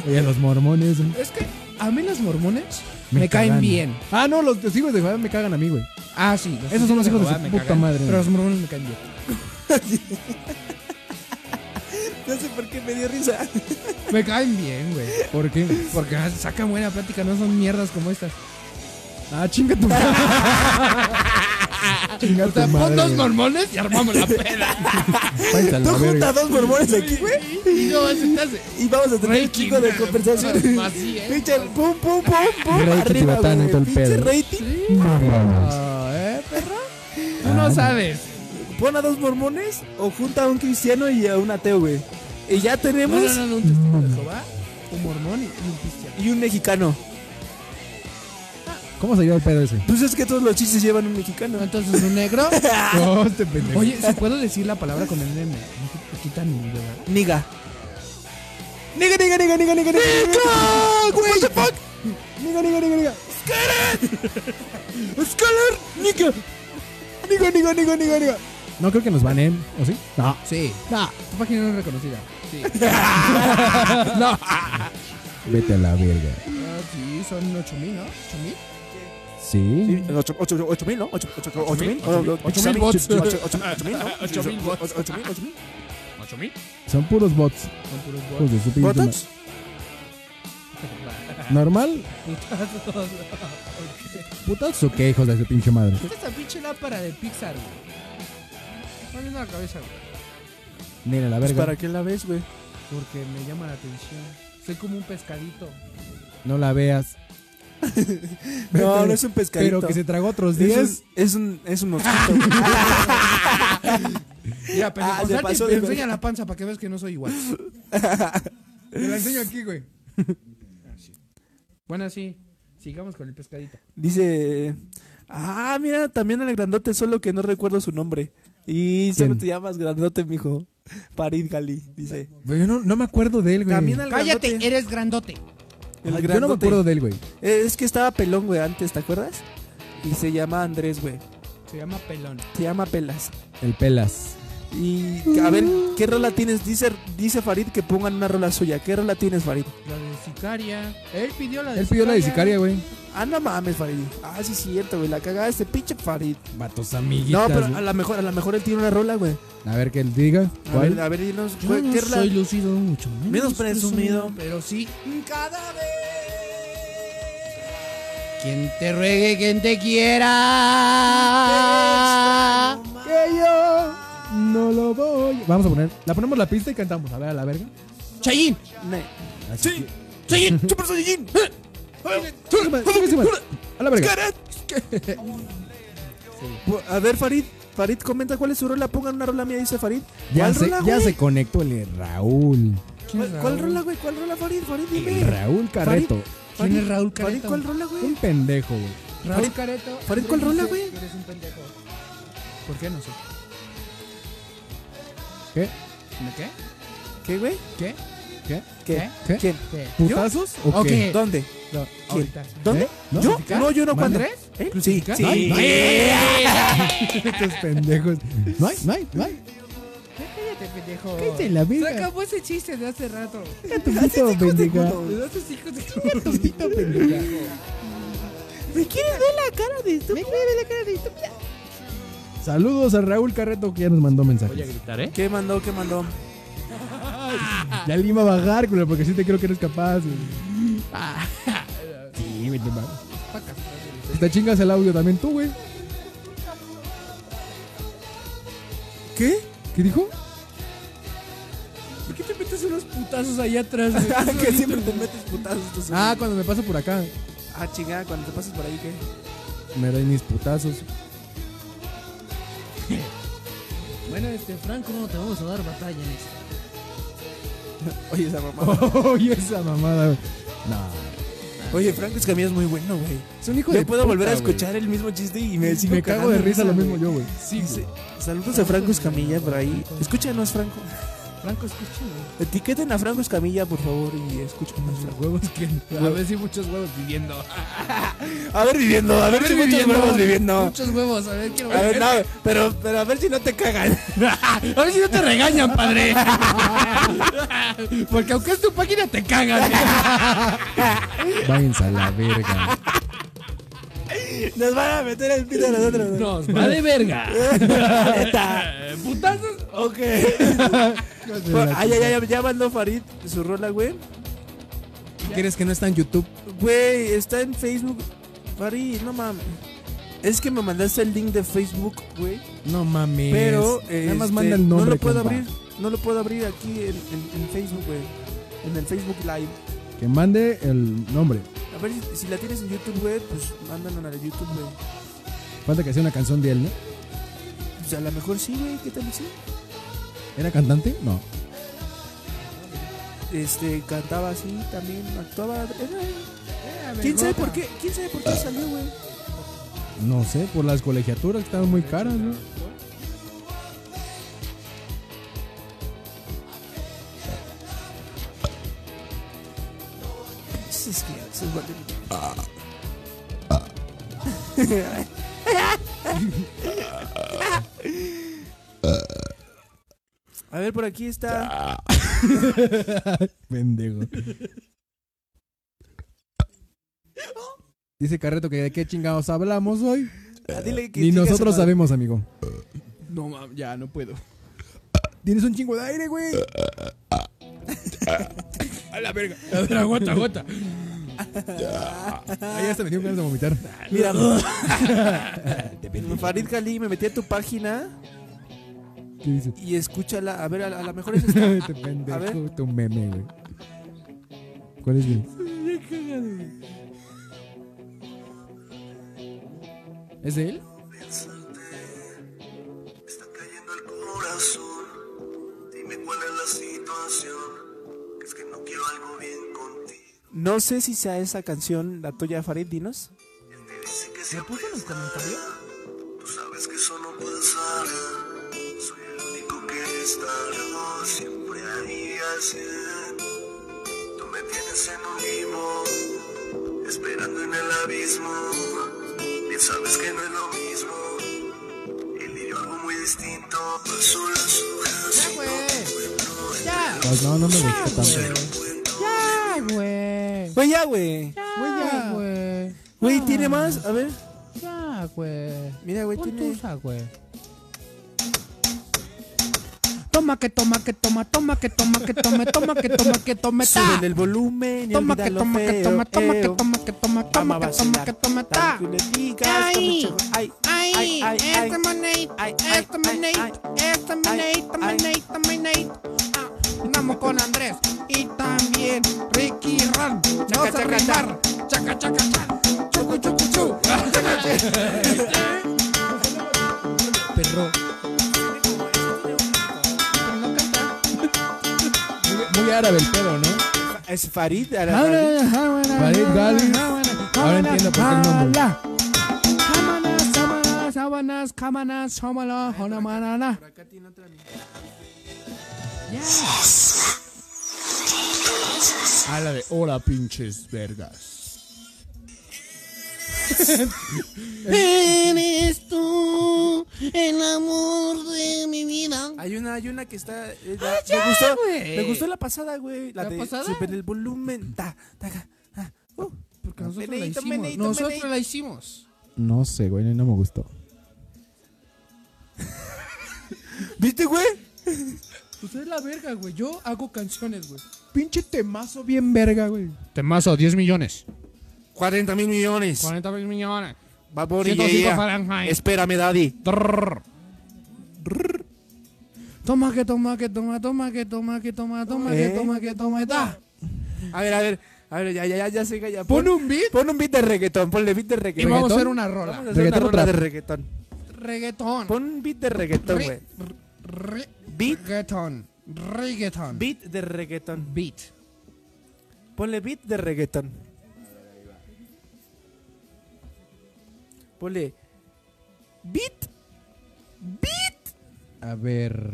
Speaker 1: Oye, los mormones. güey.
Speaker 5: Es que a mí los mormones me, caen
Speaker 1: cagan.
Speaker 5: bien.
Speaker 1: Ah, no, los testigos de Jehová me cagan a mí, güey.
Speaker 5: Ah, sí.
Speaker 1: Esos son los hijos de
Speaker 5: Jehová
Speaker 1: su
Speaker 5: me
Speaker 1: puta
Speaker 5: cagan,
Speaker 1: madre.
Speaker 5: Pero los mormones me caen bien.
Speaker 2: No sé por qué me dio risa.
Speaker 5: Me caen bien, güey.
Speaker 1: ¿Por qué?
Speaker 5: Porque sacan buena plática, no son mierdas como estas.
Speaker 1: Ah, chinga tu madre. chinga
Speaker 5: O sea,
Speaker 1: tu
Speaker 5: pon
Speaker 1: madre.
Speaker 5: dos
Speaker 1: güey.
Speaker 5: mormones y armamos la peda.
Speaker 1: Váyanse a la
Speaker 2: Tú
Speaker 1: verga.
Speaker 2: juntas dos mormones aquí, güey.
Speaker 5: y no, estás
Speaker 2: Y vamos a tener un
Speaker 5: Ranking,
Speaker 2: chico de
Speaker 5: güey.
Speaker 2: conversación.
Speaker 5: Así ¿eh? es.
Speaker 2: Pinche el pum, pum, pum, pum.
Speaker 1: Rating
Speaker 2: arriba,
Speaker 1: tibetano y
Speaker 2: güey.
Speaker 1: todo el
Speaker 2: Pinche
Speaker 1: pedo.
Speaker 2: rating.
Speaker 1: No mames.
Speaker 5: Ah, ¿eh, perro? Tú no sabes.
Speaker 2: Pon a dos mormones o junta a un cristiano y a un ateo, güey. Y ya
Speaker 5: No,
Speaker 2: tenemos.
Speaker 5: no, no, no, un testigo de Jehová, un mormón y un cristiano.
Speaker 2: Y un mexicano.
Speaker 1: ¿Cómo se lleva el pedo ese?
Speaker 2: Pues es que todos los chistes llevan un mexicano.
Speaker 5: Entonces, un negro.
Speaker 1: No, este pendejo.
Speaker 5: Oye, si puedo decir la palabra con el M, no te- te quitan mi ¿verdad?
Speaker 2: Niga. Niga, niga, niga, niga, niga, niga. ¡Niga! güey! ¿What the fuck? Niga, niga, niga, niga. ¡Scalar! ¡Scalar! ¡Niga! Niga, niga, niga, niga, niga.
Speaker 1: No creo que nos banen, ¿o sí? No.
Speaker 5: Sí. No, tu página no es
Speaker 1: (laughs)
Speaker 5: reconocida. Sí.
Speaker 1: Vete a la verga.
Speaker 5: Ah, sí, son 8000, ¿no? 8000.
Speaker 1: Sí.
Speaker 2: eh,
Speaker 3: 8000, ¿no? 8000.
Speaker 1: 8000 bots.
Speaker 2: (laughs)
Speaker 3: 8000, ¿no? 8000 bots. 8000.
Speaker 1: Son puros bots.
Speaker 3: Son
Speaker 1: puros bots.
Speaker 3: puros
Speaker 1: Hijos
Speaker 3: bots.
Speaker 1: de su pinche
Speaker 3: ¿Botox?
Speaker 1: madre. ¿Normal? (laughs)
Speaker 5: Putazos.
Speaker 1: ¿Putas o qué, hijos de su pinche madre?
Speaker 5: Esta es la pinche lámpara de Pixar, güey. Ponle una cabeza, güey.
Speaker 1: Mira la verga.
Speaker 2: Pues, ¿Para qué la ves, güey?
Speaker 5: Porque me llama la atención. Soy como un pescadito.
Speaker 1: Ah, No la veas.
Speaker 2: No, no es un pescadito.
Speaker 1: Pero que se tragó otros
Speaker 2: Es un-
Speaker 1: 10.
Speaker 2: Es un, es un mosquito, (laughs) güey.
Speaker 5: Mira, pero
Speaker 2: Ah,
Speaker 5: pues,
Speaker 2: se
Speaker 5: date,
Speaker 2: pasó
Speaker 5: te
Speaker 2: de
Speaker 5: enseña
Speaker 2: ver-
Speaker 5: la panza para que veas que no soy igual. Te la enseño aquí, güey. Bueno, sí. Sigamos con el pescadito.
Speaker 2: Dice. Ah, mira, también al grandote, solo que no recuerdo su nombre. Y solo te llamas grandote, mijo. Parid Gali, dice.
Speaker 1: Güey, Yo no, no me acuerdo de él, güey.
Speaker 2: También al
Speaker 5: Cállate, eh.
Speaker 2: grandote.
Speaker 5: eres grandote.
Speaker 2: el
Speaker 1: Yo no me
Speaker 2: grandote.
Speaker 1: acuerdo de él, güey.
Speaker 2: Eh, Es que estaba pelón, güey, antes, ¿te acuerdas? Y se llama Andrés, güey.
Speaker 5: Se llama pelón.
Speaker 2: Se llama Pelas.
Speaker 1: El pelas.
Speaker 2: Y a ver, ¿qué rola tienes? Dice, dice Farid que pongan una rola suya. ¿Qué rola tienes, Farid?
Speaker 5: La de sicaria. Él pidió la de
Speaker 1: Él pidió la de sicaria, güey.
Speaker 2: Ah, no mames, Farid. Ah, sí, es cierto, güey. La cagada este pinche Farid.
Speaker 1: Vatos amiguitas.
Speaker 2: No, pero
Speaker 1: güey.
Speaker 2: a lo mejor, a lo mejor él tiene una rola, güey.
Speaker 1: A ver que él diga.
Speaker 2: A
Speaker 1: ¿Cuál?
Speaker 2: ver, a ver, dinos,
Speaker 5: Yo
Speaker 2: güey,
Speaker 5: no
Speaker 2: ¿qué rola?
Speaker 5: soy lucido mucho menos,
Speaker 2: Menos presumido.
Speaker 5: Pero sí,
Speaker 2: Cada
Speaker 5: quien te ruegue, quien te quiera.
Speaker 1: Que yo no lo voy. Vamos a poner. La ponemos la pista y cantamos. A ver, a la verga.
Speaker 5: Chayín.
Speaker 2: vez.
Speaker 1: Así.
Speaker 2: ¡Sallín! (laughs) ¡Super Sallín!
Speaker 1: Súbeme, súbeme, súbeme. A la verga.
Speaker 2: Pues, A ver, Farid. Farid, comenta cuál es su rola. Pongan una rola mía, dice Farid.
Speaker 1: Ya
Speaker 2: ¿Cuál
Speaker 1: se,
Speaker 2: rola,
Speaker 1: ya
Speaker 2: güey?
Speaker 1: se conectó el Raúl.
Speaker 2: ¿Cuál, cuál rola, güey? ¿Cuál rola, Farid? Farid, dime.
Speaker 1: El Raúl Carreto.
Speaker 5: ¿Quién es Raúl
Speaker 2: Farid,
Speaker 5: Careto?
Speaker 2: ¿cuál rola, güey?
Speaker 1: Un pendejo, güey.
Speaker 5: Raúl Careto.
Speaker 2: Farid,
Speaker 5: Andrés
Speaker 2: ¿cuál rola,
Speaker 5: dice
Speaker 2: güey?
Speaker 5: que Eres un pendejo. ¿Por qué no sé?
Speaker 1: ¿Qué?
Speaker 5: ¿De qué?
Speaker 2: ¿Qué, güey?
Speaker 5: ¿Qué?
Speaker 1: ¿Qué?
Speaker 2: ¿Qué?
Speaker 1: ¿Eh? ¿Qué?
Speaker 2: ¿Quién?
Speaker 5: ¿Qué?
Speaker 1: ¿Putazos o
Speaker 5: Ok.
Speaker 1: qué?
Speaker 2: ¿Dónde?
Speaker 1: No.
Speaker 5: Ahorita.
Speaker 2: ¿Dónde?
Speaker 1: ¿Eh? ¿No?
Speaker 2: ¿Yo? No, yo no, ¿cuándo?
Speaker 5: ¿Andrés?
Speaker 2: ¿Eh? Sí, sí.
Speaker 1: ¿No hay? ¿No hay? (laughs) Estos pendejos. No hay, no hay, no hay.
Speaker 5: Ya cállate, pendejo.
Speaker 1: Cállate la
Speaker 5: Se
Speaker 1: verga.
Speaker 5: acabó ese chiste de hace rato.
Speaker 1: Saca tu pito, pendeja.
Speaker 5: De hace hijos de
Speaker 1: Tu pito, pendeja.
Speaker 2: ¿Me quieres ver la cara de estúpido?
Speaker 1: Saludos a Raúl Carreto que ya nos mandó mensajes.
Speaker 4: gritaré.
Speaker 2: ¿Qué mandó? ¿Qué mandó?
Speaker 1: Ya le iba a bajar, culo, porque sí te creo que eres capaz. güey.
Speaker 5: Ah.
Speaker 1: Sí, vete, va. Pues Te chingas el audio también tú, güey.
Speaker 2: (laughs) ¿Qué?
Speaker 1: ¿Qué dijo?
Speaker 5: ¿Por qué te metes unos putazos allá atrás?
Speaker 2: Ah, que siempre te metes putazos. tú solo.
Speaker 1: Ah, cuando me paso por acá,
Speaker 2: ah, chingada, cuando te pasas por ahí, ¿qué?
Speaker 1: me doy mis putazos.
Speaker 5: Bueno, (laughs) este, Franco, te vamos a dar batalla en esto.
Speaker 2: (laughs) Oye, esa mamá.
Speaker 1: Oye, esa mamada, güey. No.
Speaker 2: Oye, Franco Escamilla es muy bueno, güey.
Speaker 1: Es un hijo de
Speaker 2: Yo puedo
Speaker 1: puta,
Speaker 2: volver a
Speaker 1: güey.
Speaker 2: escuchar el mismo chiste y me sigo
Speaker 1: Me cago
Speaker 2: cagando
Speaker 1: de risa lo
Speaker 2: güey.
Speaker 1: mismo yo, güey.
Speaker 2: Dice, Saludos a Franco Escamilla por ahí. Escúchanos, Franco.
Speaker 5: Franco, escúchame.
Speaker 2: Etiqueten a Franco Escamilla, por favor, y escúchanos, Franco.
Speaker 5: Huevos que. A ver si muchos huevos viviendo.
Speaker 2: A ver, viviendo, a ver, si muchos huevos viviendo.
Speaker 5: Muchos huevos, a ver, quiero
Speaker 2: A ver, no, pero, pero a ver si no te cagan.
Speaker 5: A ver si no te regañan, padre. Porque aunque es tu página,
Speaker 2: (laughs)
Speaker 5: te cagan.
Speaker 1: Váyanse a la verga.
Speaker 2: Nos van a meter el pito a nosotros. güey.
Speaker 4: Nos va de verga.
Speaker 2: (laughs) Neta.
Speaker 4: (laughs) Putazos.
Speaker 1: (laughs)
Speaker 2: Ok. Pues, Ay, ay, ay, ya mandó Farid su rola, güey.
Speaker 1: ¿Quieres que no está en YouTube?
Speaker 2: Güey, está en Facebook. Farid, no mames. Es que me mandaste el link de Facebook, güey.
Speaker 1: No mames.
Speaker 2: Pero
Speaker 1: nada más
Speaker 2: este,
Speaker 1: manda el nombre.
Speaker 2: no lo puedo
Speaker 1: compa.
Speaker 2: abrir, no lo puedo abrir aquí en, en- en Facebook, güey. En el Facebook Live.
Speaker 1: Que mande el nombre.
Speaker 2: A ver si, si la tienes en YouTube, güey, pues mándanos a la YouTube, güey.
Speaker 1: Falta que sea una canción de él, ¿no?
Speaker 2: Pues a lo mejor sí, güey, ¿qué tal y sí?
Speaker 1: ¿Era cantante? No.
Speaker 2: Este, cantaba así, también actuaba. era- ¿Quién sabe por qué? ¿Quién sabe por qué salió, güey?
Speaker 1: No sé, por las colegiaturas que estaban muy caras, ¿no?
Speaker 2: Pinches crianzas, güey. (laughs) A ver, por aquí está.
Speaker 1: Pendejo. Dice Carreto que de qué chingados hablamos hoy.
Speaker 2: Ah, dile que
Speaker 1: Ni
Speaker 2: chingue a su
Speaker 1: nosotros
Speaker 2: madre.
Speaker 1: sabemos, amigo.
Speaker 2: No, mam, ya no puedo.
Speaker 1: Tienes un chingo de aire, güey.
Speaker 2: A la verga.
Speaker 1: A ver, aguanta, aguanta. Ahí hasta me dio ganas de vomitar.
Speaker 2: (laughs) Mira, (laughs) Farid Gali, me metí a tu página
Speaker 1: ¿Qué (laughs) dice?
Speaker 2: y escúchala. A ver, a, la- a lo mejor es (laughs) esta.
Speaker 1: Este
Speaker 2: A ver.
Speaker 1: pendejo, tu meme, güey. ¿Cuál es bien? ¿Es de él?
Speaker 14: corazón. Dime cuál es la situación. Es que no quiero algo bien contigo.
Speaker 2: No sé si sea esa canción la tuya, Farid, dinos.
Speaker 14: ¿Me puso en los comentarios? Tú sabes que eso no pasará. Soy el único que estará siempre ahí así. Tú me tienes en un limbo, esperando en el abismo. Bien sabes que no es lo mismo. Él y yo algo muy distinto. Paso las hojas. y no te encuentro.
Speaker 1: Pues no, no me gusta tanto.
Speaker 2: Ya, güey. Güey, ya, güey.
Speaker 10: Ya, güey.
Speaker 2: Güey, ¿tiene más? A ver.
Speaker 10: Ya, güey.
Speaker 2: Mira, güey,
Speaker 10: Pon
Speaker 2: tiene-
Speaker 10: tusa, güey.
Speaker 5: Toma que toma que toma, toma que toma que tome, toma que toma que tome, ta.
Speaker 2: Súbele el volumen y
Speaker 5: Toma
Speaker 2: olvida
Speaker 5: que
Speaker 2: lo
Speaker 5: toma que
Speaker 2: feo,
Speaker 5: toma, toma que
Speaker 2: eo.
Speaker 5: toma que toma,
Speaker 2: Vamos
Speaker 5: toma
Speaker 2: a
Speaker 5: que toma que
Speaker 2: vacilar.
Speaker 5: tome, ta.
Speaker 2: Dale, tú le digas,
Speaker 5: Ay,
Speaker 2: toma, chaval.
Speaker 5: ay, este
Speaker 2: ay,
Speaker 5: ay, este
Speaker 2: ay, ay,
Speaker 5: exterminate, exterminate, este exterminate, terminate, terminate. este Ah, Andamos con Andrés y también Ricky Ron. Vamos a rimar. Chaca, chaca, chaca. Chucu, chucu,
Speaker 2: (laughs)
Speaker 5: chu.
Speaker 1: Perro. Muy, muy árabe el pedo, ¿no?
Speaker 2: Es Farid. a
Speaker 5: Ah,
Speaker 2: la-
Speaker 1: Farid Gali. Ahora entiendo por qué el nombre.
Speaker 5: Sábanas, sábanas, sábanas, cámaras, sábanas, jonamanana.
Speaker 4: A la de hola pinches vergas.
Speaker 10: Eres tú el amor de mi vida.
Speaker 2: Hay una, hay una que está. eh,
Speaker 10: Ah,
Speaker 2: me,
Speaker 10: ya,
Speaker 2: gustó,
Speaker 10: güey.
Speaker 2: me gustó la pasada, güey. La,
Speaker 10: ¿La
Speaker 2: de
Speaker 10: pasada?
Speaker 2: Súper el volumen. Ta, ta, ta, ta. Uh,
Speaker 10: Porque nosotros la
Speaker 2: Meneíto,
Speaker 10: hicimos.
Speaker 2: meneíto,
Speaker 10: nosotros
Speaker 2: meneíto.
Speaker 10: la hicimos.
Speaker 1: No sé, güey, no me gustó.
Speaker 2: ¿Viste, güey?
Speaker 5: Usted Pues es la verga, güey. Yo hago canciones, güey.
Speaker 1: Pinche temazo bien verga, güey.
Speaker 4: Temazo, 10 millones.
Speaker 3: 40 mil millones.
Speaker 4: 40 mil millones.
Speaker 3: Va por
Speaker 4: 105 Fahrenheit.
Speaker 3: Espérame, daddy.
Speaker 5: Toma que toma que toma, toma que toma que toma, toma que
Speaker 2: ¿Eh?
Speaker 5: toma que toma, está.
Speaker 2: A ver, a ver. A ver, ya, ya, ya, ya se calla.
Speaker 5: Pon un beat
Speaker 2: Pon un beat de reggaetón. Ponle beat de reggaetón.
Speaker 5: y vamos a hacer
Speaker 2: ¿Reggaetón?
Speaker 5: una
Speaker 2: Vamos
Speaker 5: rola.
Speaker 2: a hacer una
Speaker 1: ¿Reggaetón o
Speaker 2: rola de
Speaker 1: trap?
Speaker 2: reggaetón.
Speaker 5: Reggaetón.
Speaker 2: Pon un beat de reggaetón,
Speaker 5: Re-
Speaker 2: güey.
Speaker 5: Re-
Speaker 2: Beat.
Speaker 5: Reggaetón. Reggaetón.
Speaker 2: Beat de reggaetón.
Speaker 5: Beat.
Speaker 2: Ponle beat de reggaetón. Ponle beat. Beat.
Speaker 1: A ver.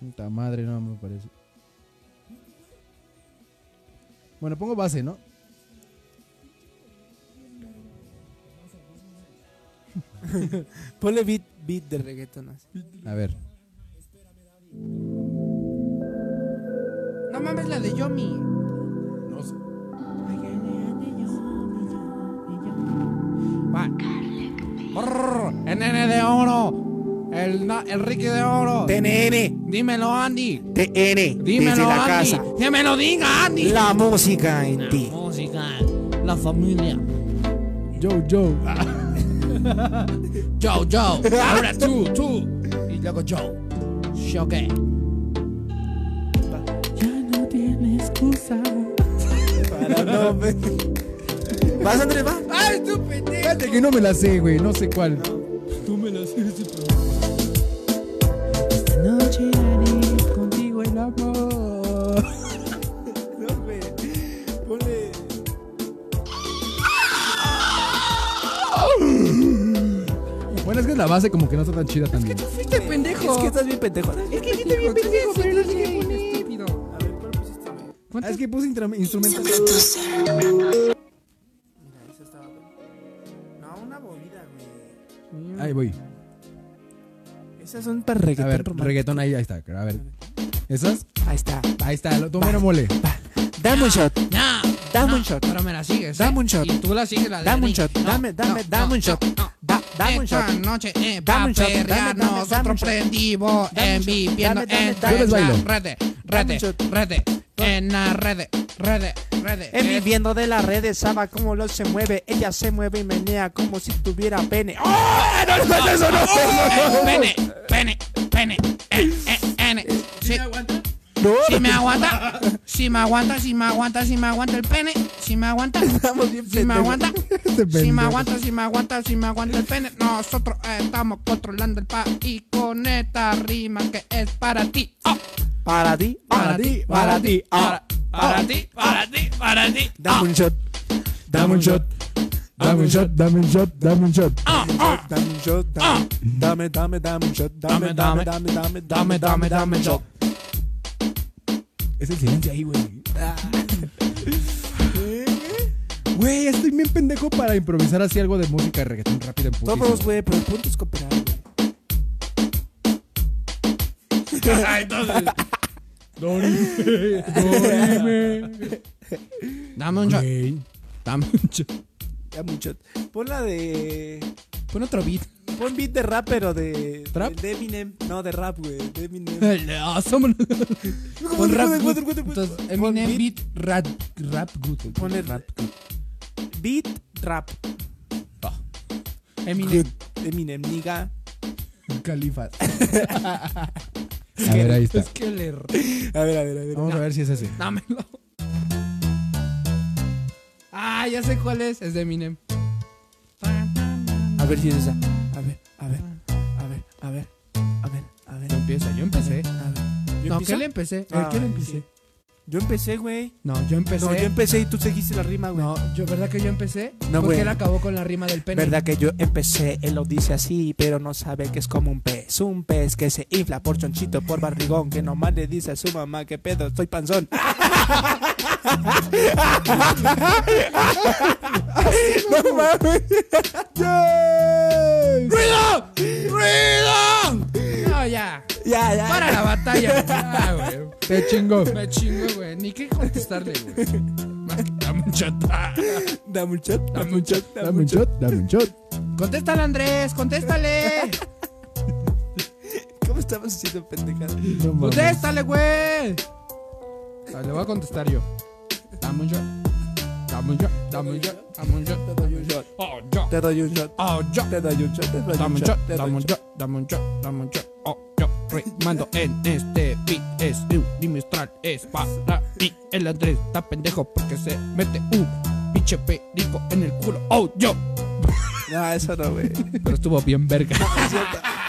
Speaker 1: Puta madre, no me parece. Bueno, pongo base, ¿no?
Speaker 2: Ponle beat, beat de reggaetón. así.
Speaker 1: A ver.
Speaker 5: No mames la de Yomi.
Speaker 1: No sé.
Speaker 5: Va. Brrr, NN de oro. El, na- el Ricky de oro.
Speaker 3: TNN.
Speaker 5: Dímelo, Andy. Dímelo,
Speaker 3: TN. desde la
Speaker 5: Andy.
Speaker 3: casa.
Speaker 5: Que me lo diga, Andy.
Speaker 3: La música en ti.
Speaker 10: Música, la familia.
Speaker 1: Yo,
Speaker 5: (laughs)
Speaker 1: yo.
Speaker 5: Yo, yo.
Speaker 1: (laughs)
Speaker 5: Ahora tú, tú. Y luego yo. Yo qué. Ya no tiene excusa.
Speaker 2: Para no ver. ¿Vas, Andrés? Va.
Speaker 5: ¡Ay, tú pendejo!
Speaker 1: Fíjate que no me la sé, güey. No sé cuál.
Speaker 5: Tú me la haces,
Speaker 1: Noche haré contigo el (laughs) amor.
Speaker 2: No, güey. Ponle.
Speaker 1: Bueno, es que la base como que no está tan chida también.
Speaker 5: Fuiste Este pendejo.
Speaker 2: Es que estás bien pendejo. Es que
Speaker 5: fuiste bien pendejo, pero no dije Estúpido.
Speaker 1: Ah, es que puse intra- instrumental.
Speaker 2: Mira, esa estaba buena. No, una movida, güey.
Speaker 1: Ahí voy.
Speaker 2: Esas son para reggaetón.
Speaker 1: A ver,
Speaker 2: romántico.
Speaker 1: reggaetón ahí, ahí está. A ver. ¿Esas?
Speaker 2: Ahí está.
Speaker 1: Ahí está, lo tomé no mole.
Speaker 2: Dame un shot.
Speaker 10: Ya,
Speaker 2: Dame
Speaker 5: No,
Speaker 2: un shot.
Speaker 5: Pero me la sigues.
Speaker 2: Dame
Speaker 5: ¿eh?
Speaker 2: un shot.
Speaker 5: Y tú la sigues, la de
Speaker 2: Dame un
Speaker 5: Eric.
Speaker 2: shot.
Speaker 5: No,
Speaker 2: Dame, dame,
Speaker 5: no,
Speaker 2: dame un
Speaker 5: no,
Speaker 2: shot.
Speaker 5: no.
Speaker 2: Da- Dame un
Speaker 5: Esta
Speaker 2: shot.
Speaker 5: noche, eh,
Speaker 2: Dame
Speaker 5: pa'
Speaker 2: un shot, dame,
Speaker 5: perrear,
Speaker 2: dame, dame un
Speaker 5: nosotros
Speaker 2: shot.
Speaker 5: prendimos en viviendo
Speaker 2: dame, dame,
Speaker 5: en
Speaker 2: dame. Yo les bailo.
Speaker 5: Rede,
Speaker 2: Dame
Speaker 5: rede,
Speaker 2: un shot.
Speaker 5: rede, en la rede, rede, rede.
Speaker 2: En viviendo Eh, de las redes, Saba cómo lo se mueve. Ella se mueve y menea como si tuviera pene. ¡Oh! ¡No, no, no, eso no! (laughs)
Speaker 5: Eh, Pene, pene, pene, eh, eh, ene. Si-
Speaker 2: No.
Speaker 5: Si
Speaker 2: (laughs)
Speaker 5: me aguanta, si me aguanta, si me aguanta, si me aguanta el pene, si me
Speaker 12: (laughs)
Speaker 5: aguanta, si me aguanta,
Speaker 12: Este
Speaker 5: si me aguanta, si me aguanta, si me aguanta el pene, nosotros eh, estamos controlando el país con esta rima que es para ti, oh,
Speaker 2: Para ti, para ti, para ti. ah,
Speaker 5: para
Speaker 2: ah.
Speaker 5: ti, para ti, para ti,
Speaker 2: Dame un shot.
Speaker 1: Dame un shot. Dame un shot, dame un shot, dame un shot.
Speaker 2: Dame un shot. Dame, dame, dame, dame un shot. Dame, dame, dame, dame, dame, dame, dame un shot.
Speaker 1: Es el silencio ahí, güey. Ah. Güey, estoy bien pendejo para improvisar así algo de música de reggaetón rápido en putiza.
Speaker 2: Todos, güey, pero el punto es cooperar, güey.
Speaker 5: entonces,
Speaker 1: Dorime, dorime.
Speaker 5: dame un shot,
Speaker 1: Güey.
Speaker 5: dame un shot,
Speaker 2: Dame un shot. Pon la de.
Speaker 5: pon otro beat,
Speaker 2: Pon beat de rap, pero de.
Speaker 1: ¿Trap?
Speaker 2: De Eminem. No, de rap, güey. De Eminem. (laughs)
Speaker 5: Awesome.
Speaker 2: Pon rap good.
Speaker 5: Entonces, Eminem beat rap, rap good.
Speaker 2: Pon el rap. Beat rap.
Speaker 5: Eminem.
Speaker 2: Eminem, niga.
Speaker 5: Califa.
Speaker 1: A ver, ahí está.
Speaker 5: que le
Speaker 2: A ver, a ver, pues, a ver.
Speaker 1: Vamos a ver si es ese.
Speaker 5: Dámelo. Ah, ya sé cuál es. Es de Eminem.
Speaker 2: A ver si es esa. A ver, a ver, a ver, a ver, a ver, a ver.
Speaker 5: Yo empiezo, yo empecé.
Speaker 2: A ver. ¿Yo
Speaker 5: No,
Speaker 2: empiezo?
Speaker 5: ¿qué le empecé?
Speaker 2: Ah,
Speaker 5: ¿El qué le
Speaker 2: sí.
Speaker 5: empecé?
Speaker 2: Yo empecé, güey.
Speaker 5: No, yo em- empecé.
Speaker 2: No, yo empecé y tú seguiste la rima, güey.
Speaker 5: No, yo- ¿verdad que yo empecé?
Speaker 2: No,
Speaker 5: Porque
Speaker 2: güey.
Speaker 5: él acabó con la rima del pene.
Speaker 2: Verdad que yo empecé, él lo dice así, pero no sabe que es como un pez. Un pez que se infla por chonchito, por barrigón, que nomás le dice a su mamá que pedo, estoy panzón. (laughs) no mames. ¡Ruido! ¡Ruido!
Speaker 5: No, ya.
Speaker 2: Ya, ya.
Speaker 5: Para la (laughs) batalla. Ya, Ah, güey.
Speaker 1: Te chingo.
Speaker 5: Me chingo, güey. Ni qué contestarle, güey. Dame un shot.
Speaker 2: Dame un shot,
Speaker 5: Dame un shot.
Speaker 1: Dame un shot, dame un shot.
Speaker 5: Contéstale, Andrés. Contéstale.
Speaker 2: ¿Cómo estamos haciendo pendejadas?
Speaker 1: No mames.
Speaker 5: ¡Contéstale, güey! Ah, Le voy a contestar yo. Dame un shot. Dame un shot. Dame un shot. Dame un shot. Dame un shot. Oh, yo.
Speaker 2: Te doy un shot,
Speaker 5: Oh, yo.
Speaker 2: te doy un shot, te doy
Speaker 5: Dame
Speaker 2: un
Speaker 5: un shot.
Speaker 2: shot, te doy
Speaker 5: Dame
Speaker 2: un
Speaker 5: un
Speaker 2: shot.
Speaker 5: shot. Dame un shot. Dame un shot. Oh, yo. Rimando en este beat. Es un dimistral. Es para mí. El Andrés está pendejo porque se mete un pinche perico en el culo. Oh, yo.
Speaker 2: No, eso no, güey.
Speaker 5: Pero estuvo bien verga.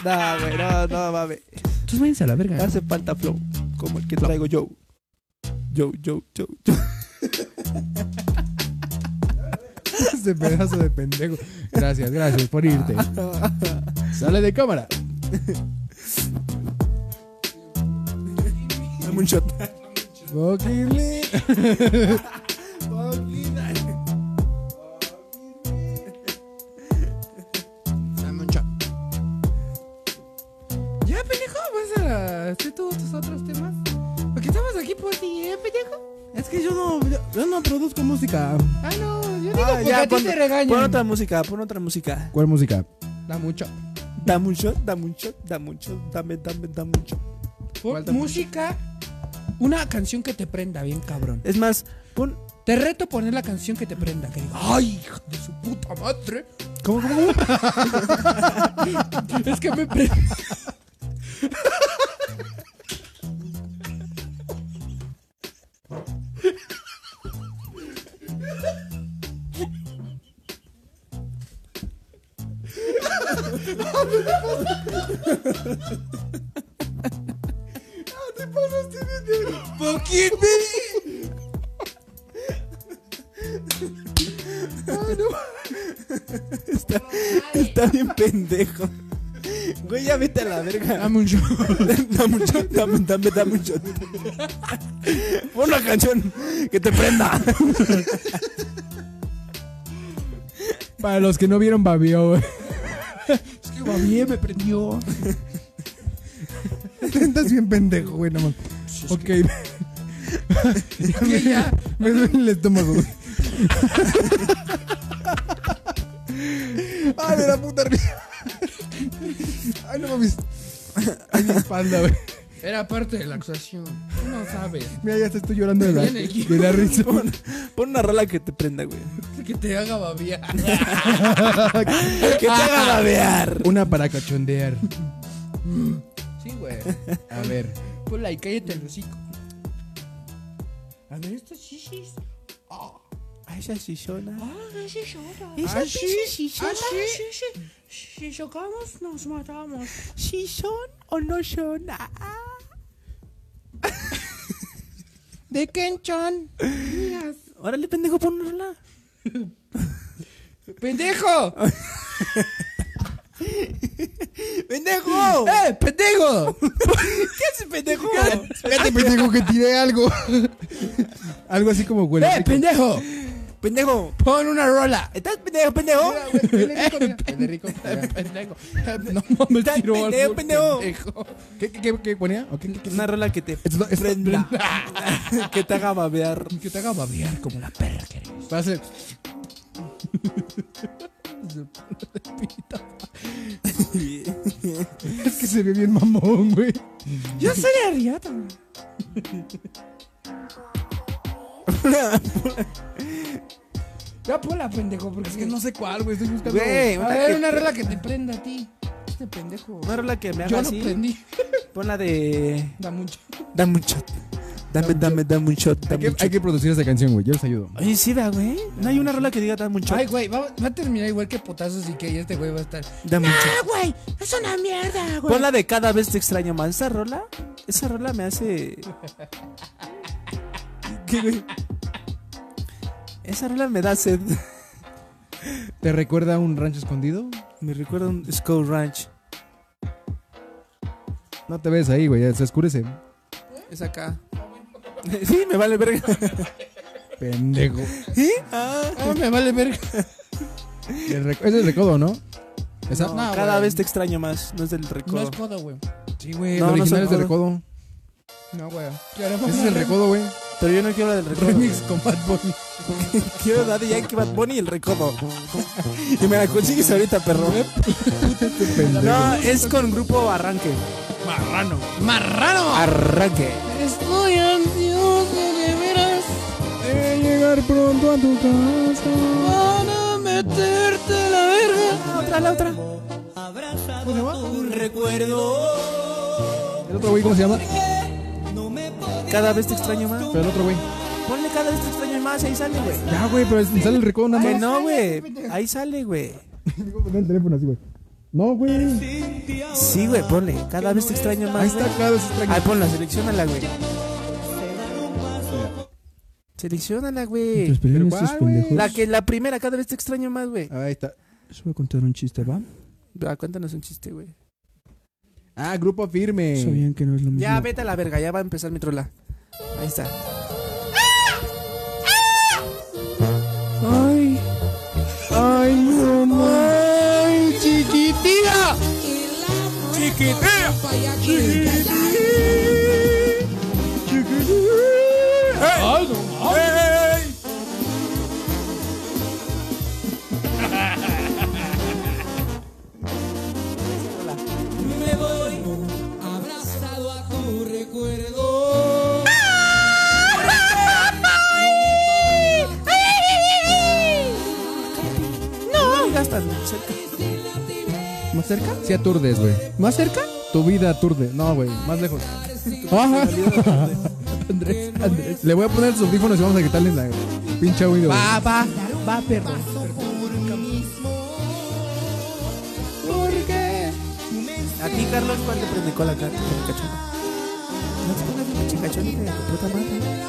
Speaker 2: No, güey, no, no, mames.
Speaker 5: Entonces váyanse a la verga.
Speaker 2: Hace falta flow, como el que traigo yo. Yo, yo, yo, yo.
Speaker 1: Este pedazo de pendejo. Gracias, gracias por irte.
Speaker 5: Ah.
Speaker 1: Sale de cámara.
Speaker 2: Dame un shot.
Speaker 1: Fucking-
Speaker 5: Dame un shot. Ya, pendejo, vas a hacer todos tus otros temas. Porque estamos aquí por ti, ¿eh, pendejo?
Speaker 1: Es que yo no, yo, yo no produzco música.
Speaker 5: Ah, no, yo digo porque a ti
Speaker 2: pon,
Speaker 5: te regañan.
Speaker 2: pon otra música, pon otra música.
Speaker 1: ¿Cuál música?
Speaker 5: Dame un shot.
Speaker 2: Dame un shot, dame un shot, dame un shot, dame, dame, dame un shot.
Speaker 5: Pon música, una canción que te prenda bien, cabrón.
Speaker 2: Es más, pon.
Speaker 5: Te reto a poner la canción que te prenda, que diga, ¡ay, hija de su puta madre!
Speaker 1: ¿Cómo, cómo, cómo?
Speaker 5: Es que me prende.
Speaker 2: Está bien pendejo. Güey, ya vete a la verga.
Speaker 5: Dame un shot.
Speaker 2: Dame un shot, dame, dame, dame un shot. Pon la canción que te prenda.
Speaker 1: Para los que no vieron, babió, güey.
Speaker 5: Es que babié, me
Speaker 1: (laughs)
Speaker 5: prendió.
Speaker 1: Estás bien pendejo, güey, nomás. Ok. Que ya me duele el estómago. Ay, de la puta risa. Ay, no mames. Ay, mi (laughs) espalda, güey.
Speaker 12: Era parte de la actuación. Tú no sabes.
Speaker 1: Mira, ya te estoy llorando de la,
Speaker 12: Viene aquí.
Speaker 1: de la risa.
Speaker 2: Pon, pon una rola que te prenda, güey.
Speaker 12: Que te haga babear.
Speaker 2: que te haga babear.
Speaker 1: Una para cachondear.
Speaker 12: Sí, güey.
Speaker 1: A ver.
Speaker 12: Ponla y cállate el hocico. A ver, estos shishis. Ah,
Speaker 2: Ay, esa chichona.
Speaker 12: Esas
Speaker 2: Ay, sí,
Speaker 12: pinches chichonas,
Speaker 2: ah, sí.
Speaker 12: sí, sí. Si chocamos, nos matamos.
Speaker 2: ¿Sí son o no son? Ah,
Speaker 12: (laughs) ¿De Kenchon? Miras.
Speaker 2: Órale, pendejo, pon una rola.
Speaker 12: (laughs)
Speaker 2: (laughs)
Speaker 12: ¡Pendejo! ¡Pendejo! ¡Eh, pendejo! ¿Qué haces, pendejo?
Speaker 1: Espérate, pendejo, que tiré algo. (laughs) algo así como huele.
Speaker 12: ¡Eh,
Speaker 1: rico.
Speaker 12: pendejo!
Speaker 2: Pendejo,
Speaker 12: ¡Pon una rola!
Speaker 2: ¿estás pendejo, pendejo?
Speaker 1: Huele rico.
Speaker 12: Eh, ¡Pendejo! No mames,
Speaker 2: ¿Estás
Speaker 12: tiró
Speaker 2: pendejo,
Speaker 12: algo,
Speaker 2: pendejo?
Speaker 12: pendejo.
Speaker 1: ¿Qué, qué, qué, qué ponía? ¿O qué, qué, qué?
Speaker 2: Una rola que te
Speaker 1: Esto- esto-
Speaker 2: prenda. (laughs) que te haga babear.
Speaker 1: Que te haga babear como la perra que eres. Va a ser. es que se ve bien mamón, güey.
Speaker 12: ¡Yo soy Arriata! Ya ponla, pendejo, porque es que no sé cuál, güey. Estoy buscando.
Speaker 2: Güey,
Speaker 12: a
Speaker 2: una
Speaker 12: ver,
Speaker 2: que-
Speaker 12: una regla que te prenda a ti. Este pendejo.
Speaker 2: Una rola que me haga
Speaker 12: Yo lo
Speaker 2: así.
Speaker 12: prendí.
Speaker 2: Pon la de.
Speaker 12: Da mucho.
Speaker 2: Dame un shot. Dame, dame, dame un shot.
Speaker 1: Hay
Speaker 2: Dame
Speaker 1: que,
Speaker 2: un
Speaker 1: hay
Speaker 2: shot.
Speaker 1: que producir esa canción, güey. Yo les ayudo.
Speaker 2: Oye, sí, da, güey. No hay una rola que diga dame un shot.
Speaker 12: Ay, güey, va, va a terminar igual que potazos y que ahí este güey va a estar.
Speaker 2: Dame un shot.
Speaker 12: güey! ¡Es una mierda,
Speaker 2: Pon la de cada vez te extraño más. Esa rola, esa rola me hace. (laughs) ¿Qué, güey? Esa rola me da sed. (laughs)
Speaker 1: ¿Te recuerda a un rancho escondido?
Speaker 2: Me recuerda a un Skull Ranch.
Speaker 1: No te ves ahí, güey. ya Se oscurece.
Speaker 2: Es acá. Sí, me vale verga.
Speaker 1: Pendejo.
Speaker 2: ¿Eh? Ah,
Speaker 12: Ah, me vale verga.
Speaker 1: El rec- es el recodo, ¿no? Esa-
Speaker 2: no,
Speaker 12: No,
Speaker 2: cada
Speaker 12: güey.
Speaker 2: vez te extraño más. No es del
Speaker 12: No
Speaker 2: recodo.
Speaker 12: es codo, güey.
Speaker 1: Sí, güey. el
Speaker 2: No, no
Speaker 1: original
Speaker 2: es
Speaker 1: es el
Speaker 2: el
Speaker 1: recodo.
Speaker 12: No, güey.
Speaker 1: Ese es el recodo, güey.
Speaker 2: Pero yo no quiero la del recodo.
Speaker 12: (laughs)
Speaker 1: Remix con Bad Bunny.
Speaker 2: Quiero Daddy Yankee, Bad Bunny y el recodo. (laughs) y me la consigues ahorita, perro. no, es con grupo Arranque. Marrano.
Speaker 12: ¡Marrano!
Speaker 2: Arranque.
Speaker 12: Estoy ansioso de veras
Speaker 1: Debe llegar pronto a tu casa.
Speaker 12: para meterte la verga. Otra, la otra.
Speaker 1: ¿Cómo se llama?
Speaker 2: Un recuerdo.
Speaker 1: El otro güey, ¿cómo se llama?
Speaker 2: Cada vez te extraño más.
Speaker 1: Pero el otro güey.
Speaker 2: Ponle cada vez te extraño más, ahí sale, güey.
Speaker 1: Ya, güey, pero es- sale el recodo nada
Speaker 2: Ay,
Speaker 1: más.
Speaker 2: no, güey. Ahí sale, güey.
Speaker 1: Tengo que poner el teléfono así, güey. No, güey.
Speaker 2: Sí, güey, ponle. Cada vez te extraño más.
Speaker 1: Ahí está,
Speaker 2: güey.
Speaker 1: claro, es extraño.
Speaker 2: Ay, ponla, seleccionala, güey. Seleccionala, güey.
Speaker 1: Pero
Speaker 4: Pero
Speaker 1: ¿cuál,
Speaker 4: estos
Speaker 1: güey?
Speaker 4: pendejos.
Speaker 2: La que la primera, cada vez te extraño más, güey.
Speaker 1: Ahí está.
Speaker 4: Les voy a contar un chiste, ¿va?
Speaker 2: Ah, cuéntanos un chiste, güey.
Speaker 1: Ah, grupo firme.
Speaker 4: Sabían que no es lo mismo.
Speaker 2: Ya, vete a la verga, ya va a empezar mi trola. Ahí está.
Speaker 4: Ay, ay, no manches.
Speaker 12: ¡Chiquitita! ¡Chiquitita! ¡Ay, no Me voy abrazado a tu recuerdo.
Speaker 2: No digas tan cerca.
Speaker 1: ¿Más cerca? Sí, aturdes, güey. ¿Más cerca? Tu vida aturde. No, güey, más lejos. Ajá. (laughs) Andrés, Andrés. Le voy a poner los audífonos y vamos a quitarle la pinche oído. güey.
Speaker 2: Ah,
Speaker 12: Va, va, va, perro. ¿Por qué?
Speaker 2: A ti, Carlos, ¿cuál te prende con la cara? Cachona. No te pongas pinche cachonita de tu puta madre.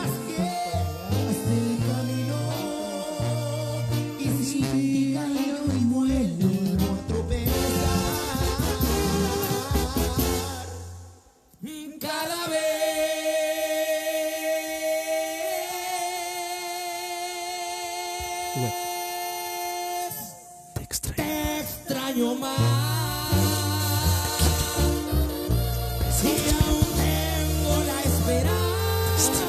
Speaker 12: Cada vez
Speaker 2: Te extraño.
Speaker 12: te extraño más. Y aún tengo la esperanza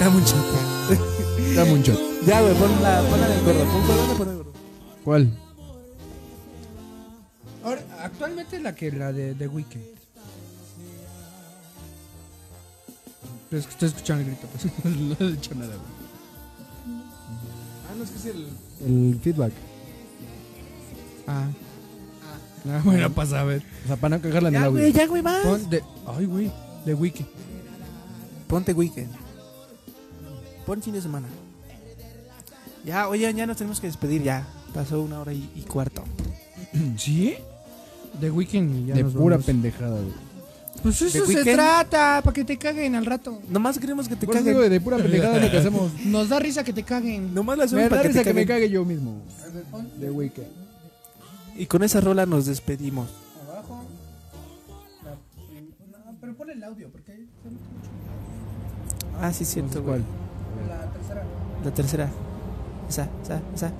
Speaker 2: Dame un shot.
Speaker 12: (laughs)
Speaker 1: Dame un shot.
Speaker 2: Ya, güey, ponla, ponla en el gordo. Pon ponla en el gordo.
Speaker 1: ¿Cuál?
Speaker 5: Ahora, actualmente la que la de The Weeknd. Pero es que estoy escuchando el grito, pues. no he dicho nada, güey.
Speaker 1: Ah, no, es que es el... El feedback.
Speaker 5: Ah.
Speaker 1: Ah,
Speaker 5: bueno, pasa a ver.
Speaker 1: O sea, para no cagarla en el
Speaker 2: Ya,
Speaker 1: audio.
Speaker 2: güey, ya, güey, más.
Speaker 5: Pon de... Ay, güey. The Weeknd.
Speaker 2: Ponte weekend. Pon fin de semana. Ya, oye, ya nos tenemos que despedir ya. Pasó una hora y, y cuarto.
Speaker 5: ¿Sí? The Weeknd y ya
Speaker 1: de
Speaker 5: nos
Speaker 1: pura
Speaker 5: vamos.
Speaker 1: pendejada, güey.
Speaker 5: Pues eso se
Speaker 2: Weeknd.
Speaker 5: trata, para que te caguen al rato.
Speaker 2: Nomás queremos que te
Speaker 1: Por eso
Speaker 2: caguen.
Speaker 1: digo, de pura pendejada
Speaker 5: (laughs)
Speaker 1: es lo que hacemos.
Speaker 5: Nos da risa que te caguen.
Speaker 2: Nomás la
Speaker 1: Me
Speaker 2: hacemos
Speaker 1: da
Speaker 2: para que
Speaker 1: risa
Speaker 2: te
Speaker 1: que me
Speaker 2: caguen.
Speaker 1: cague yo mismo. De weekend.
Speaker 2: Y con esa rola nos despedimos.
Speaker 5: Abajo. No, pero pon el audio, porque
Speaker 2: Ah, sí, cierto, güey.
Speaker 5: la tercera.
Speaker 2: La tercera. Esa, esa, esa.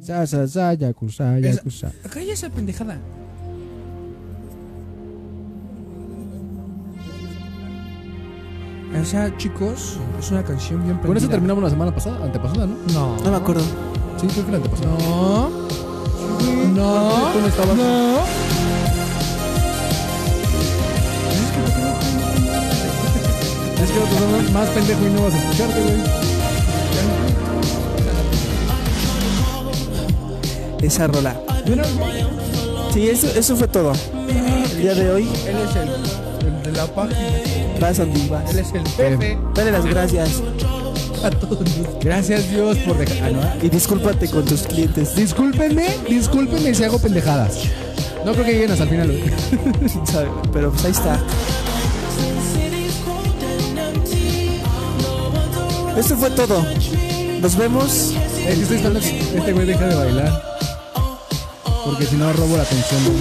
Speaker 1: Sa, sa, sa, yakuza,
Speaker 5: Esa-
Speaker 1: yakuza.
Speaker 5: Acá ya esa pendejada. Esa, chicos, es una canción bien
Speaker 1: Con eso
Speaker 5: prendida.
Speaker 1: terminamos la semana pasada, antepasada, ¿no?
Speaker 5: No.
Speaker 2: No me acuerdo.
Speaker 1: Sí, creo que la antepasada.
Speaker 5: No. No.
Speaker 1: Tú no estabas.
Speaker 5: No.
Speaker 1: Es que otro más- más pendejo y no vas a escucharte, güey.
Speaker 2: Esa rola. Sí, eso, eso fue todo. El día de hoy,
Speaker 5: Él es el, el de la página.
Speaker 2: vas a vas.
Speaker 5: Él es el Pepe.
Speaker 2: Dale las gracias.
Speaker 1: A todos. Gracias, Dios, por dejar. Ah, no.
Speaker 2: Y discúlpate con tus clientes. (laughs)
Speaker 1: Discúlpenme, discúlpenme si hago pendejadas. No creo que lleguen hasta el final, Eh, güey.
Speaker 2: Quién sabe, Pero pues ahí está. Esto fue todo. Nos vemos.
Speaker 1: Eh, yo estoy esperando que este güey deja de bailar. Porque si no, robo la atención. güey.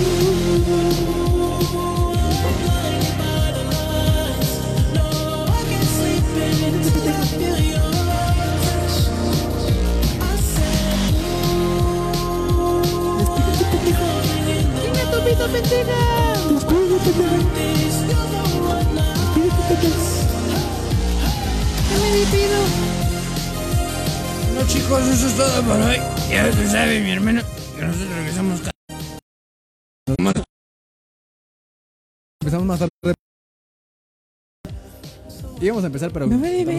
Speaker 5: No, chicos, eso es todo por hoy. Ya se sabe, mi hermano, que nosotros regresamos ca-
Speaker 1: Empezamos más tarde. Íbamos a empezar, pero.
Speaker 5: vale,